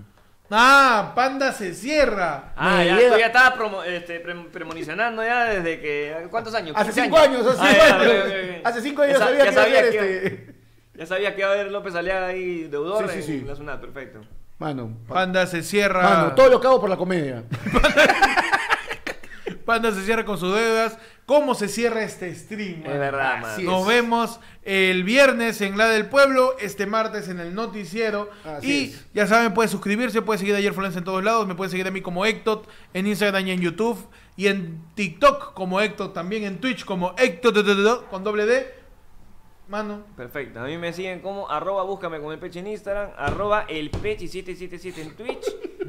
Speaker 1: Ah, Panda se cierra.
Speaker 3: Ah,
Speaker 2: Me
Speaker 3: ya,
Speaker 2: llega-
Speaker 3: tú ya estabas promo- este, pre- premonicionando ya desde que... ¿Cuántos años?
Speaker 2: Hace
Speaker 3: 15
Speaker 2: cinco años, hace
Speaker 3: Ah,
Speaker 2: cinco
Speaker 3: ya,
Speaker 2: años.
Speaker 3: ok, ok, ok.
Speaker 2: Hace cinco años
Speaker 3: Ya sa-
Speaker 2: sabía que iba a haber
Speaker 3: sabía que-
Speaker 2: este.
Speaker 3: Ya sabía que iba a haber López Aliaga ahí deudor
Speaker 2: Sí, sí,
Speaker 3: en
Speaker 2: sí.
Speaker 3: la zona, perfecto.
Speaker 2: Mano, pa-
Speaker 1: Panda se cierra.
Speaker 2: mano, todo lo cago por la comedia.
Speaker 1: Panda se cierra con sus deudas. ¿Cómo se cierra este stream?
Speaker 3: Eh, Es verdad, man.
Speaker 2: Así
Speaker 1: Nos
Speaker 2: es.
Speaker 1: vemos el viernes en La del Pueblo, este martes en el noticiero.
Speaker 2: Así
Speaker 1: y
Speaker 2: es.
Speaker 1: ya saben, pueden suscribirse, pueden seguir a Ayer Florence en todos lados, me pueden seguir a mí como Ectot, en Instagram y en YouTube, y en TikTok como Ectot, también en Twitch como Ectot con doble D. mano.
Speaker 3: Perfecto. A mí me siguen como arroba búscame con el peche en Instagram, arroba el peche 777 en Twitch.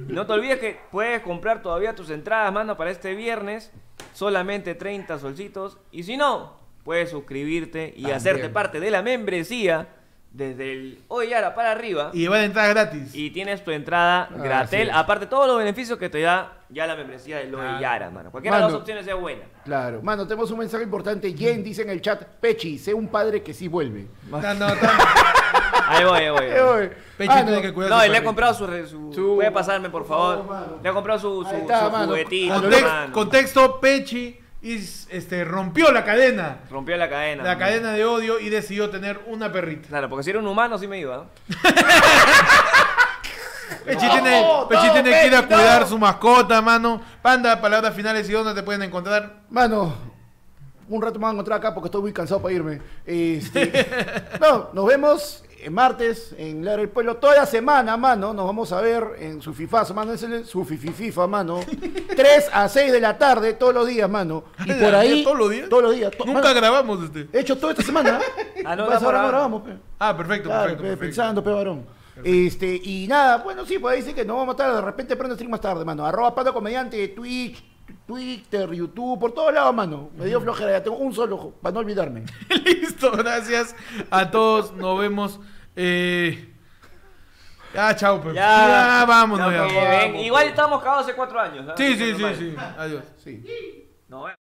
Speaker 3: Y no te olvides que puedes comprar todavía tus entradas, mano, para este viernes. Solamente 30 solcitos. Y si no, puedes suscribirte y
Speaker 1: También.
Speaker 3: hacerte parte de la membresía desde el hoy ahora para arriba. Y,
Speaker 1: Y van a entrar gratis.
Speaker 3: tienes tu entrada
Speaker 2: Ah,
Speaker 3: gratis.
Speaker 2: así es.
Speaker 3: Aparte, todos los beneficios que te da ya la membresía del hoy
Speaker 1: Claro.
Speaker 3: Yara, mano. Cualquiera de las
Speaker 2: Mano.
Speaker 3: dos opciones es buena.
Speaker 2: Claro. Mano, tenemos un mensaje importante. Jen dice en el chat, Pechi, sé un padre que sí vuelve. Eh,
Speaker 1: No, no, tan-
Speaker 3: Ahí voy, ahí voy. ahí voy.
Speaker 1: Pechi
Speaker 2: Mano,
Speaker 1: tiene que cuidar.
Speaker 3: Ah, No,
Speaker 1: su
Speaker 3: y le he
Speaker 1: perrito.
Speaker 3: comprado su, re- su-
Speaker 2: Su-
Speaker 3: Puede pasarme, por favor.
Speaker 2: mano.
Speaker 3: le he comprado su, su,
Speaker 2: Ahí está,
Speaker 3: su
Speaker 2: mano.
Speaker 3: juguetito,
Speaker 1: Context-
Speaker 3: mano.
Speaker 1: contexto, Pechi is- este, rompió la cadena.
Speaker 3: Rompió la cadena.
Speaker 1: La
Speaker 3: mano.
Speaker 1: cadena de odio y decidió tener una perrita.
Speaker 3: Claro, porque si era un humano sí me iba.
Speaker 1: Pechi tiene,
Speaker 2: no,
Speaker 1: Pechi
Speaker 2: no,
Speaker 1: tiene que ir a
Speaker 2: Pechi, no.
Speaker 1: cuidar su mascota, mano. Panda, palabras finales y dónde te pueden encontrar.
Speaker 2: Mano, un rato me voy a encontrar acá porque estoy muy cansado para irme. Este, no, nos vemos en martes en Lara del Pueblo. Toda la semana, mano, nos vamos a ver en su FIFA, mano. Es el- su fifi FIFA, mano. 3 a 6 de la tarde todos los días, mano. Y por ahí.
Speaker 1: ¿Todos los días?
Speaker 2: Todos los días. to-
Speaker 1: Nunca
Speaker 2: mano,
Speaker 1: grabamos este.
Speaker 2: He hecho toda esta semana.
Speaker 3: Ah, no,
Speaker 2: Pues
Speaker 3: no,
Speaker 2: ahora
Speaker 3: por
Speaker 2: no
Speaker 3: ahora.
Speaker 2: grabamos, pe.
Speaker 1: Ah, perfecto,
Speaker 2: Claro,
Speaker 1: perfecto,
Speaker 2: pe,
Speaker 1: perfecto.
Speaker 2: pensando, pe, varón. Este, y nada, bueno, sí, pues ahí dice que nos vamos a estar, de repente prendo stream más tarde, mano. Arroba Pando Comediante, Twitch, Twitter, YouTube, por todos lados, mano. Me dio flojera, ya tengo un solo ojo, para no olvidarme.
Speaker 1: Listo, gracias a todos. Nos vemos. Eh... Ya, chao, pues. Ya, vámonos
Speaker 3: Ya,
Speaker 1: ya.
Speaker 3: pues, ven. Igual estamos cagados hace cuatro años. ¿ah?
Speaker 1: Sí, sí, sí,
Speaker 3: Normal.
Speaker 1: sí. Adiós.
Speaker 2: Sí.
Speaker 3: Nos vemos.